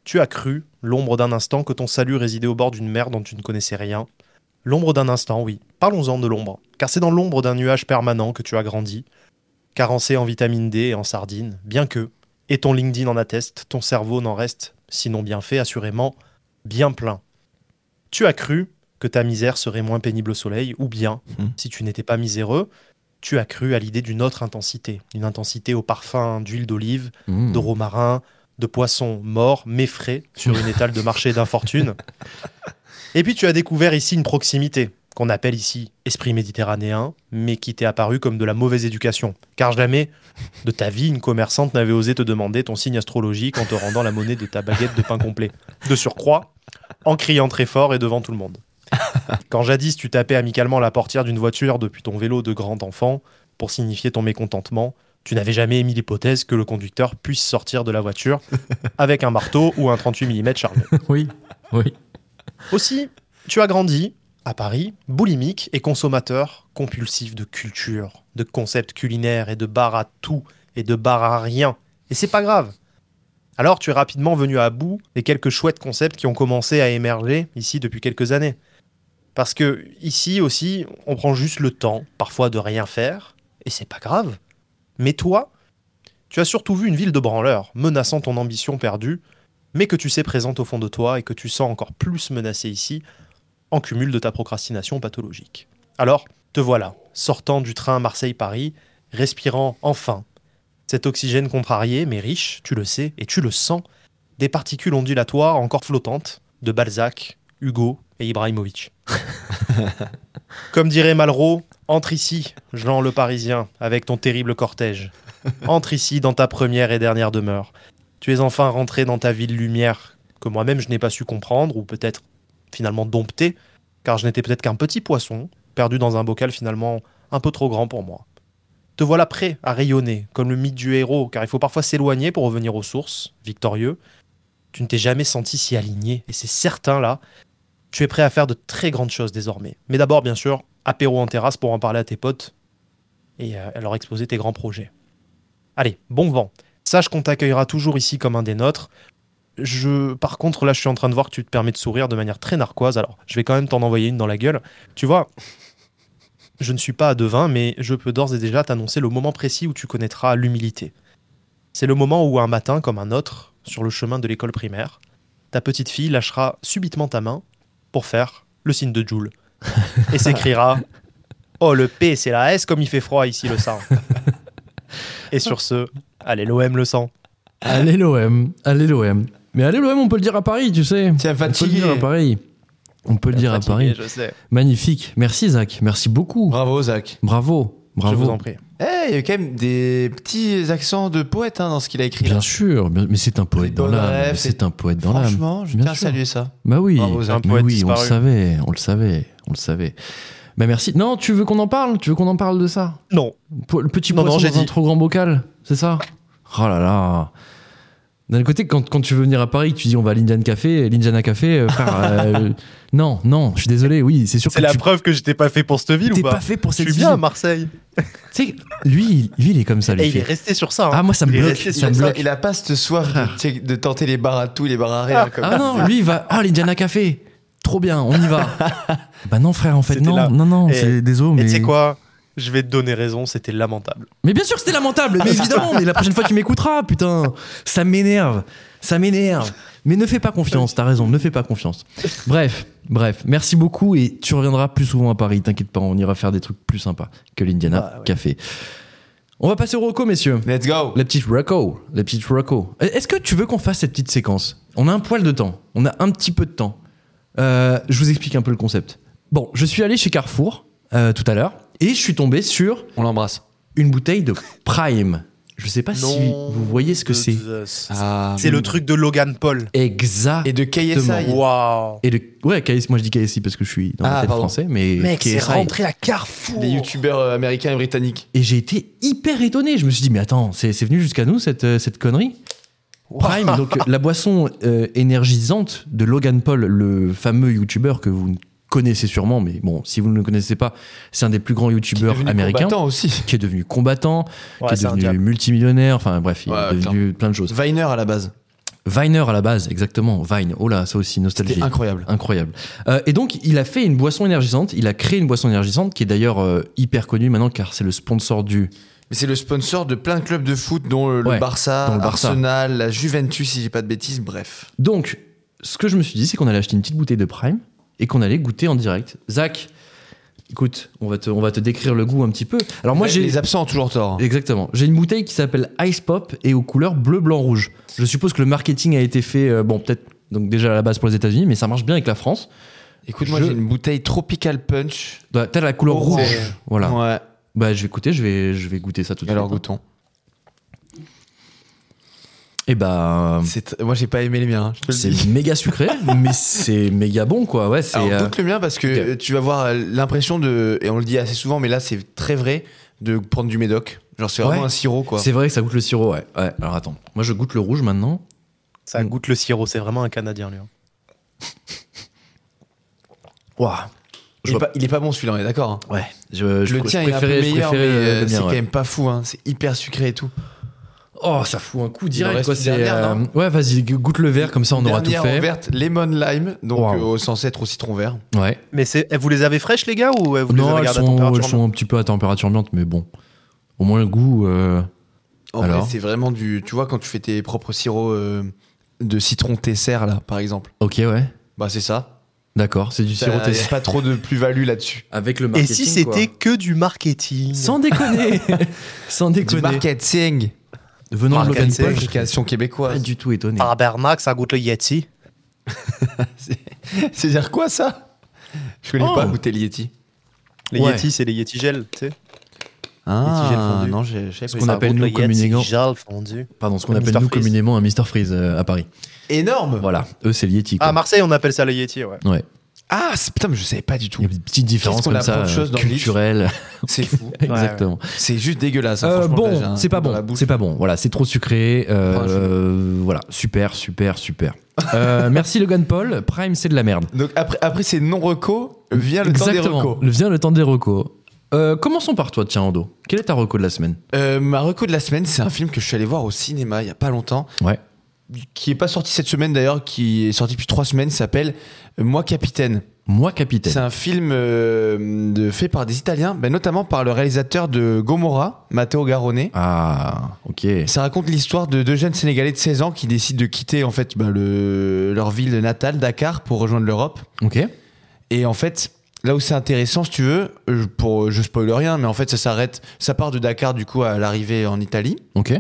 Speaker 2: tu as cru, l'ombre d'un instant, que ton salut résidait au bord d'une mer dont tu ne connaissais rien. L'ombre d'un instant, oui. Parlons-en de l'ombre. Car c'est dans l'ombre d'un nuage permanent que tu as grandi, carencé en vitamine D et en sardines, bien que, et ton LinkedIn en atteste, ton cerveau n'en reste, sinon bien fait, assurément, bien plein. Tu as cru que ta misère serait moins pénible au soleil, ou bien,
Speaker 3: Mhm.
Speaker 2: si tu n'étais pas miséreux, tu as cru à l'idée d'une autre intensité, une intensité au parfum d'huile d'olive,
Speaker 1: Hmm.
Speaker 2: de romarin, de poissons morts, mais frais, sur une étale de marché d'infortune. Et puis tu as découvert ici une proximité, qu'on appelle ici esprit méditerranéen, mais qui t'est apparue comme de la mauvaise éducation. Car jamais, de ta vie, une commerçante n'avait osé te demander ton signe astrologique en te rendant la monnaie de ta baguette de pain complet. De surcroît, en criant très fort et devant tout le monde. Quand jadis tu tapais amicalement la portière d'une voiture depuis ton vélo de grand enfant pour signifier ton mécontentement, tu n'avais jamais émis l'hypothèse que le conducteur puisse sortir de la voiture avec un marteau ou un 38 mm chargé.
Speaker 1: Oui. Oui.
Speaker 2: Aussi, tu as grandi à Paris, boulimique et consommateur compulsif de culture, de concepts culinaires et de bar à tout et de bar à rien. Et c'est pas grave. Alors tu es rapidement venu à bout des quelques chouettes concepts qui ont commencé à émerger ici depuis quelques années. Parce que ici aussi, on prend juste le temps, parfois de rien faire, et c'est pas grave. Mais toi, tu as surtout vu une ville de branleurs, menaçant ton ambition perdue, mais que tu sais présente au fond de toi et que tu sens encore plus menacée ici, en cumul de ta procrastination pathologique. Alors, te voilà, sortant du train Marseille-Paris, respirant enfin cet oxygène contrarié, mais riche, tu le sais, et tu le sens, des particules ondulatoires encore flottantes de Balzac, Hugo et Ibrahimovic. Comme dirait Malraux, entre ici, Jean le Parisien, avec ton terrible cortège. Entre ici dans ta première et dernière demeure. Tu es enfin rentré dans ta ville lumière que moi-même je n'ai pas su comprendre ou peut-être finalement dompter, car je n'étais peut-être qu'un petit poisson perdu dans un bocal finalement un peu trop grand pour moi. Te voilà prêt à rayonner comme le mythe du héros, car il faut parfois s'éloigner pour revenir aux sources, victorieux. Tu ne t'es jamais senti si aligné, et c'est certain là, tu es prêt à faire de très grandes choses désormais. Mais d'abord, bien sûr, apéro en terrasse pour en parler à tes potes et euh, à leur exposer tes grands projets. Allez, bon vent. Sache qu'on t'accueillera toujours ici comme un des nôtres. Je, par contre, là, je suis en train de voir que tu te permets de sourire de manière très narquoise. Alors, je vais quand même t'en envoyer une dans la gueule. Tu vois, je ne suis pas devin, mais je peux d'ores et déjà t'annoncer le moment précis où tu connaîtras l'humilité. C'est le moment où un matin, comme un autre, sur le chemin de l'école primaire, ta petite fille lâchera subitement ta main pour faire le signe de Joule et s'écrira Oh, le P, c'est la S comme il fait froid ici, le sang. et sur ce, allez, l'OM le sang.
Speaker 1: Allez l'OM, allez l'OM. Mais allez l'OM, on peut le dire à Paris, tu sais.
Speaker 3: Tiens,
Speaker 1: On peut
Speaker 3: fatigué.
Speaker 1: le dire à Paris. On peut le dire à Paris.
Speaker 2: Je sais.
Speaker 1: Magnifique. Merci Zach, merci beaucoup.
Speaker 3: Bravo, Zach.
Speaker 1: Bravo, bravo.
Speaker 2: Je vous en prie.
Speaker 3: Eh, il y a quand même des petits accents de poète hein, dans ce qu'il a écrit.
Speaker 1: Bien
Speaker 3: là.
Speaker 1: sûr, bien- mais c'est un poète dans
Speaker 3: dans le
Speaker 1: l'âme.
Speaker 3: rêve,
Speaker 1: C'est un poète dans l'âme.
Speaker 3: Franchement, je
Speaker 1: Bien
Speaker 3: tiens à
Speaker 1: sûr.
Speaker 3: saluer ça.
Speaker 1: Bah oui,
Speaker 3: Bravo, Zach.
Speaker 1: mais
Speaker 2: Un poète
Speaker 1: oui, on
Speaker 2: disparu.
Speaker 1: le savait, on le savait, on le savait. Bah merci. Non, tu veux qu'on en parle Tu veux qu'on en parle de ça
Speaker 2: Non,
Speaker 1: Po- Le petit
Speaker 2: Non, non,
Speaker 1: poisson
Speaker 2: j'ai
Speaker 1: dans un
Speaker 2: dit.
Speaker 1: trop grand bocal, c'est ça Oh là là D'un autre côté, quand, quand tu veux venir à Paris, tu dis on va à l'Indian Café, l'Indiana Café, euh, frère, euh, non, non, je suis désolé, oui, c'est sûr
Speaker 2: c'est
Speaker 1: que
Speaker 2: la
Speaker 1: tu
Speaker 2: preuve que j'étais pas fait pour cette ville
Speaker 1: t'es
Speaker 2: ou pas,
Speaker 1: pas fait pour
Speaker 2: Je
Speaker 1: cette
Speaker 2: suis bien à
Speaker 1: ville.
Speaker 2: Marseille.
Speaker 1: Tu sais, lui, il- lui, il est comme ça, lui.
Speaker 2: Et
Speaker 1: il
Speaker 2: il est
Speaker 1: fait,
Speaker 2: resté sur ça. hein.
Speaker 1: Ah, moi, ça me
Speaker 2: il est
Speaker 1: bloque,
Speaker 2: resté
Speaker 1: ça
Speaker 2: sur
Speaker 1: me
Speaker 3: Il
Speaker 1: bloque.
Speaker 3: a, il a pas cette soif de, de tenter les bars à tout, les bars à rien. comme-
Speaker 1: Ah non, lui, il va, ah, l'Indiana Café, trop bien, on y va. bah non, frère, en fait,
Speaker 2: C'était
Speaker 1: non,
Speaker 2: là.
Speaker 1: non, non,
Speaker 2: Et-
Speaker 1: c'est désolé, mais.
Speaker 2: Et tu sais quoi Je vais te donner raison, c'était lamentable.
Speaker 1: Mais bien sûr que c'était lamentable, mais évidemment, mais la prochaine fois tu m'écouteras, putain. Ça m'énerve, ça m'énerve. Mais ne fais pas confiance, t'as raison, ne fais pas confiance. Bref, bref, merci beaucoup et tu reviendras plus souvent à Paris, t'inquiète pas, on ira faire des trucs plus sympas que l'Indiana Café. On va passer au Rocco, messieurs.
Speaker 3: Let's go.
Speaker 1: La petite Rocco, la petite Rocco. E, Est-ce que tu veux qu'on fasse cette petite séquence On a un poil de temps, on a un petit peu de temps. Euh, je vous explique un peu le concept. Bon, je suis allé chez Carrefour euh, tout à l'heure et je suis tombé sur
Speaker 3: On l'embrasse.
Speaker 1: une bouteille de Prime. Je sais pas si
Speaker 2: Non.
Speaker 1: vous voyez ce que c'est. Ah,
Speaker 2: C'est le truc de Logan Paul.
Speaker 1: Exact.
Speaker 3: Et de
Speaker 1: KSI.
Speaker 3: KSI.
Speaker 2: Waouh.
Speaker 1: Et de, ouais, KSI, moi je dis KSI parce que je suis dans
Speaker 3: Ah,
Speaker 1: la tête
Speaker 3: pardon.
Speaker 1: français, mais
Speaker 2: Mec, c'est
Speaker 1: KSI.
Speaker 2: rentré à Carrefour.
Speaker 3: Les youtubeurs euh, américains et britanniques.
Speaker 1: Et j'ai été hyper étonné. Je me suis dit, mais attends, c'est c'est venu jusqu'à nous cette, euh, cette connerie Prime, donc euh, la boisson euh, énergisante de Logan Paul, le fameux youtubeur que vous connaissez sûrement, mais bon, si vous ne le connaissez pas, c'est un des plus grands youtubeurs américains,
Speaker 3: Attends aussi.
Speaker 1: qui est devenu combattant,
Speaker 2: Ouais,
Speaker 1: qui
Speaker 2: c'est
Speaker 1: est
Speaker 2: un
Speaker 1: devenu
Speaker 2: diable.
Speaker 1: multimillionnaire, enfin bref, il
Speaker 3: Ouais,
Speaker 1: est devenu plein de choses.
Speaker 3: Viner à la base.
Speaker 1: Viner à la base, exactement. Vine. Oh là, ça aussi, nostalgie.
Speaker 3: C'était incroyable.
Speaker 1: Incroyable. Euh, et donc, il a fait une boisson énergisante. Il a créé une boisson énergisante qui est d'ailleurs euh, hyper connue maintenant car c'est le sponsor du.
Speaker 3: Mais c'est le sponsor de plein de clubs de foot, dont euh, le,
Speaker 1: Ouais,
Speaker 3: Barça,
Speaker 1: dont le Barça.
Speaker 3: Arsenal, la Juventus, si j'ai pas de bêtises, bref.
Speaker 1: Donc, ce que je me suis dit, c'est qu'on allait acheter une petite bouteille de Prime et qu'on allait goûter en direct. Zach, écoute, on va te, on va te décrire le goût un petit peu. Alors, moi,
Speaker 3: Les-
Speaker 1: j'ai.
Speaker 3: Les absents ont toujours tort. hein.
Speaker 1: Exactement. J'ai une bouteille qui s'appelle Ice Pop et aux couleurs bleu, blanc, rouge. Je suppose que le marketing a été fait, euh, bon, peut-être donc déjà à la base pour les États-Unis, mais ça marche bien avec la France.
Speaker 3: Écoute-moi,
Speaker 1: Je-
Speaker 3: j'ai une bouteille Tropical Punch.
Speaker 1: T'as la couleur
Speaker 3: Orange.
Speaker 1: rouge. Voilà.
Speaker 3: Oh, Ouais.
Speaker 1: Bah, je vais écouter, je vais, je vais goûter ça tout de
Speaker 3: Alors
Speaker 1: suite. hein.
Speaker 3: goûtons.
Speaker 1: Et bah,
Speaker 3: C'est- Moi, j'ai pas aimé les miens. hein, je te le dis.
Speaker 1: c'est méga sucré, mais c'est méga bon, quoi. Ouais, c'est.
Speaker 3: Alors,
Speaker 1: euh,
Speaker 3: goûte le mien parce que
Speaker 1: ok.
Speaker 3: euh, tu vas avoir euh, l'impression de, et on le dit assez souvent, mais là c'est très vrai, de prendre du médoc. Genre c'est vraiment
Speaker 1: Ouais.
Speaker 3: un sirop quoi.
Speaker 1: c'est vrai que ça goûte le sirop, ouais. ouais. Alors attends, moi je goûte le rouge maintenant.
Speaker 2: Ça goûte le sirop, c'est vraiment un Canadien, lui. hein.
Speaker 1: Ouah.
Speaker 3: Il, est pas, il est pas bon celui-là, on est d'accord. hein.
Speaker 1: Ouais, je, je
Speaker 3: le
Speaker 1: pr-
Speaker 3: tien
Speaker 1: je
Speaker 3: est un peu
Speaker 1: préférais- je
Speaker 3: meilleur, mais
Speaker 1: préférais,
Speaker 3: euh,
Speaker 1: euh, le
Speaker 3: c'est
Speaker 1: mien,
Speaker 3: quand
Speaker 1: ouais.
Speaker 3: même pas fou, hein. c'est hyper sucré et tout.
Speaker 1: Oh, ça fout un coup direct,
Speaker 3: reste
Speaker 1: quoi.
Speaker 3: une
Speaker 1: c'est,
Speaker 3: dernière,
Speaker 1: euh,
Speaker 3: non
Speaker 1: Ouais, vas-y, gu- goûte le vert, comme ça on aura tout
Speaker 3: Dernière en
Speaker 1: fait.
Speaker 3: verte, lemon lime, donc
Speaker 1: Wow.
Speaker 3: euh, au sens être au citron vert.
Speaker 1: Ouais.
Speaker 2: Mais c'est, eh, vous les avez fraîches, les gars, ou eh, vous les
Speaker 1: non,
Speaker 2: avez
Speaker 1: elles
Speaker 2: gardées à
Speaker 1: sont, elles
Speaker 2: température
Speaker 1: sont un petit peu à température ambiante, mais bon. Au moins le goût. euh,
Speaker 3: En
Speaker 1: Alors
Speaker 3: vrai, c'est vraiment du. Tu vois, quand tu fais tes propres sirops euh, de citron tesser là, par exemple,
Speaker 1: Ok, ouais.
Speaker 3: bah c'est ça.
Speaker 1: D'accord, c'est du sirop
Speaker 3: Ça- y a
Speaker 1: testé.
Speaker 3: pas trop de plus-value là-dessus.
Speaker 1: Avec le
Speaker 2: Et
Speaker 1: marketing.
Speaker 2: si c'était
Speaker 1: quoi.
Speaker 2: que du marketing
Speaker 1: Sans déconner Sans
Speaker 3: Du
Speaker 1: déconner
Speaker 3: marketing.
Speaker 1: Venant de Logan
Speaker 2: marketing.
Speaker 1: Paul, je
Speaker 3: Fabrication
Speaker 1: pas
Speaker 3: québécoise.
Speaker 1: du tout étonné.
Speaker 2: Tabarnak, ça goûte le Yeti.
Speaker 3: C'est dire quoi ça Je connais
Speaker 1: Oh.
Speaker 3: pas goûter le Yeti.
Speaker 2: Les
Speaker 1: Ouais.
Speaker 2: Yeti, c'est les Yeti gel, tu sais.
Speaker 3: Ah,
Speaker 2: Yeti gel fondu.
Speaker 3: non, je je sais
Speaker 1: qu'on
Speaker 3: pas.
Speaker 1: appelle nous communément-
Speaker 2: gel fondu.
Speaker 1: Pardon, ce qu'on
Speaker 2: Un
Speaker 1: appelle
Speaker 2: Mr.
Speaker 1: nous
Speaker 2: Freeze.
Speaker 1: communément un Mister Freeze euh, à Paris.
Speaker 3: Énorme.
Speaker 1: Voilà, eux c'est Yeti.
Speaker 2: Ah,
Speaker 1: Quoi.
Speaker 2: à Marseille, on appelle ça les Yeti, ouais.
Speaker 1: ouais.
Speaker 3: Ah, c'est- putain, mais je savais pas du tout.
Speaker 1: Il y a des petites différences
Speaker 3: qu'on
Speaker 1: comme
Speaker 3: apprend
Speaker 1: ça,
Speaker 3: de choses
Speaker 1: euh,
Speaker 3: dans le livre
Speaker 1: culturelles.
Speaker 3: C'est fou.
Speaker 1: Exactement.
Speaker 3: C'est juste dégueulasse. hein,
Speaker 1: Euh,
Speaker 3: franchement, là, j'ai
Speaker 1: bon,
Speaker 3: un
Speaker 1: c'est
Speaker 3: truc
Speaker 1: pas
Speaker 3: dans la
Speaker 1: bon.
Speaker 3: bouche.
Speaker 1: C'est pas bon. Voilà, c'est trop sucré. euh,
Speaker 3: Ah, je-
Speaker 1: euh, voilà, super, super, super. Euh, merci Logan Paul. Prime, c'est de la merde.
Speaker 3: Donc après, après c'est non reco vient le temps des
Speaker 1: Exactement.
Speaker 3: recos.
Speaker 1: Le- Vient le temps des recos. Euh, commençons par toi, tiens, Ando. Quel est ta reco de la semaine
Speaker 3: Euh, ma reco de la semaine, c'est un film que je suis allé voir au cinéma il y a pas longtemps,
Speaker 1: Ouais.
Speaker 3: qui est pas sorti cette semaine d'ailleurs, qui est sorti depuis trois semaines, s'appelle Moi Capitaine.
Speaker 1: Moi,
Speaker 3: C'est
Speaker 1: capitaine.
Speaker 3: un film euh, de- fait par des Italiens, ben, notamment par le réalisateur de Gomorra, Matteo Garrone.
Speaker 1: Ah, ok.
Speaker 3: Ça raconte l'histoire de deux jeunes Sénégalais de 16 ans qui décident de quitter en fait ben, le- leur ville natale, Dakar, pour rejoindre l'Europe.
Speaker 1: Ok.
Speaker 3: Et en fait, là où c'est intéressant, si tu veux, euh, pour, je spoil rien, mais en fait, ça s'arrête, ça part de Dakar du coup à l'arrivée en Italie.
Speaker 1: Ok.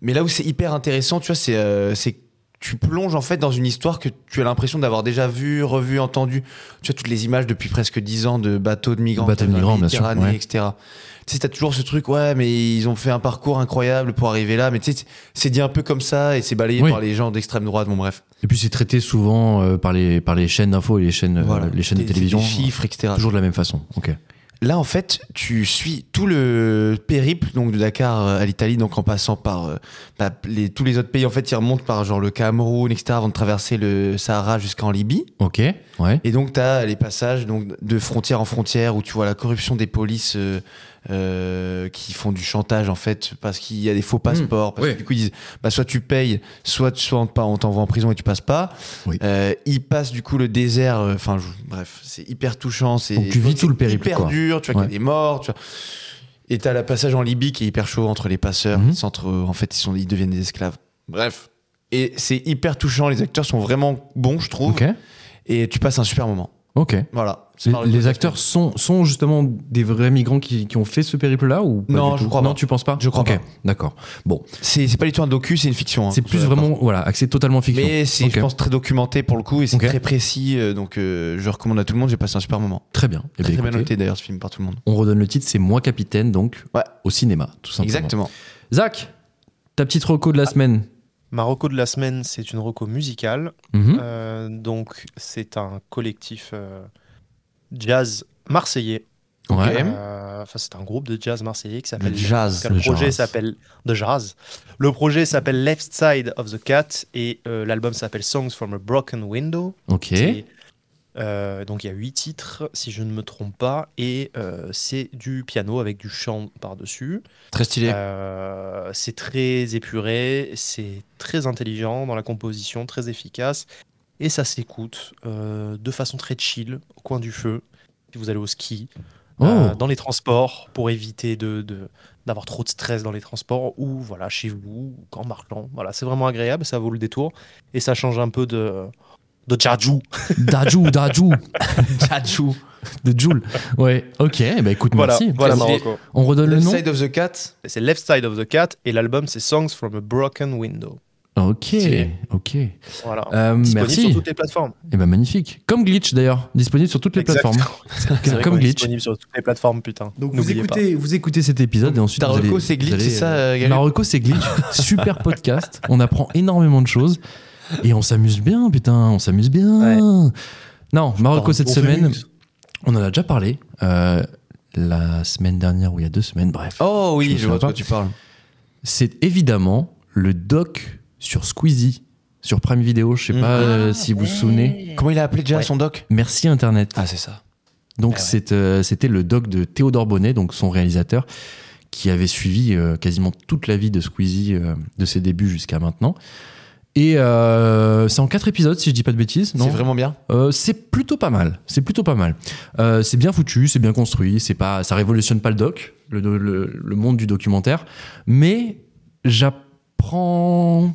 Speaker 3: Mais là où c'est hyper intéressant, tu vois, c'est euh, c'est que tu plonges en fait dans une histoire que tu as l'impression d'avoir déjà vue, revue, entendue. Tu vois toutes les images depuis presque 10 ans de bateaux de migrants,
Speaker 1: De bateaux de
Speaker 3: qui arrivent
Speaker 1: migrants,
Speaker 3: en
Speaker 1: bien sûr,
Speaker 3: Méditerranée,
Speaker 1: ouais.
Speaker 3: etc. Tu sais, t'as toujours ce truc, ouais, mais ils ont fait un parcours incroyable pour arriver là. Mais tu sais, c'est dit un peu comme ça et c'est balayé
Speaker 1: Oui.
Speaker 3: par les gens d'extrême droite. Bon bref,
Speaker 1: Et puis c'est traité souvent euh, par, les, par les chaînes d'infos et les chaînes, euh, les chaînes de
Speaker 3: Des- des
Speaker 1: télévision.
Speaker 3: chiffres, etc.
Speaker 1: Toujours de la même façon. Ok.
Speaker 3: Là, en fait, tu suis tout le périple donc de Dakar euh, à l'Italie, donc en passant par euh, bah, les- tous les autres pays. En fait, ils remontent par genre le Cameroun, etc., avant de traverser le Sahara jusqu'en Libye.
Speaker 1: Ok. Ouais.
Speaker 3: Et donc, tu as les passages donc, de frontière en frontière où tu vois la corruption des polices euh, euh, qui font du chantage en fait parce qu'il y a des faux passeports. parce que
Speaker 1: Hmm. oui.
Speaker 3: du coup, ils disent bah, soit tu payes, soit, soit on te- on t'envoie en prison et tu passes pas.
Speaker 1: Oui.
Speaker 3: Euh, ils passent du coup le désert. euh, Enfin, je- bref, c'est hyper touchant. C'est
Speaker 1: Donc, tu vis
Speaker 3: c'est
Speaker 1: tout le périple,
Speaker 3: Hyper
Speaker 1: quoi.
Speaker 3: dur. Tu vois
Speaker 1: Ouais.
Speaker 3: qu'il y a des morts. Tu vois. Et t'as le passage en Libye qui est hyper chaud entre les passeurs.
Speaker 1: Mhm.
Speaker 3: Ils s'entre- en fait, ils, sont, ils deviennent des esclaves. Bref. Et c'est hyper touchant. Les acteurs sont vraiment bons, je trouve.
Speaker 1: Ok.
Speaker 3: Et tu passes un super moment.
Speaker 1: Ok.
Speaker 3: Voilà. C'est
Speaker 1: Les,
Speaker 3: par
Speaker 1: les acteurs sont, sont justement des vrais migrants qui, qui ont fait ce périple-là ou pas
Speaker 3: Non,
Speaker 1: du
Speaker 3: je
Speaker 1: tout
Speaker 3: crois
Speaker 1: Non,
Speaker 3: pas.
Speaker 1: tu penses pas
Speaker 3: Je crois
Speaker 1: Ok,
Speaker 3: pas.
Speaker 1: D'accord. Bon,
Speaker 3: C'est c'est pas du tout un docu, c'est une fiction. hein.
Speaker 1: c'est plus
Speaker 3: Ouais,
Speaker 1: vraiment voilà axé totalement fiction.
Speaker 3: Mais c'est,
Speaker 1: Ok.
Speaker 3: je pense, très documenté pour le coup et c'est
Speaker 1: Ok.
Speaker 3: très précis. euh, donc, euh, je recommande à tout le monde. J'ai passé un super moment.
Speaker 1: Très bien. Eh
Speaker 3: Très,
Speaker 1: bien,
Speaker 3: très bien
Speaker 1: écoutez,
Speaker 3: noté d'ailleurs ce film par tout le monde.
Speaker 1: on redonne le titre. C'est moi capitaine donc
Speaker 3: Ouais.
Speaker 1: au cinéma tout simplement.
Speaker 3: Exactement.
Speaker 1: Zach, ta petite reco de la semaine.
Speaker 2: Ma reco de la semaine, c'est une reco musicale.
Speaker 3: Ah.
Speaker 1: Mhm.
Speaker 2: Euh, donc, c'est un collectif euh, jazz marseillais.
Speaker 1: Ouais.
Speaker 2: Euh, Enfin, c'est un groupe de jazz marseillais qui s'appelle.
Speaker 3: jazz.
Speaker 2: Le
Speaker 1: Le
Speaker 2: projet
Speaker 1: jazz.
Speaker 2: s'appelle de jazz. Le projet s'appelle Left Side of the Cat et euh, l'album s'appelle Songs from a Broken Window.
Speaker 1: Ok.
Speaker 2: C'est, euh, donc il y a huit titres, si je ne me trompe pas, et euh, c'est du piano avec du chant par-dessus.
Speaker 3: Très stylé.
Speaker 2: Euh, c'est très épuré, c'est très intelligent dans la composition, très efficace, et ça s'écoute euh, de façon très chill, au coin du feu, si vous allez au ski,
Speaker 1: Oh.
Speaker 2: euh, dans les transports, pour éviter de, de- d'avoir trop de stress dans les transports, ou voilà, chez vous, ou en marchant. Voilà, c'est vraiment agréable, ça vaut le détour, et ça change un peu de... De Jarju.
Speaker 1: Dajou, Dajou. Dajou. De Joule. Ouais. Ok. Bah écoute,
Speaker 2: Voilà,
Speaker 1: merci.
Speaker 2: voilà ma
Speaker 3: Vas-y.
Speaker 2: reco.
Speaker 1: On redonne le
Speaker 3: Left
Speaker 1: nom.
Speaker 3: Side of the Cat.
Speaker 2: C'est Left Side of the Cat et l'album c'est Songs from a Broken Window.
Speaker 1: Ok.
Speaker 3: Stylé.
Speaker 1: Ok.
Speaker 2: Voilà.
Speaker 1: Euh,
Speaker 2: Disponible
Speaker 1: merci.
Speaker 2: sur toutes les plateformes.
Speaker 1: Eh ben magnifique. Comme Glitch d'ailleurs, disponible sur toutes les
Speaker 2: Exactement.
Speaker 1: plateformes.
Speaker 2: C'est vrai
Speaker 1: Comme
Speaker 2: qu'on est
Speaker 1: Glitch.
Speaker 2: disponible sur toutes les plateformes, putain.
Speaker 1: Donc vous
Speaker 2: N'oubliez
Speaker 1: écoutez, vous écoutez cet épisode et ensuite
Speaker 3: ta
Speaker 1: vous
Speaker 3: reco,
Speaker 1: allez-
Speaker 3: c'est
Speaker 1: vous
Speaker 3: Glitch,
Speaker 1: allez-
Speaker 3: c'est ça, euh, Gaël
Speaker 1: Ma reco c'est Glitch, super podcast, on apprend énormément de choses et on s'amuse bien putain, on s'amuse bien. Non, ma reco cette semaine, on en a déjà parlé euh, la semaine dernière ou il y a deux semaines, bref.
Speaker 3: Oh
Speaker 1: Je me
Speaker 3: oui, je, vois de
Speaker 1: souviens
Speaker 3: quoi tu parles.
Speaker 1: C'est évidemment le doc sur Squeezie sur Prime Video, je sais
Speaker 3: Mm.
Speaker 1: pas euh, si vous vous souvenez.
Speaker 3: Comment il a appelé déjà
Speaker 2: Ouais.
Speaker 3: son doc
Speaker 1: Merci internet.
Speaker 3: Ah, c'est ça.
Speaker 1: Donc
Speaker 2: Ah ouais.
Speaker 1: c'est, euh, c'était le doc de Théodore Bonnet, donc son réalisateur, qui avait suivi euh, quasiment toute la vie de Squeezie euh, de ses débuts jusqu'à maintenant. Et euh, c'est en quatre épisodes, si je dis pas de bêtises. Non
Speaker 3: C'est vraiment bien.
Speaker 1: Euh, c'est plutôt pas mal. C'est plutôt pas mal. Euh, c'est bien foutu, c'est bien construit. C'est pas, ça révolutionne pas le doc, le, do- le- le monde du documentaire. Mais j'apprends.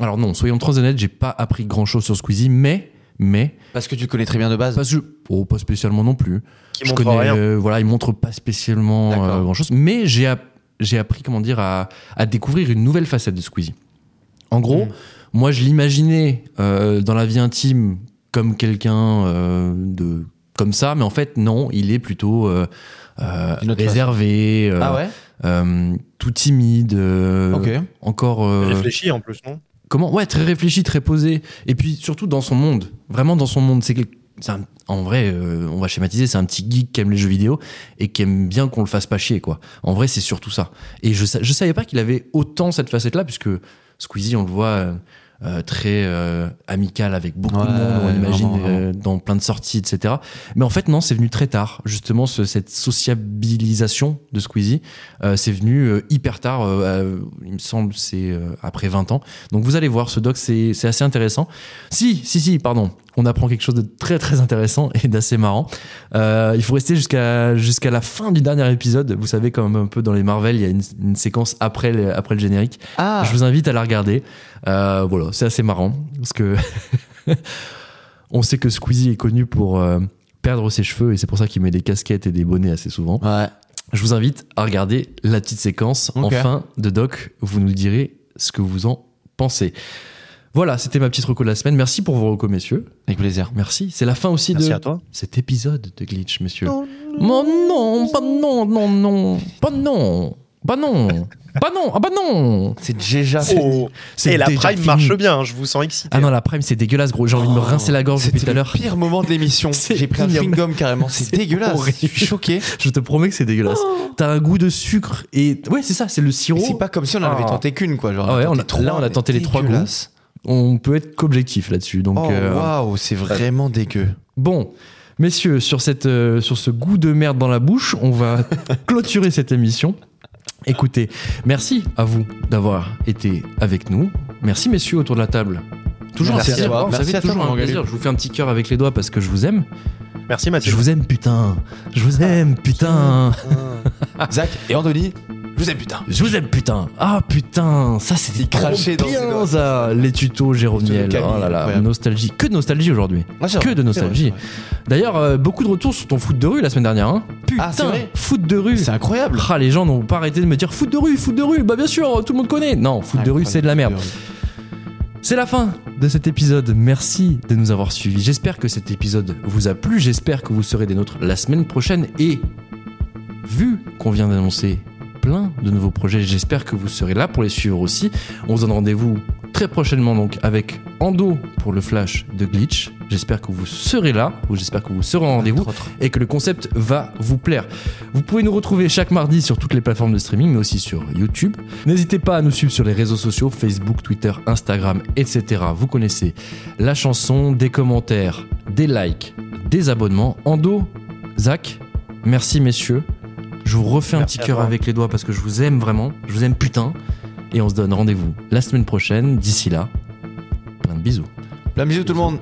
Speaker 1: Alors non, soyons très honnêtes, j'ai pas appris grand chose sur Squeezie, mais mais
Speaker 3: Parce que tu connais très bien de base.
Speaker 1: pas, oh, pas spécialement non plus
Speaker 2: Qui
Speaker 1: je
Speaker 2: montre
Speaker 1: connais,
Speaker 2: rien.
Speaker 1: euh, voilà, il montre pas spécialement
Speaker 3: D'accord.
Speaker 1: grand chose, mais j'ai app- j'ai appris comment dire à, à découvrir une nouvelle facette de Squeezie. En gros,
Speaker 3: Mm.
Speaker 1: moi je l'imaginais euh, dans la vie intime comme quelqu'un euh, de comme ça, mais en fait non, il est plutôt euh, euh,
Speaker 3: D'une autre
Speaker 1: réservé, euh,
Speaker 3: ah ouais
Speaker 1: euh, tout timide, euh,
Speaker 3: Ok.
Speaker 1: encore euh,
Speaker 2: Réfléchis en plus, non
Speaker 1: comment ouais très réfléchi très posé et puis surtout dans son monde vraiment dans son monde c'est quel- c'est un- en vrai euh, on va schématiser c'est un petit geek qui aime les jeux vidéo et qui aime bien qu'on le fasse pas chier quoi en vrai c'est surtout ça et je sa- je savais pas qu'il avait autant cette facette là puisque Squeezie on le voit euh, euh, très euh, amical avec beaucoup
Speaker 3: Ouais,
Speaker 1: de monde on
Speaker 3: ouais,
Speaker 1: l'imagine
Speaker 3: vraiment, vraiment.
Speaker 1: euh, dans plein de sorties etc mais en fait non c'est venu très tard justement ce- cette sociabilisation de Squeezie euh, c'est venu euh, hyper tard euh, euh, il me semble c'est euh, après 20 ans donc vous allez voir, ce doc, c'est c'est assez intéressant. Si, si, si, pardon, on apprend quelque chose de très très intéressant et d'assez marrant. Euh, il faut rester jusqu'à jusqu'à la fin du dernier épisode. Vous savez, comme un peu dans les Marvel, il y a une, une séquence après le, après le générique.
Speaker 3: Ah
Speaker 1: Je vous invite à la regarder. Euh, voilà, c'est assez marrant parce que on sait que Squeezie est connu pour euh, perdre ses cheveux et c'est pour ça qu'il met des casquettes et des bonnets assez souvent.
Speaker 3: Ouais.
Speaker 1: Je vous invite à regarder la petite séquence
Speaker 3: Ok.
Speaker 1: en fin de doc. Vous nous direz ce que vous en pensez. Voilà, c'était ma petite reco de la semaine. Merci pour vos recos, messieurs.
Speaker 3: Avec plaisir.
Speaker 1: Merci. C'est la fin aussi
Speaker 2: Merci
Speaker 1: de
Speaker 2: à toi.
Speaker 1: cet épisode de Glitch, messieurs. Non, non, pas non, non, non, pas non, pas non, pas non, ah bah non.
Speaker 3: C'est déjà
Speaker 2: Oh,
Speaker 1: Ah, C'est
Speaker 2: et la
Speaker 1: déjà
Speaker 2: Prime
Speaker 1: fini.
Speaker 2: marche bien, je vous sens excité.
Speaker 1: Ah non, la prime, c'est dégueulasse, gros. J'ai envie de me rincer la gorge depuis tout à l'heure.
Speaker 3: Oh, Pire moment de l'émission.
Speaker 1: C'est
Speaker 3: J'ai pris un
Speaker 1: ignoble.
Speaker 3: chewing gum carrément. C'est
Speaker 1: C'est
Speaker 3: dégueulasse. Je
Speaker 1: horrible.
Speaker 3: suis choqué.
Speaker 1: Je te promets que c'est dégueulasse. T'as un goût de sucre et ouais, c'est ça, c'est le sirop.
Speaker 3: Oh. Et C'est pas comme si on en avait
Speaker 1: Ah.
Speaker 3: tenté qu'une, quoi. Genre,
Speaker 1: Ah ouais,
Speaker 3: on a
Speaker 1: on a-
Speaker 3: tenté trois,
Speaker 1: là, on a
Speaker 3: mais
Speaker 1: tenté les trois
Speaker 3: dégueulasse.
Speaker 1: On peut être qu'objectif là-dessus. Donc
Speaker 3: Oh,
Speaker 1: euh,
Speaker 3: waouh, c'est vraiment dégueu.
Speaker 1: Bon, Messieurs, sur, cette, euh, sur ce goût de merde dans la bouche, on va clôturer cette émission. Écoutez, merci à vous d'avoir été avec nous. Merci messieurs autour de la table. Toujours
Speaker 3: Merci
Speaker 1: un plaisir.
Speaker 3: à toi.
Speaker 1: Vous
Speaker 3: Merci
Speaker 1: savez,
Speaker 3: à toi,
Speaker 1: toujours un
Speaker 3: Magali.
Speaker 1: plaisir. Je vous fais un petit cœur avec les doigts parce que je vous aime.
Speaker 2: Merci Mathieu.
Speaker 1: Je vous aime putain. Je vous aime putain.
Speaker 3: Zach et Anthony, je vous aime putain.
Speaker 1: Je vous aime putain. Ah putain, ça c'était
Speaker 3: Il crachait
Speaker 1: trop
Speaker 3: dans ses
Speaker 1: bien
Speaker 3: doigts.
Speaker 1: ça. Les tutos Jérôme
Speaker 3: Tutos de
Speaker 1: Niel.
Speaker 3: Camille,
Speaker 1: Oh là là,
Speaker 3: incroyable.
Speaker 1: nostalgie. Que de nostalgie aujourd'hui.
Speaker 3: Ah,
Speaker 1: Que de nostalgie. D'ailleurs, euh, beaucoup de retours sur ton foot de rue la semaine dernière. hein. Putain,
Speaker 3: Ah, c'est vrai
Speaker 1: foot de rue.
Speaker 3: C'est incroyable.
Speaker 1: Ah, les gens n'ont pas arrêté de me dire foot de rue, foot de rue. Bah bien sûr, tout le monde connaît. Non, foot de rue, c'est de la merde. C'est la fin de cet épisode. Merci de nous avoir suivis. J'espère que cet épisode vous a plu. J'espère que vous serez des nôtres la semaine prochaine. Et vu qu'on vient d'annoncer plein de nouveaux projets, j'espère que vous serez là pour les suivre aussi. On vous donne rendez-vous très prochainement donc avec Ando pour le flash de Glitch. J'espère que vous serez là, ou j'espère que vous serez en rendez-vous et que le concept va vous plaire. Vous pouvez nous retrouver chaque mardi sur toutes les plateformes de streaming, mais aussi sur YouTube. N'hésitez pas à nous suivre sur les réseaux sociaux, Facebook, Twitter, Instagram, etc. Vous connaissez la chanson, des commentaires, des likes, des abonnements. Ando, Zach, merci messieurs. Je vous refais un
Speaker 2: Merci
Speaker 1: petit
Speaker 2: à
Speaker 1: cœur
Speaker 2: toi.
Speaker 1: avec les doigts parce que je vous aime vraiment. Je vous aime putain. Et on se donne rendez-vous la semaine prochaine. D'ici là, plein de bisous.
Speaker 3: Plein de bisous tout le monde.